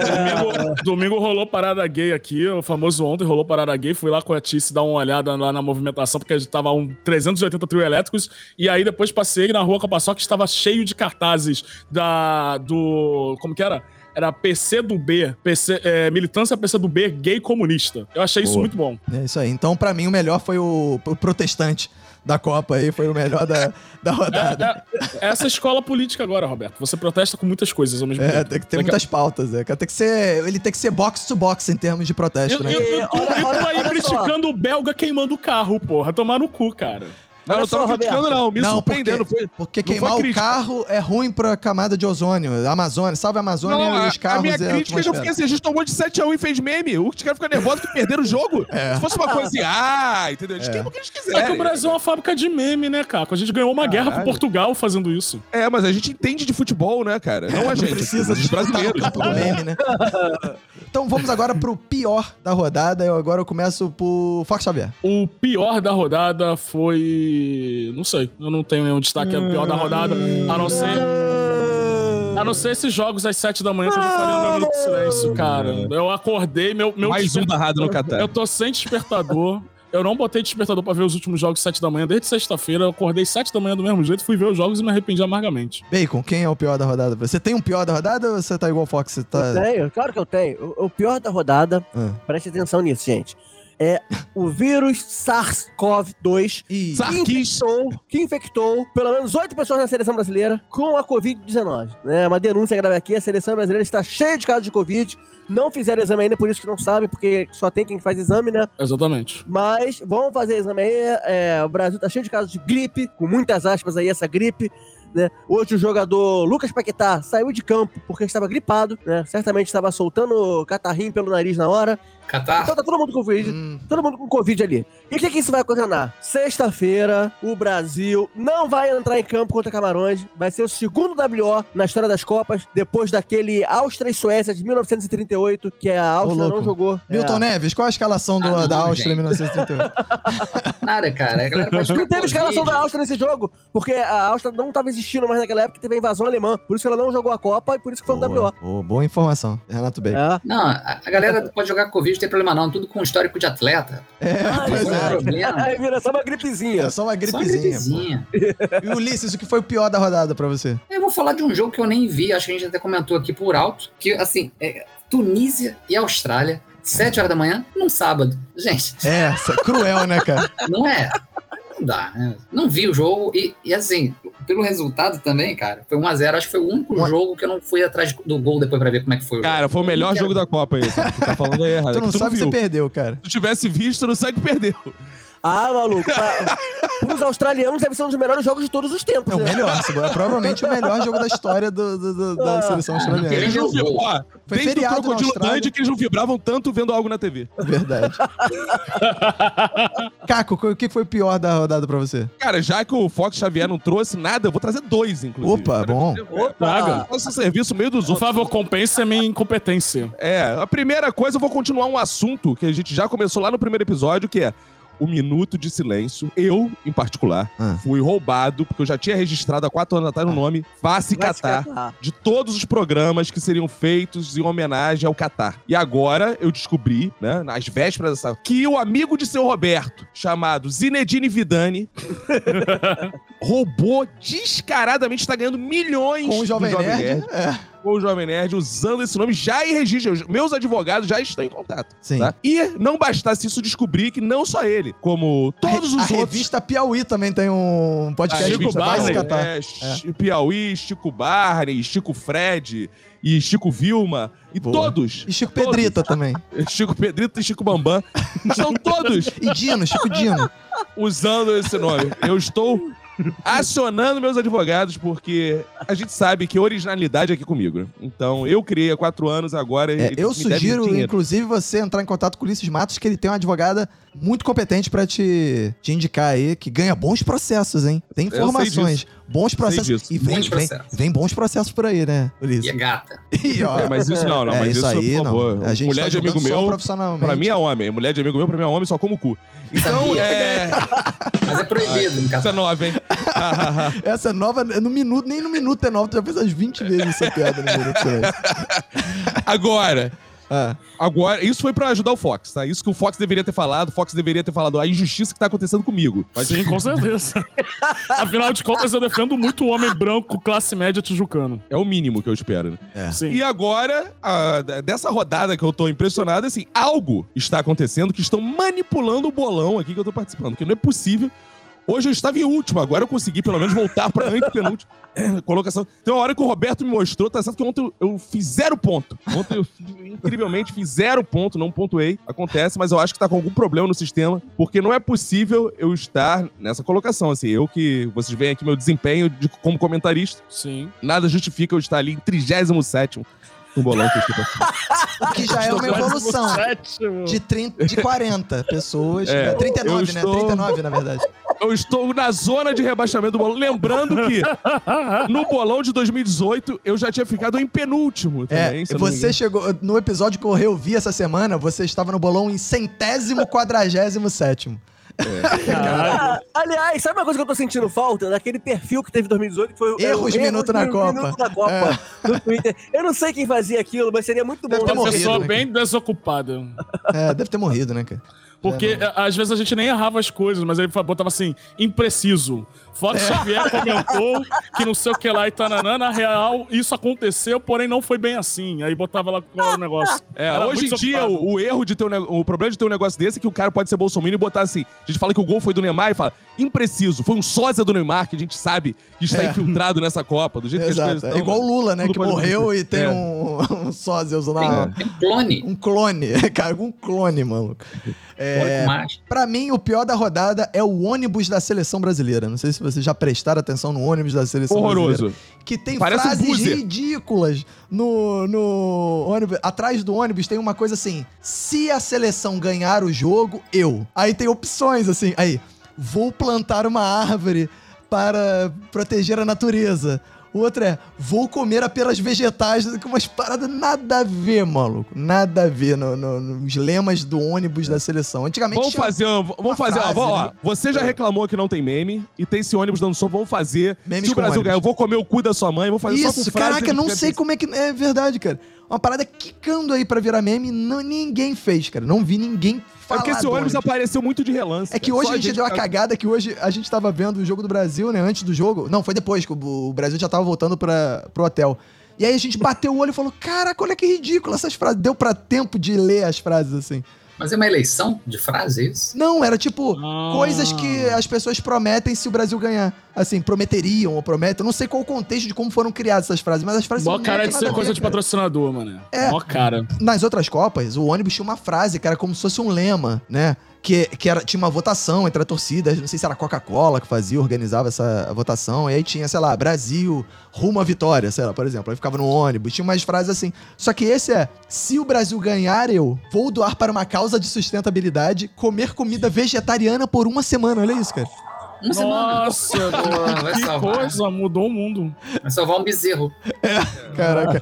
Domingo, domingo rolou parada gay aqui, o famoso ontem rolou parada gay. Fui lá com a Tice dar uma olhada lá na movimentação, porque a gente tava um 380 trio elétricos. E aí depois passei na rua com a paçoca, estava cheio de cartazes da. do. como que era? Era PC do B, PC, é, militância PC do B gay comunista. Eu achei isso
Boa.
muito bom.
É isso aí. Então, pra mim, o melhor foi o, o protestante da Copa aí, foi o melhor da, da rodada.
É, é essa escola política agora, Roberto. Você protesta com muitas coisas ao mesmo
É,
tempo.
tem que ter
Daqui a-
muitas pautas, é. Tem que ser, ele tem que ser box to box em termos de protesto,
Eu,
né?
eu, eu, tô-
Olha-
eu tô
olha-
aí
olha só.
criticando o belga queimando o carro, porra. Tomar no cu, cara.
Não, eu não
Olha
tava
só,
criticando,
Roberto.
não. Me
Não,
surpreendendo.
porque,
Foi...
porque
não foi
queimar o
crítica.
carro é ruim pra camada de ozônio. Amazônia, salve a Amazônia
Não,
e
a,
os carros.
a
e
minha
a
crítica é que eu
atmosfera.
fiquei assim, a gente tomou de 7x1 e fez meme. O cara fica nervoso que perderam o jogo.
É.
Se fosse uma coisa assim, ah, entendeu? Eles queimam o que eles
É,
quiserem.
que o Brasil é uma fábrica de meme, né, Caco? A gente ganhou uma guerra pro Portugal fazendo isso.
É, mas a gente entende de futebol, né, cara? Não a
Não
gente. tipo,
precisa
os brasileiros.
disputar no campo do meme, né? Então vamos agora pro pior da rodada. Eu agora eu começo por Fox Xavier.
O pior da rodada foi. Não sei. Eu não tenho nenhum destaque. É o pior da rodada. A não ser. A não ser esses jogos às 7 da manhã que eu já falei no minuto de silêncio, cara. Eu acordei, meu. meu
Mais um
desperta-
barrado no Catar.
Eu tô sem despertador. Eu não botei despertador pra ver os últimos jogos às 7 da manhã. Desde sexta-feira, eu acordei 7 da manhã do mesmo jeito, fui ver os jogos e me arrependi amargamente.
Bacon, quem é o pior da rodada? Você tem um pior da rodada ou você tá igual o Fox? Você tá...
Eu tenho, claro que eu tenho. O, o pior da rodada,
Ah.
preste atenção nisso, gente, é o vírus SARS-CoV-2
Ih,
Sa-
que
Sarquis.
infectou, que infectou pelo menos oito pessoas na seleção brasileira com a Covid-19. É uma denúncia grave aqui, a seleção brasileira está cheia de casos de Covid, não fizeram exame ainda, por isso que não sabem, porque só tem quem faz exame, né?
Exatamente.
Mas vão fazer exame aí. é, o Brasil tá cheio de casos de gripe, com muitas aspas aí, essa gripe. Né? Hoje o jogador Lucas Paquetá saiu de campo porque estava gripado, né? Certamente estava soltando catarrinho pelo nariz na hora.
é.
Catar.
Então tá todo mundo com Covid,
hum,
todo mundo com Covid ali. E o que, que isso vai ocasionar? Sexta-feira, o Brasil não vai entrar em campo contra Camarões. Vai ser o segundo WO na história das Copas, depois daquele Áustria e Suécia de 1938, que a Áustria
louco.
não jogou.
Milton
É.
Neves, qual a escalação do-
Ah, não,
da Áustria em
gente.
1938?
Nada, cara. A galera pode ficar
Não teve escalação
Covid.
da Áustria nesse jogo, porque a Áustria não estava existindo mais naquela época, teve a invasão alemã. Por isso que ela não jogou a Copa e por isso que foi um
boa,
WO.
boa, boa informação, Renato Bacon.
É.
Não, a a galera pode jogar Covid, não tem problema não. Tudo com um histórico de atleta.
Ah,
pois
é.
é. Aí vira só uma gripezinha.
É só uma
Só
gripezinha.
gripezinha.
pô. e Ulisses, o que foi o pior da rodada pra você?
Eu vou falar de um jogo que eu nem vi, acho que a gente até comentou aqui por alto, que, assim, é Tunísia e Austrália, 7 horas da manhã, num sábado. Gente,
É, essa- cruel, né, cara?
não é. Não dá, né? Não vi o jogo e, e, assim, pelo resultado também, cara, foi 1x0. Acho que foi o único
Ué.
jogo que eu não fui atrás do gol depois pra ver como é que foi o jogo.
Cara, foi o melhor jogo da Copa esse. Tu tá falando aí errado.
Tu
que
não sabe
viu.
que você perdeu, cara.
Se tu tivesse visto, tu não sabe que perdeu.
Ah, maluco. Pra... Os australianos deve ser um dos melhores jogos de todos os tempos.
É o
né?
melhor, é provavelmente o melhor jogo da história do- do- do- da
Ah,
seleção australiana.
aquele-
Eles não
jogou.
vibravam. ó,
É, Foi
Desde o
feriado na
Crocodilo
Austrália.
Dundee que eles não vibravam tanto vendo algo na TV.
É Verdade. Caco, o que foi o pior da rodada pra você?
Cara, já que o Fox Xavier não trouxe nada, eu vou trazer dois, inclusive.
Opa,
Pra
bom.
fazer-
Ah.
Praga.
Faça o serviço no meio dos
Por
outros.
favor, compensa a minha incompetência.
É, a primeira coisa, eu vou continuar um assunto que a gente já começou lá no primeiro episódio, que é o minuto de silêncio. Eu, em particular,
Ah.
fui roubado, porque eu já tinha registrado há quatro anos atrás o nome, Face
Vai se
Catar. de todos os programas que seriam feitos em homenagem ao Catar. E agora eu descobri, né, nas vésperas dessa, que o amigo de seu Roberto, chamado Zinedine Vidani, roubou descaradamente, está ganhando milhões
Com o
do
Jovem Nerd?
né?
É,
com o Jovem Nerd, usando esse nome, já em registro. Os Meus advogados já estão em contato.
sim.
tá? E não bastasse isso, descobri que não só ele, como todos
a, A
os outros. Ah,
revista Piauí também tem um podcast
Chico
que você vai se
Barney,
catar.
É, Chi- Piauí, Chico Barney, Chico Fred e Chico Vilma. E
Boa.
todos,
E Chico
Todos.
Pedrita também.
Chico Pedrito e Chico Bambam, estão todos
E Dino, Chico Dino.
usando esse nome. Eu estou acionando meus advogados, porque a gente sabe que originalidade é aqui comigo. né? Então, eu criei há quatro anos, agora.
É,
e-
eu
me devem
sugiro,
dinheiro.
inclusive, você entrar em contato com o Ulisses Matos, que ele tem uma advogada muito competente pra te, te indicar aí, que ganha bons processos, hein? Tem
sei
informações, bons processos.
disso.
E vem,
Bons
vem,
processos.
vem bons processos por aí, né,
E é
Ulisses?
gata.
E, ó,
É, mas isso não, não,
é,
mas isso, por favor.
A gente
Mulher
tá
de amigo
ajudando só
meu,
profissionalmente.
pra mim é homem. Mulher de amigo meu, pra mim é homem, só como cu. Então,
Sabia.
é.
Mas é proibido no
Essa é
Catar.
nova, hein?
Essa é nova, é no minuto, nem no minuto é nova, tu já fez umas 20 vezes essa piada no minuto. né?
Agora.
Ah,
Agora, isso foi pra ajudar o Fox, tá? Isso que o Fox deveria ter falado, o Fox deveria ter falado a injustiça que tá acontecendo comigo. Mas
Sim, com certeza. Afinal de contas, eu defendo muito o homem branco, classe média tijucano.
é o mínimo que eu espero, né?
É.
Sim.
E agora, a- d- dessa rodada que eu tô impressionado, assim, algo está acontecendo que estão manipulando o bolão aqui que eu tô participando, porque não é possível. Hoje eu estava em último, agora eu consegui pelo menos voltar pra antepenúltima colocação. Tem uma hora que o Roberto me mostrou, tá certo que ontem eu, eu fiz zero ponto. Ontem eu, fi- incrivelmente, fiz zero ponto, não pontuei. Acontece, mas eu acho que tá com algum problema no sistema, porque não é possível eu estar nessa colocação, assim. Eu que, vocês veem aqui meu desempenho de- como comentarista,
Sim.
Nada justifica eu estar ali em 37 no bolão que eu estou participando. Ah,
o que já é uma evolução. De, 30, de 40 pessoas.
É,
É, 39,
eu
né?
estou-
39, na verdade.
Eu estou na zona de rebaixamento do bolão. Lembrando que no bolão de 2018 eu já tinha ficado em penúltimo também.
É,
se eu não me
você chegou. No episódio que eu reouvi essa semana, você estava no bolão em centésimo quadragésimo sétimo.
Caralho.
Ah, aliás, sabe uma coisa que eu tô sentindo falta? Daquele perfil que teve em 2018, que foi o-
Erros
era o
Minuto na Copa. É.
Minuto na Copa, no Twitter. Eu não sei quem fazia aquilo, mas seria muito
Deve
bom.
ter
Uma
morrido,
pessoa
né,
bem desocupada.
É, deve ter morrido, né, cara?
Porque
É,
a- às vezes a gente nem errava as coisas, mas ele fa- botava assim, impreciso. Fox
É.
Xavier comentou que não sei o que lá e tananã, na real, isso aconteceu, porém não foi bem assim. Aí botava lá qual era o negócio.
É,
Era
hoje em
muito
dia,
desocupado.
o, o erro de ter um, ne- o problema de ter um negócio desse é que o cara pode ser bolsominion e botar assim. A gente fala que o gol foi do Neymar e fala, impreciso, foi um sósia do Neymar que a gente sabe que está infiltrado nessa Copa, do jeito que as coisas
É. Exato. É
estão.
igual o Lula, né?
Tudo
Que
pode
morreu
acontecer.
e tem
É.
um, um sósia usando uma-
Tem, tem É clone.
um clone. Cara, um clone, maluco.
Pode
É,
mais.
pra mim, o pior da rodada é o ônibus da seleção brasileira. Não sei se vocês já prestaram atenção no ônibus da seleção brasileira.
Horroroso.
que tem
Parece um
frases
buzzer.
ridículas no, no ônibus. Atrás do ônibus tem uma coisa assim: se a seleção ganhar o jogo, eu. Aí tem opções assim, aí vou plantar uma árvore para proteger a natureza. O outro é, vou comer apenas vegetais, com umas paradas nada a ver, maluco. Nada a ver no- no- nos lemas do ônibus da seleção. Antigamente
Vamos
tinha
fazer, um- vamos fazer, ó,
frase,
vamos, ó,
né?
Você já reclamou que não tem meme e tem esse ônibus dando sopa, vamos fazer.
Memes
Se o
com
Brasil
ônibus.
ganhar, eu vou comer o cu da sua mãe, vou fazer só
Isso,
com frase
caraca, não
de-
sei como é que. É verdade, cara. Uma parada quicando aí pra virar meme, não, ninguém fez, cara. Não vi ninguém
É
falar.
porque esse
do
ônibus
ônibus.
apareceu muito de relance.
É que
cara.
hoje
Só tá-
a gente, deu uma cagada que hoje a gente tava vendo o jogo do Brasil, né? Antes do jogo. Não, foi depois que o o Brasil já tava voltando pra, pro hotel. E aí a gente bateu o olho e falou: Caraca, olha que ridículo essas frases. Deu pra tempo de ler as frases assim.
Mas é uma eleição de frase isso?
Não, era tipo
Ah.
coisas que as pessoas prometem se o Brasil ganhar. Assim, prometeriam ou prometem. Eu não sei qual o contexto de como foram criadas essas frases, mas as frases
Mó
não
cara
tem
de
nada
ser
a
coisa
ver,
de
cara.
patrocinador, mano.
É.
Mó cara.
Nas outras Copas, o ônibus tinha uma frase que era como se fosse um lema, né? Que, que era, tinha uma votação entre a torcida, não sei se era a Coca-Cola que fazia, organizava essa votação, e aí tinha, sei lá, Brasil, rumo à vitória, sei lá, por exemplo. Aí ficava no ônibus, tinha umas frases assim. Só que esse é: se o Brasil ganhar, eu vou doar para uma causa de sustentabilidade comer comida vegetariana por uma semana. Olha isso, cara.
Uma semana.
Nossa,
Não, vai
mano, que
salvar.
coisa, mudou o mundo.
Vai salvar um bezerro.
Caraca.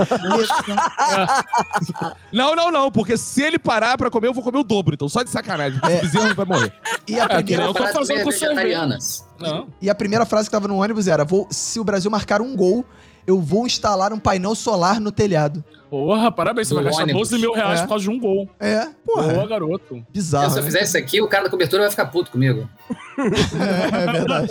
Não, não, não, porque se ele parar pra comer, eu vou comer o dobro. Então, só de sacanagem.
É.
O bezerro vai morrer.
E a
É, que nem
primeira
eu tô
Frase
fazendo com sorvete.
vegetarianas.
Não.
E a primeira frase que tava no ônibus era: vou, se o Brasil marcar um gol, eu vou instalar um painel solar no telhado.
Porra, parabéns, você
Do
vai gastar
ônibus.
12 mil reais
É.
por causa de um gol.
É, porra.
Boa, garoto.
Bizarro.
Então, se eu
né?
fizer isso aqui, o cara da cobertura vai ficar puto comigo.
É, é verdade.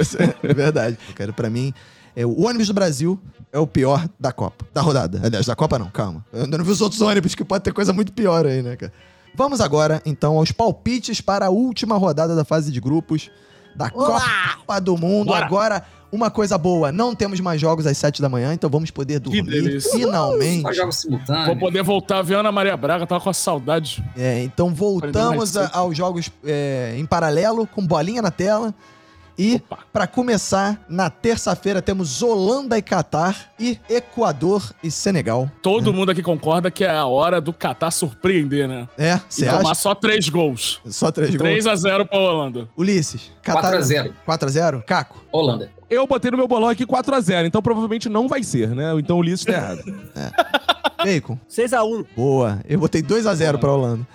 Isso é verdade. Cara, pra mim, é, o ônibus do Brasil é o pior da Copa. Da rodada. Aliás, da Copa não, calma. Eu ainda não vi os outros ônibus, que pode ter coisa muito pior aí, né, cara? Vamos agora, então, aos palpites para a última rodada da fase de grupos da Copa do Mundo.
Bora.
Agora, uma coisa boa, não temos mais jogos às 7 da manhã, então vamos poder dormir
delícia.
finalmente.
Só joga
Vou
simultâneo.
poder voltar a ver Ana Maria Braga, tava com a saudade.
É, então voltamos a- aos jogos é, em paralelo, com bolinha na tela. E
Opa.
para começar, na terça-feira temos Holanda e Catar e Equador e Senegal.
Todo mundo aqui concorda que é a hora do Catar surpreender, né?
É,
E
você
tomar
acha?
só três gols.
Só três gols.
3 a 0 pra Holanda.
Ulisses, Catar
4x0,
4x0? Caco.
Holanda.
Eu botei no meu bolão aqui 4x0, então provavelmente não vai ser, né? Então o Ulisses tá errado.
Bacon.
6x1.
Boa. Eu botei 2x0 pra Holanda.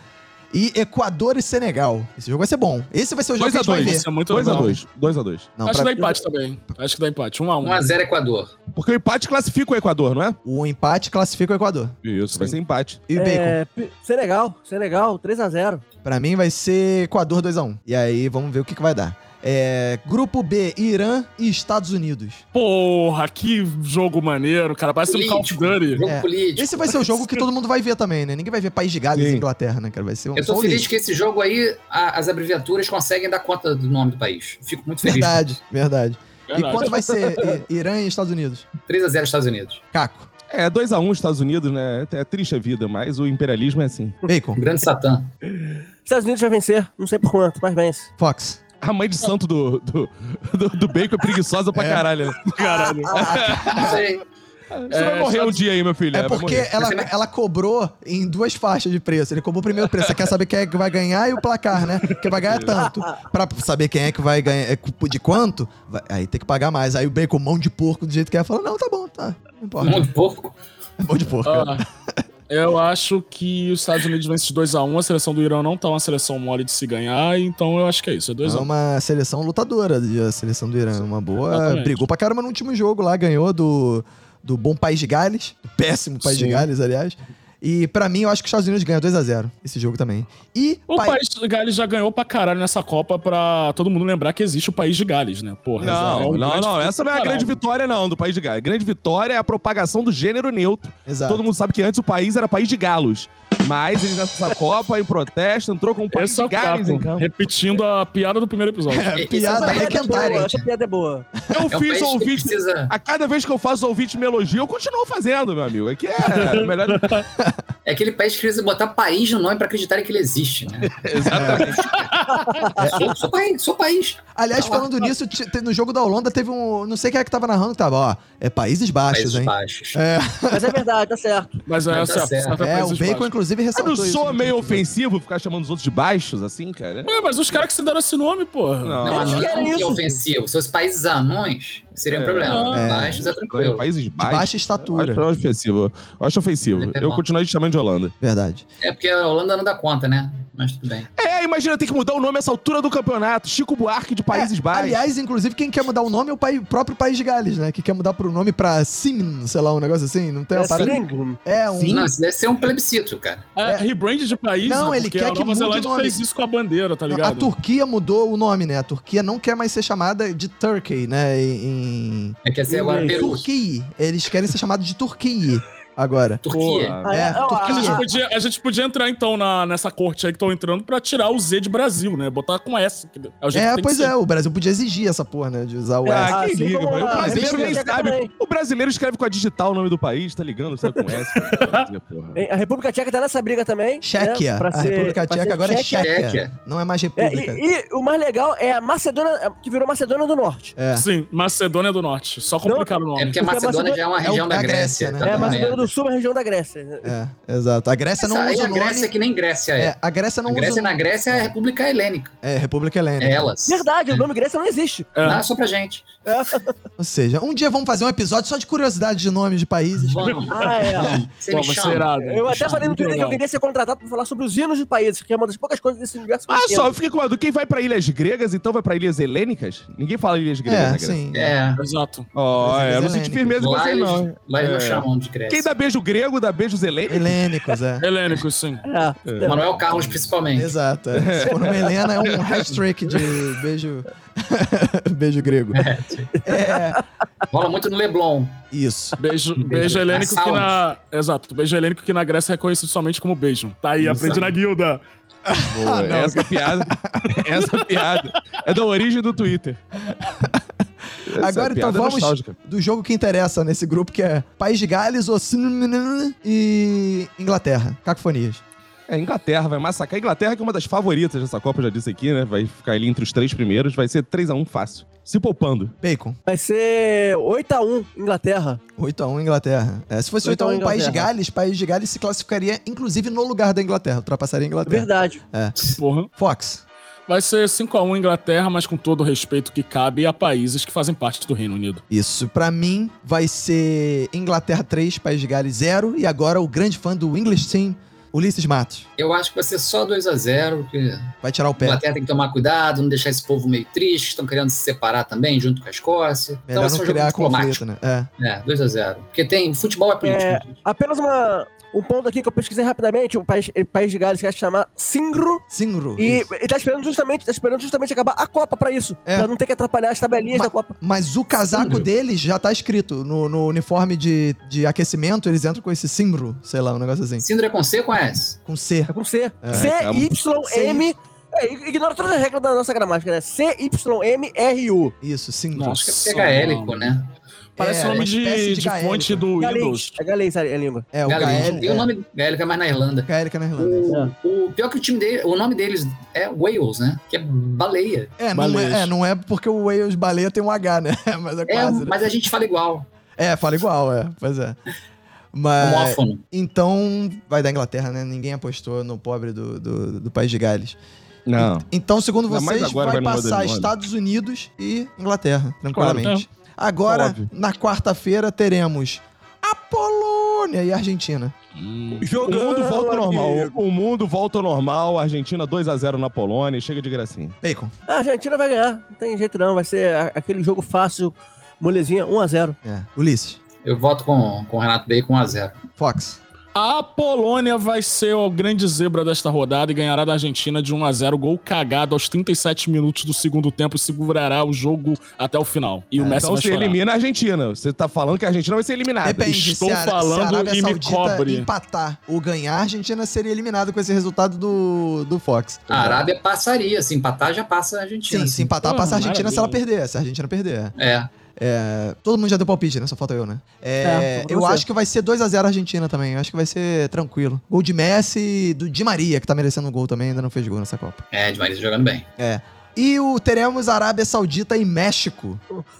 E Equador e Senegal. Esse jogo vai ser bom. Esse vai ser o jogo que a gente vai
2x2.
ver.
Isso é muito legal.
2x2. 2x2.
Não, pra-
Acho que dá empate também. Acho que dá empate. 1 a 1
1x0 Equador.
Porque o empate classifica o Equador, não é?
O empate classifica o Equador.
Isso, vai ser empate.
E o Bacon.
É, P- Senegal, Senegal, 3x0.
Pra mim vai ser Equador 2x1. E aí vamos ver o que, que vai dar. É, grupo B, Irã e Estados Unidos.
Porra, que jogo maneiro, cara. Parece um Call of
Político.
Duty.
Jogo
É.
político.
Esse vai ser o jogo que todo mundo vai ver também, né? Ninguém vai ver País de Gales e
Sim.
Inglaterra, né, cara? Vai ser um
Eu
só
tô
o
feliz
lixo.
que esse jogo aí, a- as abreviaturas conseguem dar conta do nome do país. Fico muito feliz.
Verdade, verdade. E
Verdade.
quanto vai ser I- Irã e Estados Unidos?
3x0 Estados Unidos.
Caco.
É, 2x1 Estados Unidos, né? É triste a vida, mas o imperialismo é assim.
Bacon.
Um Grande Satã.
Estados Unidos vai vencer, não sei por quanto, mas vence.
Fox.
A mãe de santo do, do, do, do Bacon é preguiçosa pra
É.
caralho. né?
Ah,
Caralho.
Não sei.
Você vai
É,
morrer um dia aí, meu filho.
É
vai
porque
morrer.
ela,
Mas
ela cobrou em duas faixas de preço. Ele cobrou o primeiro preço. Você quer saber quem é que vai ganhar e o placar, né? Que vai ganhar tanto. Pra saber quem é que vai ganhar, é, de quanto, vai- aí tem que pagar mais. Aí o Bacon, mão de porco, do jeito que é, falou: não, tá bom, tá. Não importa.
Muito pouco.
Mão de porco.
Ah, eu acho que os Estados Unidos vence de 2x1. A seleção do Irã não tá uma seleção mole de se ganhar, então eu acho que é isso. É
É
2x1.
uma seleção lutadora, a seleção do Irã. é Uma boa.
Exatamente.
Brigou pra caramba no último jogo lá, ganhou do, do bom País de Gales. Do é péssimo País de
Sim.
Gales, aliás. E pra mim, eu acho que os Estados Unidos ganham 2x0 esse jogo também. E.
O
pai-
país de Gales já ganhou pra caralho nessa Copa pra todo mundo lembrar que existe o país de Gales, né? Porra. é
Não, não,
um grande-
tipo,
não. Essa não é a grande vitória, não, do país de Gales. A grande vitória é a propagação do gênero neutro.
Exato.
Todo mundo sabe que antes o país era país de galos. Mas eles nessa Copa, em protesto, entrou com o país
Esse é
de então.
o
galos em
Caco,
campo.
repetindo a piada do primeiro episódio.
É, piada
Essa piada
Essa
é
legendária.
boa, essa piada é boa.
Eu
É um
fiz
país que
ouvinte.
precisa...
A cada vez que eu faço ouvinte me elogio, eu continuo fazendo, meu amigo. Aqui é o melhor.
É aquele país que precisa botar país no nome pra acreditarem que ele existe, né? É.
Exatamente.
Sou, sou país, sou país.
Aliás,
Então,
falando nisso, te- te- no jogo da Holanda teve um. Não sei quem é que tava narrando, que tava, ó. É Países Baixos,
Países
hein?
Baixos.
Mas é verdade, tá certo.
Mas é,
Tá
essa
certo.
essa
É, o
Países
Bacon,
Baixos.
inclusive,
Eu não
ressaltou isso. né?
sou
no
meio
último episódio.
ofensivo ficar chamando os outros de baixos, assim, cara?
Ué, mas os caras que se deram esse nome, porra.
Não.
Não,
Eles
não é
querem
que é
isso.
ofensivo. Se fosse países anões, seria um
É.
problema.
É.
Baixos é
É,
tranquilo.
Países
De
baixos.
baixa
Eu
estatura.
Acho é ofensivo. Eu Acho ofensivo.
É
Eu
bom.
continuo te chamando de Holanda.
Verdade.
É porque a Holanda não dá conta, né? Mas tudo bem.
É, imagina ter que mudar o nome essa altura do campeonato. Chico Buarque de Países
É,
Baixos.
Aliás, inclusive, quem quer mudar o nome é o, pai- o próprio País de Gales, né? Que quer mudar pro nome pra Sim, sei lá, um negócio assim. Não tem
É
uma parada.
Sling.
É um.
Não, isso deve ser um plebiscito, cara.
É, rebrand de país.
Não,
né?
ele
Porque
quer
a
que
Nova
mude o
Zelândia
nome.
fez isso com a bandeira, tá
a
ligado?
Turquia mudou o nome, né? A Turquia não quer mais ser chamada de Turkey, né? Em.
É que ia ser agora
Hum,
em...
Peru.
Turquia. Eles querem ser chamados de Turquia agora.
Turquia.
Porra.
Ah,
É,
não,
A gente,
Ah.
podia, a gente podia entrar, então, na, nessa corte aí que estão entrando pra tirar o Z de Brasil, né? Botar com S. que É, o jeito que
É,
tem
pois
que ser.
é, o Brasil podia exigir essa porra, né? De usar o
É,
S.
Ah,
Ah,
que
assim
liga,
como
mano. O
a-
brasileiro nem
República
sabe.
também.
O brasileiro escreve com a digital o nome do país, tá ligando? Sabe com S? cara. Porra.
A República Tcheca tá nessa briga também. né?
Tchequia.
Pra
a
ser-
República
pra ser
Tcheca agora
Tchequia.
é Tchequia.
Tchequia.
Não é mais
É,
República.
e, e o mais legal é a Macedônia, que virou Macedônia do Norte.
É.
Sim, Macedônia do Norte. Só complicaram o
É
nome.
porque a Macedônia
Macedônia-
já é uma
é
região
o-
da
da Grécia,
Grécia.
né?
tá
É,
Ah,
a
tudo
Macedônia
bem.
do Sul é a região da Grécia.
É, exato. A Grécia não
Essa aí
usa
a
o nome.
Grécia é que nem Grécia é.
É, a Grécia não
a Grécia
usa.
na Grécia é a República Helênica.
É, República Helena.
É elas.
Verdade, o nome Grécia não existe.
É.
Não é só pra gente.
Ou seja, um dia vamos fazer um episódio só de curiosidade de nomes de países.
Vamos.
Ah, é.
Você
Pô,
me
vai ser
chama.
irado.
Eu até
Chama,
falei no Twitter
muito
que eu
legal.
queria ser contratado pra falar sobre os hinos de países, que é uma das poucas coisas desse universo que eu
Ah,
entendo.
só, eu fiquei com uma dúvida. Quem vai pra ilhas gregas, então vai pra ilhas helênicas? Ninguém fala ilhas gregas,
É,
na Grécia.
sim.
É.
Exato.
Ó,
As
é,
ilhas
eu não senti
helênicas.
firmeza com
Lá
você,
eles,
não.
lá eles não
É.
chamam de Grécia.
Quem dá beijo grego, dá beijos helênicos?
Helênicos, é.
Helênicos, sim.
É.
É. Manuel Carlos, principalmente.
Exato. é. Se for uma Helena, é um hashtag de beijo. beijo grego. É,
Rola muito no Leblon.
isso.
Beijo, beijo
Na
helênico que
sauna.
na. Exato. Beijo helênico que na Grécia é reconhecido somente como beijo. Tá aí, aprendi na guilda.
Boa,
Ah, não.
essa piada. essa piada. É da origem do Twitter. Essa
Agora então
piada é
vamos
nostálgica.
do jogo que interessa nesse grupo, que é País de Gales, Oceania e Inglaterra. Cacofonias.
É, Inglaterra vai massacrar. A Inglaterra que é uma das favoritas dessa Copa, eu já disse aqui, né? Vai ficar ali entre os três primeiros. Vai ser 3x1 fácil. se poupando.
Bacon.
Vai ser 8x1 Inglaterra.
8x1 Inglaterra. É, se fosse
8 a 1
8x1 País de
Inglaterra.
Gales, País de Gales se classificaria, inclusive, no lugar da Inglaterra. Ultrapassaria a Inglaterra.
Verdade.
Porra.
Fox.
Vai ser 5x1 Inglaterra, mas com todo o respeito que cabe a países que fazem parte do Reino Unido.
Isso, pra mim, vai ser Inglaterra 3, País de Gales 0. E agora o grande fã do English Team, Ulisses Matos.
Eu acho que vai ser só 2 a 0 que
Vai tirar o
a
pé.
Inglaterra tem que tomar cuidado, não deixar esse povo meio triste, estão querendo se separar também, junto com a Escócia.
Melhor
Então, vai ser
não criar
diplomático.
conflito, né? É.
É, 2 a 0 Porque tem. Futebol é político.
É, Apenas uma, um ponto aqui que eu pesquisei rapidamente. O país, o país de Gales quer se chamar Singro.
Singro.
E
isso.
ele tá esperando justamente, tá esperando justamente acabar a Copa pra isso.
É.
Pra não ter que atrapalhar as tabelinhas
Ma-
da Copa.
Mas o casaco
Singro.
deles já tá escrito. No, no uniforme de, de aquecimento, eles entram com esse Singro, sei lá, um negócio assim.
Síndrome com C com S.
Com C.
É com C.
É,
C,
tá.
Y, M. É, ignora todas as regras da nossa gramática, né? C, Y, M, R, U.
Isso, Singro.
Nossa.
Acho que é gaélico, né?
Parece um
É,
nome
uma espécie
de,
de
de fonte
gaélico.
do Windows.
Galês. É galês a língua.
É, o
Gaélico.
Gaélico.
Tem o nome gaélico, é mais na Irlanda.
Gaélica na né, Irlanda. isso.
O, o pior que o time dele, o nome deles é Wales, né? Que é baleia.
É não,
Baleias.
é, é, não é porque o Wales baleia tem um H, né? Mas é
É,
quase. né?
mas a gente fala igual.
É, fala igual, é. Pois é. Mas.
Homófono.
Então, vai da Inglaterra, né? Ninguém apostou no pobre do, do, do país de Gales.
Não.
Então, segundo
Ainda mais
vocês, vai,
agora vai no
passar
Modern One.
Estados Unidos e Inglaterra, tranquilamente. Agora,
né? Óbvio.
na quarta-feira, teremos a Polônia e a Argentina.
Hum.
O mundo volta ao normal.
amigo.
O mundo volta ao normal. Argentina 2x0 na Polônia. e Chega de gracinha.
Bacon.
Ah, A Argentina vai ganhar. Não tem jeito não. Vai ser a- aquele jogo fácil, molezinha, 1x0.
É. Ulisses.
Eu voto com, com o Renato Bacon 1x0.
Fox.
A Polônia vai ser a grande zebra desta rodada e ganhará da Argentina de 1 a 0 gol cagado aos 37 minutos do segundo tempo e segurará o jogo até o final.
É,
E o Messi
Então
vai
você
chorar.
elimina a Argentina. Você tá falando que a Argentina vai ser eliminada.
Depende,
estou
se a, se a
falando
Arábia
e me
Saudita
cobre.
empatar ou ganhar, a Argentina seria eliminada com esse resultado do, do Fox.
A Arábia passaria. Se empatar, já passa a Argentina. assim.
Sim, se empatar,
Ah,
passa a Argentina se ela
maravilha.
perder. Se a Argentina perder.
É.
É, todo mundo já deu palpite, né? Só falta eu, né? É,
É, só falta
eu
você.
acho que vai ser 2x0 a Argentina também. Eu acho que vai ser tranquilo. Gol de Messi e do Di Maria, que tá merecendo um gol também, ainda não fez gol nessa Copa.
É, de Marisa jogando bem.
E o, teremos Arábia Saudita e México.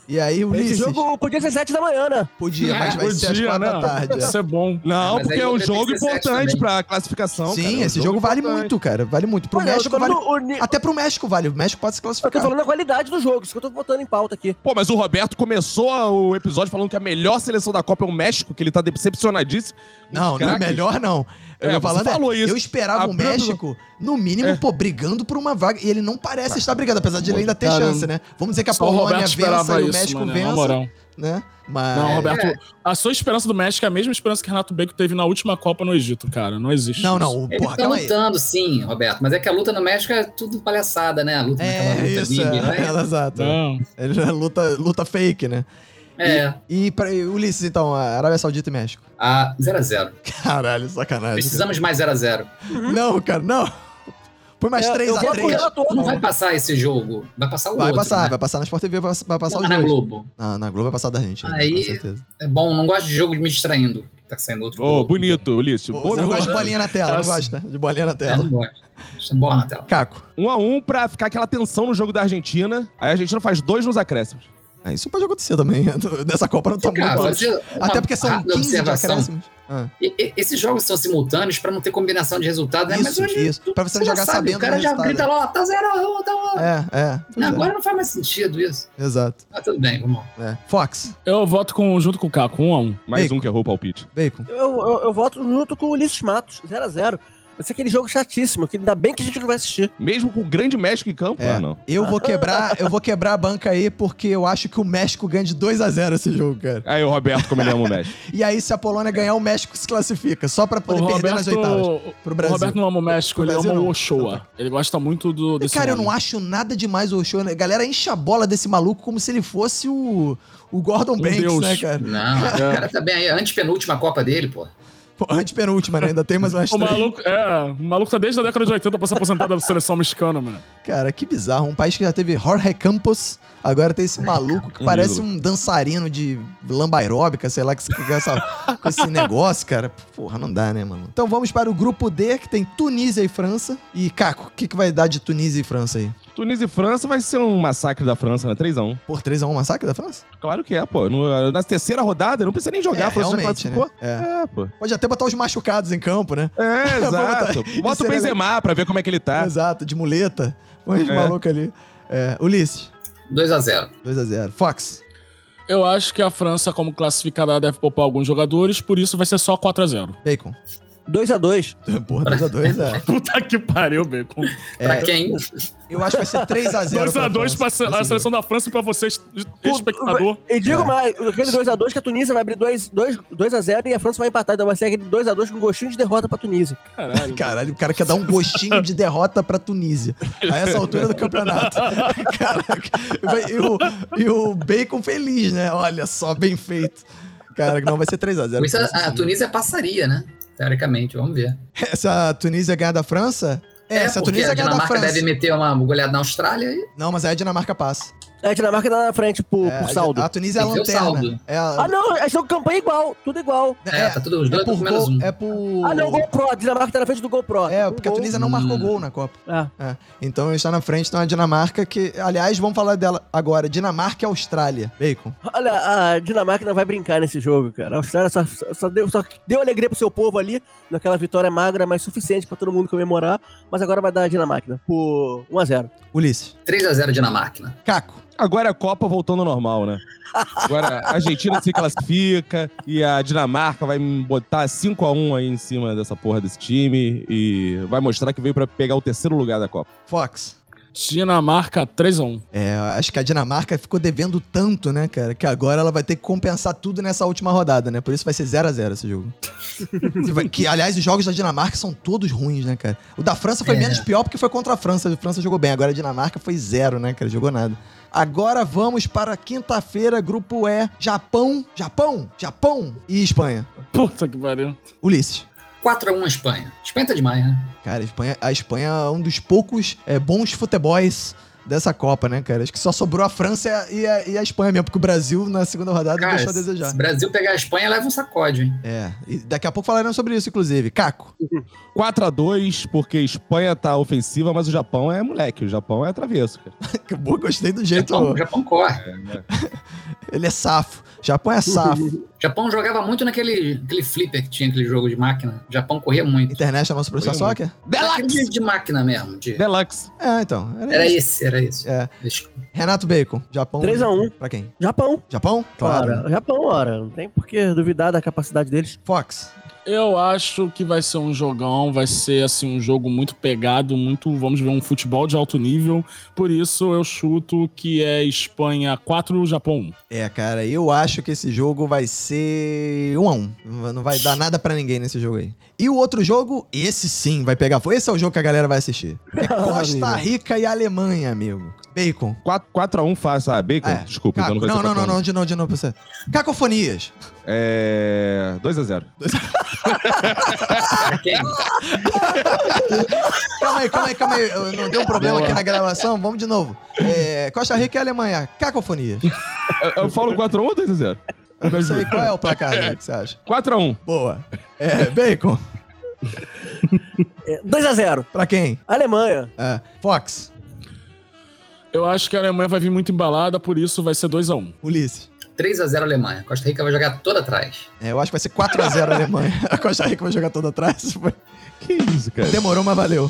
E aí,
Esse
Ulisses.
jogo podia ser 7 da manhã, né?
Podia, mas vai ser às
Podia,
4
né?
da tarde. é.
Isso é bom.
Não,
Mas
porque
aí
é um
você tem
jogo
17
importante
também.
pra classificação.
né? Sim,
cara. É um
esse jogo, vale
importante.
muito, cara. Vale muito. Pro
Mas eu tô
México vale.
falando o ni-
Até pro México vale. O México pode se
Eu tô
classificar.
falando a qualidade do jogo, isso que eu tô botando em pauta aqui.
Pô, mas o Roberto começou o episódio falando que a melhor seleção da Copa é o México, que ele tá decepcionadíssimo.
Não, não é
Craque.
melhor não. Eu
É,
tô
você
falando, é,
falou isso.
eu esperava o
Abrindo-
México, no mínimo,
É.
pô, brigando por uma vaga. E ele não parece estar brigando, apesar de ele ainda ter
Cara,
chance, né? Vamos dizer que a
Só o
Polônia
Roberto
vença
esperava
e o
isso,
México
mano, na
vença,
moral.
né? Mas.
É,
Não,
Não,
Roberto, a sua esperança do México é a mesma esperança que Renato Bacon teve na última Copa no Egito, cara. Não existe.
não,
isso.
Ele
porra,
tá
calma aí.
lutando, sim, Roberto. Mas é que a luta no México é tudo palhaçada, né? A luta naquela
É,
luta
isso,
livre,
é,
né?
ela, exato.
Não.
Ele já luta, luta fake, né?
É.
E, pra, e Ulisses, então, a Arábia Saudita e México.
A 0x0.
Caralho, sacanagem.
Precisamos de mais 0x0.
Não, cara, não. Põe mais
Eu- eu vou com o
3x3.
relator.
Não vai passar esse jogo. Vai passar o
Vai
outro.
passar,
né?
vai passar na Sport TV, vai vai passar
Não tá
os
na
dois.
Globo.
Ah, na Globo vai passar da gente,
Aí-
com certeza.
É bom, não gosto de jogo de me distraindo. Tá saindo outro.
Ô,
jogo.
bonito, Ulisses.
Pô,
Boa
Você não gosta de
jogada.
bolinha na tela, não
Nossa.
gosta de bolinha na
É,
tela.
não gosto. Deixa bola na tela.
Caco.
Um a um pra ficar aquela tensão no jogo da Argentina. Aí a Argentina faz dois nos acréscimos.
É, isso pode acontecer também. Dessa Copa não tá
Cara,
muito
fazer uma
Até porque são
rápida
15 de
observação.
acréscimos. Ah,
E- e- Esses jogos são simultâneos pra não ter combinação de resultado, né? Mas
isso,
hoje
isso. Pra você não
já
jogar
sabe,
sabendo
O cara
do
já
resultado.
grita lá, ó, tá zero, ó, tá ó.
É, é. Pois
Não,
é.
Agora não faz mais sentido isso.
Exato.
Mas tudo bem, vamos lá.
é. Fox,
Eu voto com, junto com o Caco, um a um.
Mais
Bacon.
um que errou o palpite.
Bacon.
Eu, eu, eu voto junto com o Ulisses Matos, 0x0. Vai ser aquele jogo chatíssimo, que ainda bem que a gente não vai assistir.
Mesmo com o grande México em campo?
É.
Ah, não.
Eu vou quebrar, eu vou quebrar a banca aí porque eu acho que o México ganha de 2 a 0 esse jogo, cara.
Aí o Roberto, como ele ama o México.
E aí se a Polônia ganhar, o México se classifica, só pra
O
poder perder nas
Roberto,
oitavas pro
o
Brasil.
Roberto não ama o México, ele
Brasil
ama
não.
o Ochoa. Ele gosta muito do, desse
Cara, eu
nome.
não acho nada demais o Ochoa. né? A galera enche a bola desse maluco como se ele fosse o, o Gordon Banks,
Um deus.
né, cara?
Não, o cara tá bem aí. Antepenúltima Copa dele, pô.
Pô, antepenúltima, né? Ainda tem mais umas
O
três.
maluco, é, o maluco tá desde a década de 80 pra se aposentar da seleção mexicana, mano.
Cara, que bizarro. Um país que já teve Jorge Campos, agora tem esse maluco que
Um
parece
ídolo.
um dançarino de lamba aeróbica, sei lá, que se- com, essa- com esse negócio, cara. Porra, não dá, né, mano? Então vamos para o grupo D, que tem Tunísia e França. E, Caco, o que, que vai dar de Tunísia e França aí?
Tunísia e França vai ser um massacre da França, né? 3x1.
Por 3x1 massacre da França?
Claro que é, pô. No- na terceira rodada, não precisa nem
É,
jogar, a França já
realmente,
classificou.
né?
É, pô.
Pode até botar os machucados em campo, né?
É, exato.
botar-
Bota o
Isso é
Benzema pra ver como é que ele tá.
Exato, de muleta. Põe de
É.
maluco ali. É, Ulisses,
2x0.
2x0. Fox,
Eu acho que a França, como classificada, ela deve poupar alguns jogadores, por isso vai ser só 4x0.
Bacon.
2x2.
Porra, 2x2,
Puta que pariu, Bacon.
é.
Pra
É,
quem?
Eu acho que vai ser 3x0.
2x2 pra se- a seleção da França e pra você, é espectador.
E digo
É.
mais, aquele 2x2 que a Tunísia vai abrir 2x0 e a França vai empatar. Então vai ser aquele 2x2 com gostinho de derrota pra Tunísia.
Caralho.
Caralho, o cara quer dar um gostinho de derrota pra Tunísia. A essa altura do campeonato. Caraca. Vai- E o, e o Bacon feliz, né? Olha só, bem feito. Cara, não, vai ser 3x0.
Isso, é a, a Tunísia passaria, né? Teoricamente, vamos ver.
Se a Tunísia ganhar da França... É, se a
porque
Tunísia
a
ganhar da
Dinamarca
França...
deve meter uma goleada na Austrália e
Não, mas aí a Dinamarca passa.
A Dinamarca tá na frente por,
É,
por saldo.
A Tunísia é a
Tem que ver o
lanterna.
saldo.
É a-
Ah, não, eles estão com campanha igual, tudo igual.
é,
É, tá tudo os dois
é por
com menos
gol-
um.
É por...
Ah, não, o GoPro. A Dinamarca tá na frente do GoPro.
É,
Um
porque a
gol.
Tunísia não marcou
Hum.
gol na Copa.
Ah,
É. Então está na frente, então a Dinamarca, que. Aliás, vamos falar dela agora. Dinamarca e Austrália. Bacon.
Olha, a Dinamarca não vai brincar nesse jogo, cara. A Austrália só, só- só deu, só deu alegria pro seu povo ali, naquela vitória magra, mas suficiente pra todo mundo comemorar. Mas agora vai dar a Dinamarca né? por 1x0.
Ulisses.
3x0 Dinamarca. né?
Caco.
Agora a Copa voltando ao normal, né? Agora a Argentina se classifica e a Dinamarca vai botar 5x1 aí em cima dessa porra desse time e vai mostrar que veio pra pegar o terceiro lugar da Copa.
Fox.
Dinamarca 3x1.
É, acho que a Dinamarca ficou devendo tanto, né, cara? Que agora ela vai ter que compensar tudo nessa última rodada, né? Por isso vai ser 0 a 0 esse jogo. Você vai- que, aliás, os jogos da Dinamarca são todos ruins, né, cara? O da França foi
É.
menos pior porque foi contra a França. A França jogou bem. Agora a Dinamarca foi zero, né, cara? Jogou nada. Agora vamos para quinta-feira, grupo E. Japão, Japão, Japão e Espanha.
Puta que pariu.
Ulisses.
4x1 a Espanha. Espanha tá demais, né?
Cara, a Espanha, a Espanha é um dos poucos é, bons futebols dessa Copa, né, cara? Acho que só sobrou a França e a, e a- e a Espanha mesmo, porque o Brasil na segunda rodada
Cara,
deixou Tá a
se
desejar.
o Brasil pegar a Espanha, leva um sacode, hein?
É, e daqui a pouco falaremos sobre isso, inclusive. Caco,
4x2, porque a Espanha tá ofensiva, mas o Japão é moleque, o Japão é travesso, cara.
que boa, gostei do jeito.
Japão, Japão corre.
Ele é safo. Japão é safo.
Japão jogava muito naquele aquele flipper que tinha aquele jogo de máquina. Japão corria muito.
Internet é nosso professor
Foi
soccer?
Aquele de- de máquina mesmo. de-
Deluxe.
É, então. Era,
Era
isso.
esse, era esse.
É.
Deixa-
Renato Bacon, Japão.
3x1.
Pra quem?
Japão.
Japão?
Ora, Japão, ora. Não tem por que duvidar da capacidade deles.
Fox.
Eu acho que vai ser um jogão, vai ser assim um jogo muito pegado, muito, vamos ver, um futebol de alto nível. Por isso eu chuto que é Espanha 4, Japão 1.
É, cara, eu acho que esse jogo vai ser 1 a 1. Não vai dar nada pra ninguém nesse jogo aí. E o outro jogo, esse sim vai pegar fogo. Esse é o jogo que a galera vai assistir. É Costa Rica e Alemanha, amigo. Bacon.
4x1 fácil. Ah, Bacon?
É.
Desculpa,
Caco.
então não vai
Não,
ser
não, não,
4 a 1.
não, de novo, de novo pra você. Cacofonias.
É. 2x0.
Pra quem?
Calma aí, calma aí, calma aí. Eu- Não deu um problema aqui na gravação. Vamos de novo. É, Costa Rica e Alemanha. Cacofonias.
Eu, eu falo 4x1 ou 2x0?
Não sei qual é o placar aí que você acha.
4x1.
Boa. É, Bacon.
É, 2x0.
Pra quem?
Alemanha.
É, Fox.
Eu acho que a Alemanha vai vir muito embalada, por isso vai ser 2x1.
Ulisses.
3x0 Alemanha. Costa Rica vai jogar toda atrás.
É, eu acho que vai ser 4x0 a Alemanha. A Costa Rica vai jogar toda atrás. Foi-
Que isso, cara?
Demorou, mas valeu.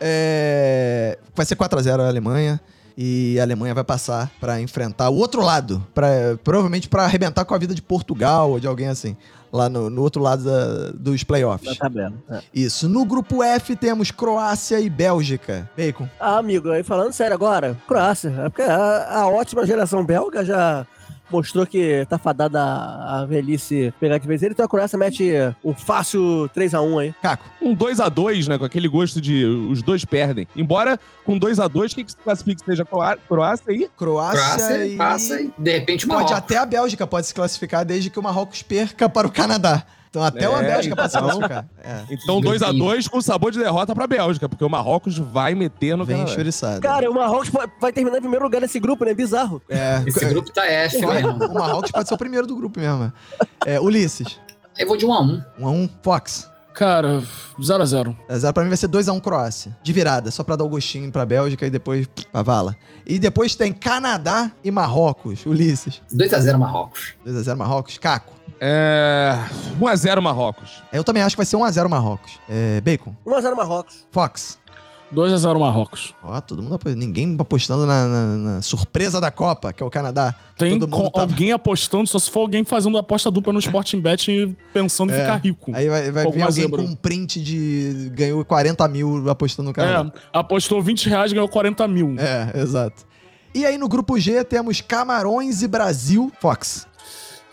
É, Vai ser 4x0 a Alemanha. E a Alemanha vai passar pra enfrentar o outro lado. Pra, provavelmente pra arrebentar com a vida de Portugal ou de alguém assim. Lá no, no outro lado da- dos
Na
playoffs.
tabela. É.
Isso. No grupo F temos Croácia e Bélgica. Bacon.
Ah, amigo, aí falando sério agora, Croácia. É porque a, a ótima geração belga já mostrou que tá fadada a, a velhice pegar de vez ele, então a Croácia mete um fácil 3x1 aí.
Caco.
um 2 a 2 né? Com aquele gosto de os dois perdem. Embora com 2 a 2 quem que se classifique seja a Croá- Croácia aí.
Croácia,
Croácia
e...
passa e de repente uma
Pode,
Marrocos.
até a Bélgica pode se classificar desde que o Marrocos perca para o Canadá. Então até a
É,
Bélgica pode se
então.
classificar. É.
Então 2 a 2 com sabor de derrota pra Bélgica, porque o Marrocos vai meter no né?
Vem
Canadá.
enxuriçado.
Cara, o Marrocos vai- vai terminar em primeiro lugar nesse grupo, né? Bizarro.
É,
Esse
é,
grupo tá F mesmo.
o
um
Marrocos pode ser o primeiro do grupo mesmo. É, Ulisses,
Eu vou de 1x1.
1 a 1 Fox.
Cara, 0 a 0
É, zero pra mim vai ser 2x1 Croácia. De virada, só pra dar o gostinho pra Bélgica e depois pff, pra vala. E depois tem Canadá e Marrocos. Ulisses.
2x0 Marrocos.
2x0 Marrocos. Caco.
É. 1x0 Marrocos.
Eu também acho que vai ser 1x0 Marrocos. É, Bacon.
1x0 Marrocos.
Fox.
2 a 0 Marrocos.
Ó, todo mundo apostando. Ninguém apostando na, na- na surpresa da Copa, que é o Canadá.
Tem
todo mundo tá-
com- alguém apostando, só se for alguém fazendo aposta dupla no Sporting Bet e pensando em
É.
ficar rico.
Aí vai, vai vir
Alguma
alguém
zebra.
com um print de. ganhou 40 mil apostando no Canadá.
É, apostou 20 reais e ganhou 40 mil.
É, exato. E aí no grupo G temos Camarões e Brasil. Fox.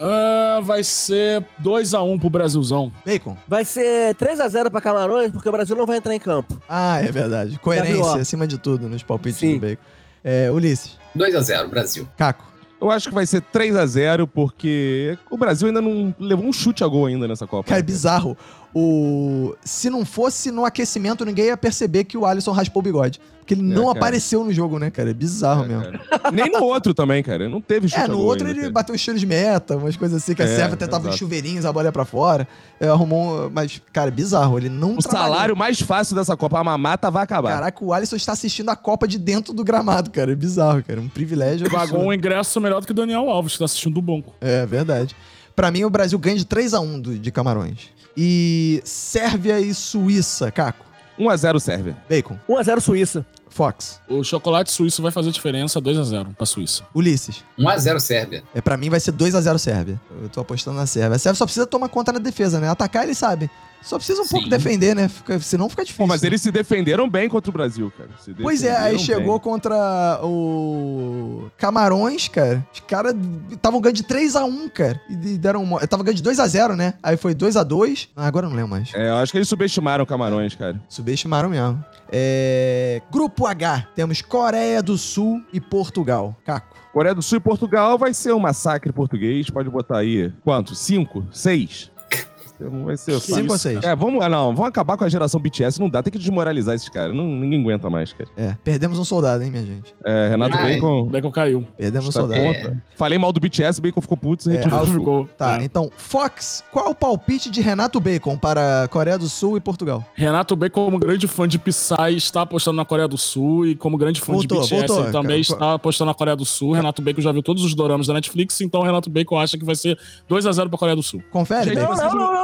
Ah, vai ser 2 a 1 pro Brasilzão.
Bacon.
Vai ser 3x0 pra Camarões, porque o Brasil não vai entrar em campo.
Ah, é verdade. Coerência
WO.
acima de tudo nos palpites
Sim.
do Bacon. É, Ulisses.
2x0 Brasil.
Caco.
Eu acho que vai ser 3x0, porque o Brasil ainda não levou um chute a gol ainda nessa Copa.
Cara, é bizarro. O... Se não fosse no aquecimento, ninguém ia perceber que o Alisson raspou o bigode. Porque ele
É,
não
cara.
apareceu no jogo, né, cara? É bizarro
É,
mesmo.
cara. Nem no outro também, cara. Não teve chute
É,
a
no
gol
outro
ainda,
ele
cara.
bateu os tiros de meta, umas coisas assim, que a
É,
serva tentava uns
exato.
chuveirinhos, a bola ia pra fora. é, arrumou. um- Mas, cara, é bizarro. Ele não
O salário mais fácil dessa Copa, a mamata, vai acabar.
Caraca, o Alisson está assistindo a Copa de dentro do gramado, cara. É bizarro, cara. Um privilégio.
Pagou
absurdo.
um ingresso melhor do que Daniel Alves, que tá assistindo do banco.
É, verdade. Pra mim, o Brasil ganha de 3x1 do- de Camarões. E Sérvia e Suíça, Caco.
1x0 Sérvia.
Bacon,
1x0 Suíça.
Fox,
O chocolate suíço vai fazer diferença 2 a 0 pra Suíça.
Ulisses.
1x0 Sérvia.
É, pra mim vai ser 2x0 Sérvia. Eu tô apostando na Sérvia. A Sérvia só precisa tomar conta na defesa, né? Atacar, eles sabem. Só precisa um
Sim.
pouco defender, né? Fica, senão fica difícil.
Pô, mas
né?
eles se defenderam bem contra o Brasil, cara. Se
Pois é, aí
defenderam
chegou contra o Camarões, cara. Os caras estavam ganhando de 3x1, cara. E de- deram uma... Tava ganhando de 2x0, né? Aí foi 2x2. Ah, agora eu não lembro mais.
bem. É, eu acho que eles subestimaram o Camarões, cara.
Subestimaram mesmo. É... Grupo H. Temos Coreia do Sul e Portugal. Caco.
Coreia do Sul e Portugal vai ser um massacre português. Pode botar aí. Quanto? Cinco? Seis? Então Vai ser
Cinco
cinco.
ou seis?
É, vamos. ah, Não, vamos acabar com a geração BTS. Não dá, tem que desmoralizar esses caras. Não- Ninguém aguenta mais, cara.
É, perdemos um soldado, hein, minha gente?
É, Renato
Ai.
Bacon.
Como é que eu caiu?
Perdemos um
está
soldado.
contra. Falei mal do BTS, Bacon ficou puto.
É,
É,
Ah, Alf-
Ficou.
Tá,
É.
então, Fox, qual o palpite de Renato Bacon para Coreia do Sul e Portugal?
Renato B, como grande fã de Psy, está apostando na Coreia do Sul. E como grande fã
Voltou,
de BTS,
voltou,
ele também
cara.
está apostando na Coreia do Sul. Renato Bacon já viu todos os doramas da Netflix, então o Renato Bacon acha que vai ser 2 a 0 pra Coreia do Sul.
Confere,
Gente,
Bacon.
Não, não, não,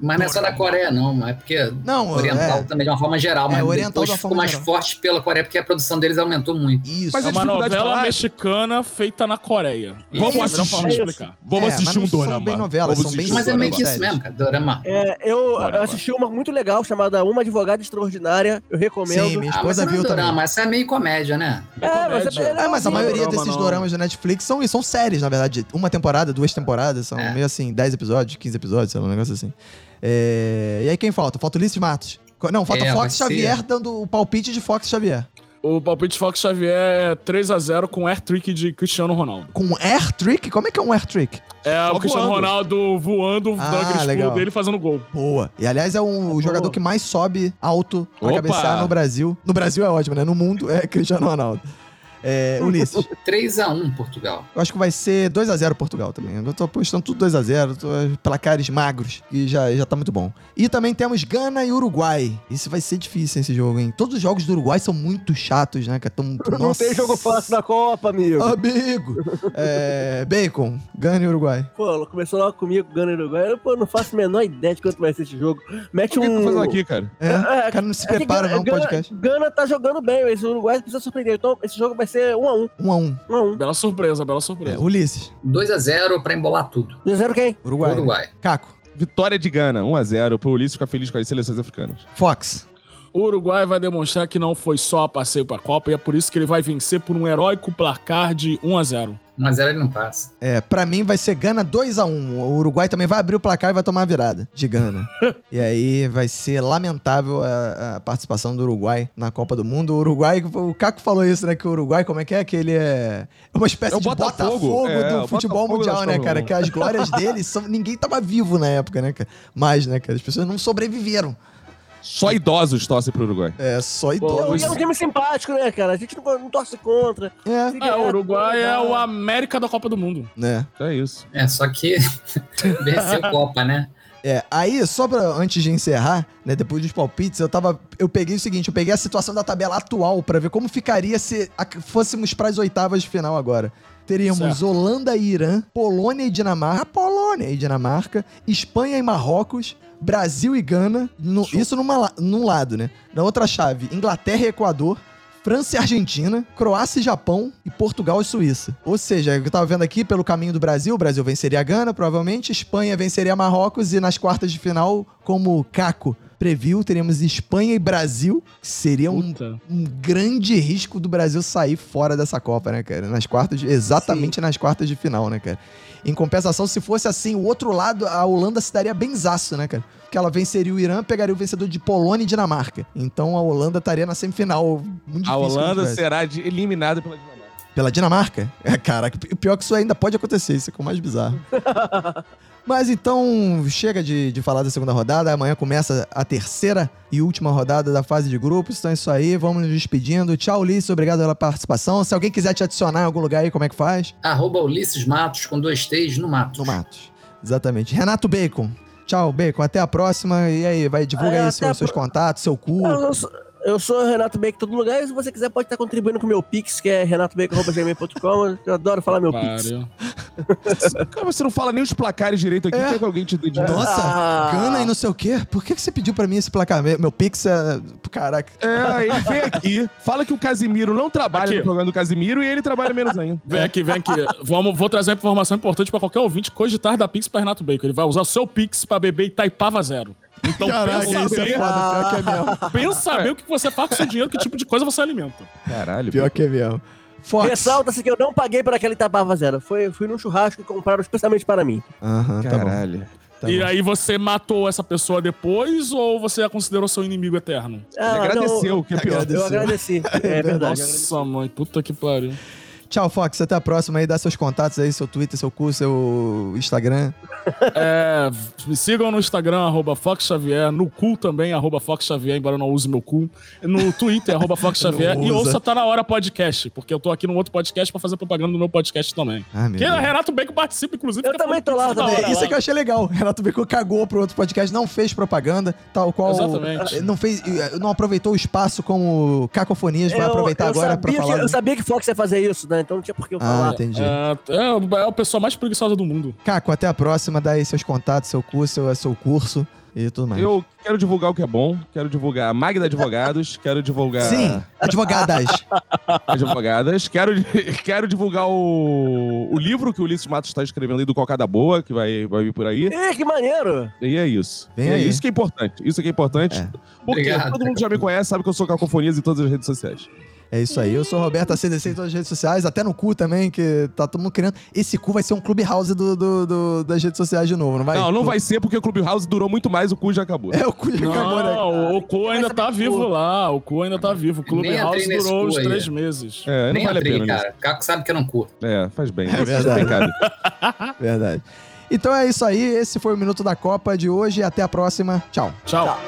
mas não é só da Coreia, não. É porque
Não,
oriental
é.
também, de uma forma geral. Mas
É, oriental
depois
de uma
ficou
forma
mais
geral.
forte pela Coreia, porque a produção deles aumentou muito.
Isso.
Mas
É uma
dificuldade de
novela
falar.
mexicana feita na Coreia.
Vamos
Isso,
assistir.
melhor forma de explicar.
Vamos
É, mas
assistir
não
um
são
dorama.
bem novelas,
Vamos
são bem
assistir um
Mas é
Dorama.
meio que isso
Séries.
mesmo, cara. Dorama.
É, eu,
Bora,
eu
bora.
assisti uma muito legal chamada Uma Advogada Extraordinária. Eu recomendo.
Sim, minha
mas
esposa
não é
viu também.
dorama, essa é meio comédia, né?
É,
comédia.
mas é,
Ah, mas a
Não é
maioria
dorama,
desses
não.
doramas da Netflix são, são séries, na verdade. Uma temporada, duas temporadas, são
É.
meio assim, 10 episódios, 15 episódios, sei lá, um negócio assim. É, E aí quem falta? Falta Ulisses Matos. Co- Não, falta
É,
Fox
vai ser.
Xavier dando o palpite de Fox Xavier.
O palpite Fox Xavier é 3x0 com air trick de Cristiano Ronaldo.
Com um air trick? Como é que é um air trick?
É
Só
o Cristiano
voando.
Ronaldo voando,
Ah,
dando aquele
legal.
pulo dele e fazendo gol.
Boa. E aliás, é
Tá
um, o jogador que mais sobe alto pra
Opa!
cabeçar no Brasil. No Brasil é ótimo, né? No mundo é Cristiano Ronaldo. É, Ulisses,
3x1 Portugal.
eu acho que vai ser 2x0 Portugal também. Eu tô apostando tudo 2x0, tô placares magros, que já, já tá muito bom. E também temos Gana e Uruguai. Isso vai ser difícil esse jogo, hein? Todos os jogos do Uruguai são muito chatos, né? cara? Tão,
Não tem jogo fácil da Copa, amigo.
Ah. Amigo! É, Bacon, Gana e Uruguai.
Pô, começou logo comigo, Gana e Uruguai. Eu pô, não faço a menor ideia de quanto vai ser esse jogo. Mete
O que que tá fazendo
um.
aqui, cara?
É, o cara não se prepara, não, podcast.
é Gana tá jogando bem, mas o Uruguai precisa surpreender. Então, esse jogo vai ser 1x1.
1x1.
1x1.
Bela surpresa, bela
É,
surpresa.
Ulisses,
2x0 pra embolar tudo.
2x0 quem?
Uruguai. né?
Uruguai.
Caco,
um Vitória de Gana, 1x0, pro Ulisses ficar feliz com as seleções africanas.
Fox.
O Uruguai vai demonstrar que não foi só passeio pra Copa e é por isso que ele vai vencer por um heróico placar de 1 a 0
Mas ela não passa.
É, pra mim vai ser Gana 2x1. O Uruguai também vai abrir o placar e vai tomar a virada de Gana. e aí vai ser lamentável a, a participação do Uruguai na Copa do Mundo. O Uruguai, o Caco falou isso, né? Que o Uruguai, como é que é? Que ele é é uma espécie
É o
de
Botafogo.
Botafogo,
É,
do
o
futebol
Botafogo
mundial,
das
né,
Copas do
cara?
Mundo.
Que as glórias deles são. Ninguém tava vivo na época, né, cara? Mais, né, cara? As pessoas não sobreviveram.
Só idosos torcem pro Uruguai.
É, só
Pô,
idosos.
E é um time simpático, né, cara? A gente não, não torce contra. né?
É,
É, o Uruguai é o
a.
América da Copa do Mundo.
né?
É isso.
É, só que venceu Copa, né?
É, aí, só pra, antes de encerrar, né, depois dos palpites, eu tava. Eu peguei o seguinte, eu peguei a situação da tabela atual pra ver como ficaria se a- fôssemos pras oitavas de final agora. Teríamos
Certo.
Holanda e Irã, Polônia e Dinamarca, Polônia e Dinamarca, Espanha e Marrocos, Brasil e Gana, no- isso numa la- num lado, né? Na outra chave, Inglaterra e Equador, França e Argentina, Croácia e Japão e Portugal e Suíça. Ou seja, eu tava vendo aqui pelo caminho do Brasil, o Brasil venceria a Gana, provavelmente, Espanha venceria Marrocos e nas quartas de final, como o Caco previu, teríamos Espanha e Brasil, que seria um,
Puta.
um grande risco do Brasil sair fora dessa Copa, né, cara? Nas quartas, de- exatamente nas quartas de final, né, cara? Em compensação, se fosse assim, o outro lado, a Holanda se daria benzaço, né, cara? Porque ela venceria o Irã, pegaria o vencedor de Polônia e Dinamarca. Então a Holanda estaria na semifinal. Muito difícil
a Holanda
que tivesse.
será de- eliminada pela Dinamarca.
Pela Dinamarca? É, caraca, o pior que isso ainda pode acontecer, isso é o mais bizarro. Mas então, chega de, de falar da segunda rodada, amanhã começa a terceira e última rodada da fase de grupos, então é isso aí, vamos nos despedindo. Tchau, Ulisses, obrigado pela participação. Se alguém quiser te adicionar em algum lugar aí, como é que faz?
Arroba Ulisses Matos com dois T's no Matos.
No Matos. Exatamente. Renato Bacon. Tchau, Bacon, até a próxima. E aí, vai, divulga
É,
aí
até
seu-
a
seus contatos, seu cu.
Eu sou, eu sou o Renato Bacon em todo lugar. E se você quiser, pode estar contribuindo com o meu Pix, que é renatobacon.com. Eu adoro falar meu Pix.
Pariu.
Cara, você não fala nem os placares direito aqui.
É.
Quer que alguém te dê de novo?
Nossa,
Ah.
Gana e não sei o quê. Por que, que você pediu pra mim esse placar? Meu, meu pix é... Caraca.
É, ele vem aqui, fala que o Casimiro não trabalha
Aqui.
no programa do Casimiro e ele trabalha menos ainda.
Vem aqui, vem aqui. Vamos, vou trazer uma informação importante pra qualquer ouvinte cogitar da Pix pra Renato Bacon. Ele vai usar o seu Pix pra beber Itaipava zero. Então pensa,
é
bem,
foda. Pior que é mesmo.
pensa bem o que você faz com o seu dinheiro, que tipo de coisa você alimenta.
Caralho.
Pior que é mesmo. Fox.
Ressalta-se que eu não paguei por aquela Itapava Zero. Foi, fui num churrasco e compraram especialmente para mim.
Aham, tá bom.
Caralho.
Tá
e
bom.
aí você matou essa pessoa depois ou você a considerou seu inimigo eterno?
Ah,
Ele agradeceu, que é pior.
não, eu agradeci. É verdade.
Nossa, mãe, puta que pariu.
Tchau, Fox. Até a próxima aí. Dá seus contatos aí, seu Twitter, seu curso, seu Instagram.
É, me sigam no Instagram, arroba Fox Xavier, no cu também, arroba Fox Xavier, embora eu não use meu cu. No Twitter, arroba Fox Xavier.
Não
E
usa.
ouça Tá Na Hora Podcast, porque eu tô aqui num outro podcast pra fazer propaganda do meu podcast também.
Ah, meu
Que é
Deus.
Renato Bacon participa, inclusive.
Eu
fica
também tô lá,
toda
também.
hora
É, isso
lá.
é que eu achei legal. Renato Bicu cagou pro outro podcast, não fez propaganda, tal qual.
Exatamente.
Eh, Não fez, eh, não aproveitou o espaço como Cacofonias vai aproveitar agora pra
sabia
falar.
que,
do-
Eu sabia que Fox ia fazer isso, né? Então não tinha por que eu
Ah,
falar.
entendi.
É, é, o- é a pessoa mais preguiçosa do mundo.
Caco, até a próxima. Dá aí seus contatos, seu curso, seu, seu curso e tudo mais.
Eu quero divulgar o que é bom, quero divulgar a Magda Advogados, quero divulgar
Sim, advogadas.
advogadas, quero, quero divulgar o, o livro que o Ulisses Matos está escrevendo aí do Cocada Boa, que vai, vai vir por aí.
Ih, que maneiro!
E é isso.
Vem
E é
aí.
isso que é importante. Isso que é importante.
É.
Porque
Obrigado.
todo mundo já me conhece, sabe que eu sou cacofonias em todas as redes sociais.
É isso aí. Eu sou o Roberto ACDC em todas as redes sociais, até no cu também, que tá todo mundo querendo. Esse cu vai ser um clubhouse do, do, do- das redes sociais de novo, não vai?
Não, não vai ser porque o Clube House durou muito mais, o cu já acabou.
É, o cu já acabou, né?
Não, Ah, o cu ainda tá vivo lá. O cu ainda tá vivo. O
Nem
Clubhouse
entrei nesse
durou
cu
uns
aí.
três meses.
É, não
Nem
vale a
entrei,
pena.
cara. Caco sabe que eu não curto.
nisso. É, faz bem.
É verdade.
Pecado.
Verdade. Então é isso aí. Esse foi o Minuto da Copa de hoje. Até a próxima. Tchau.
Tchau.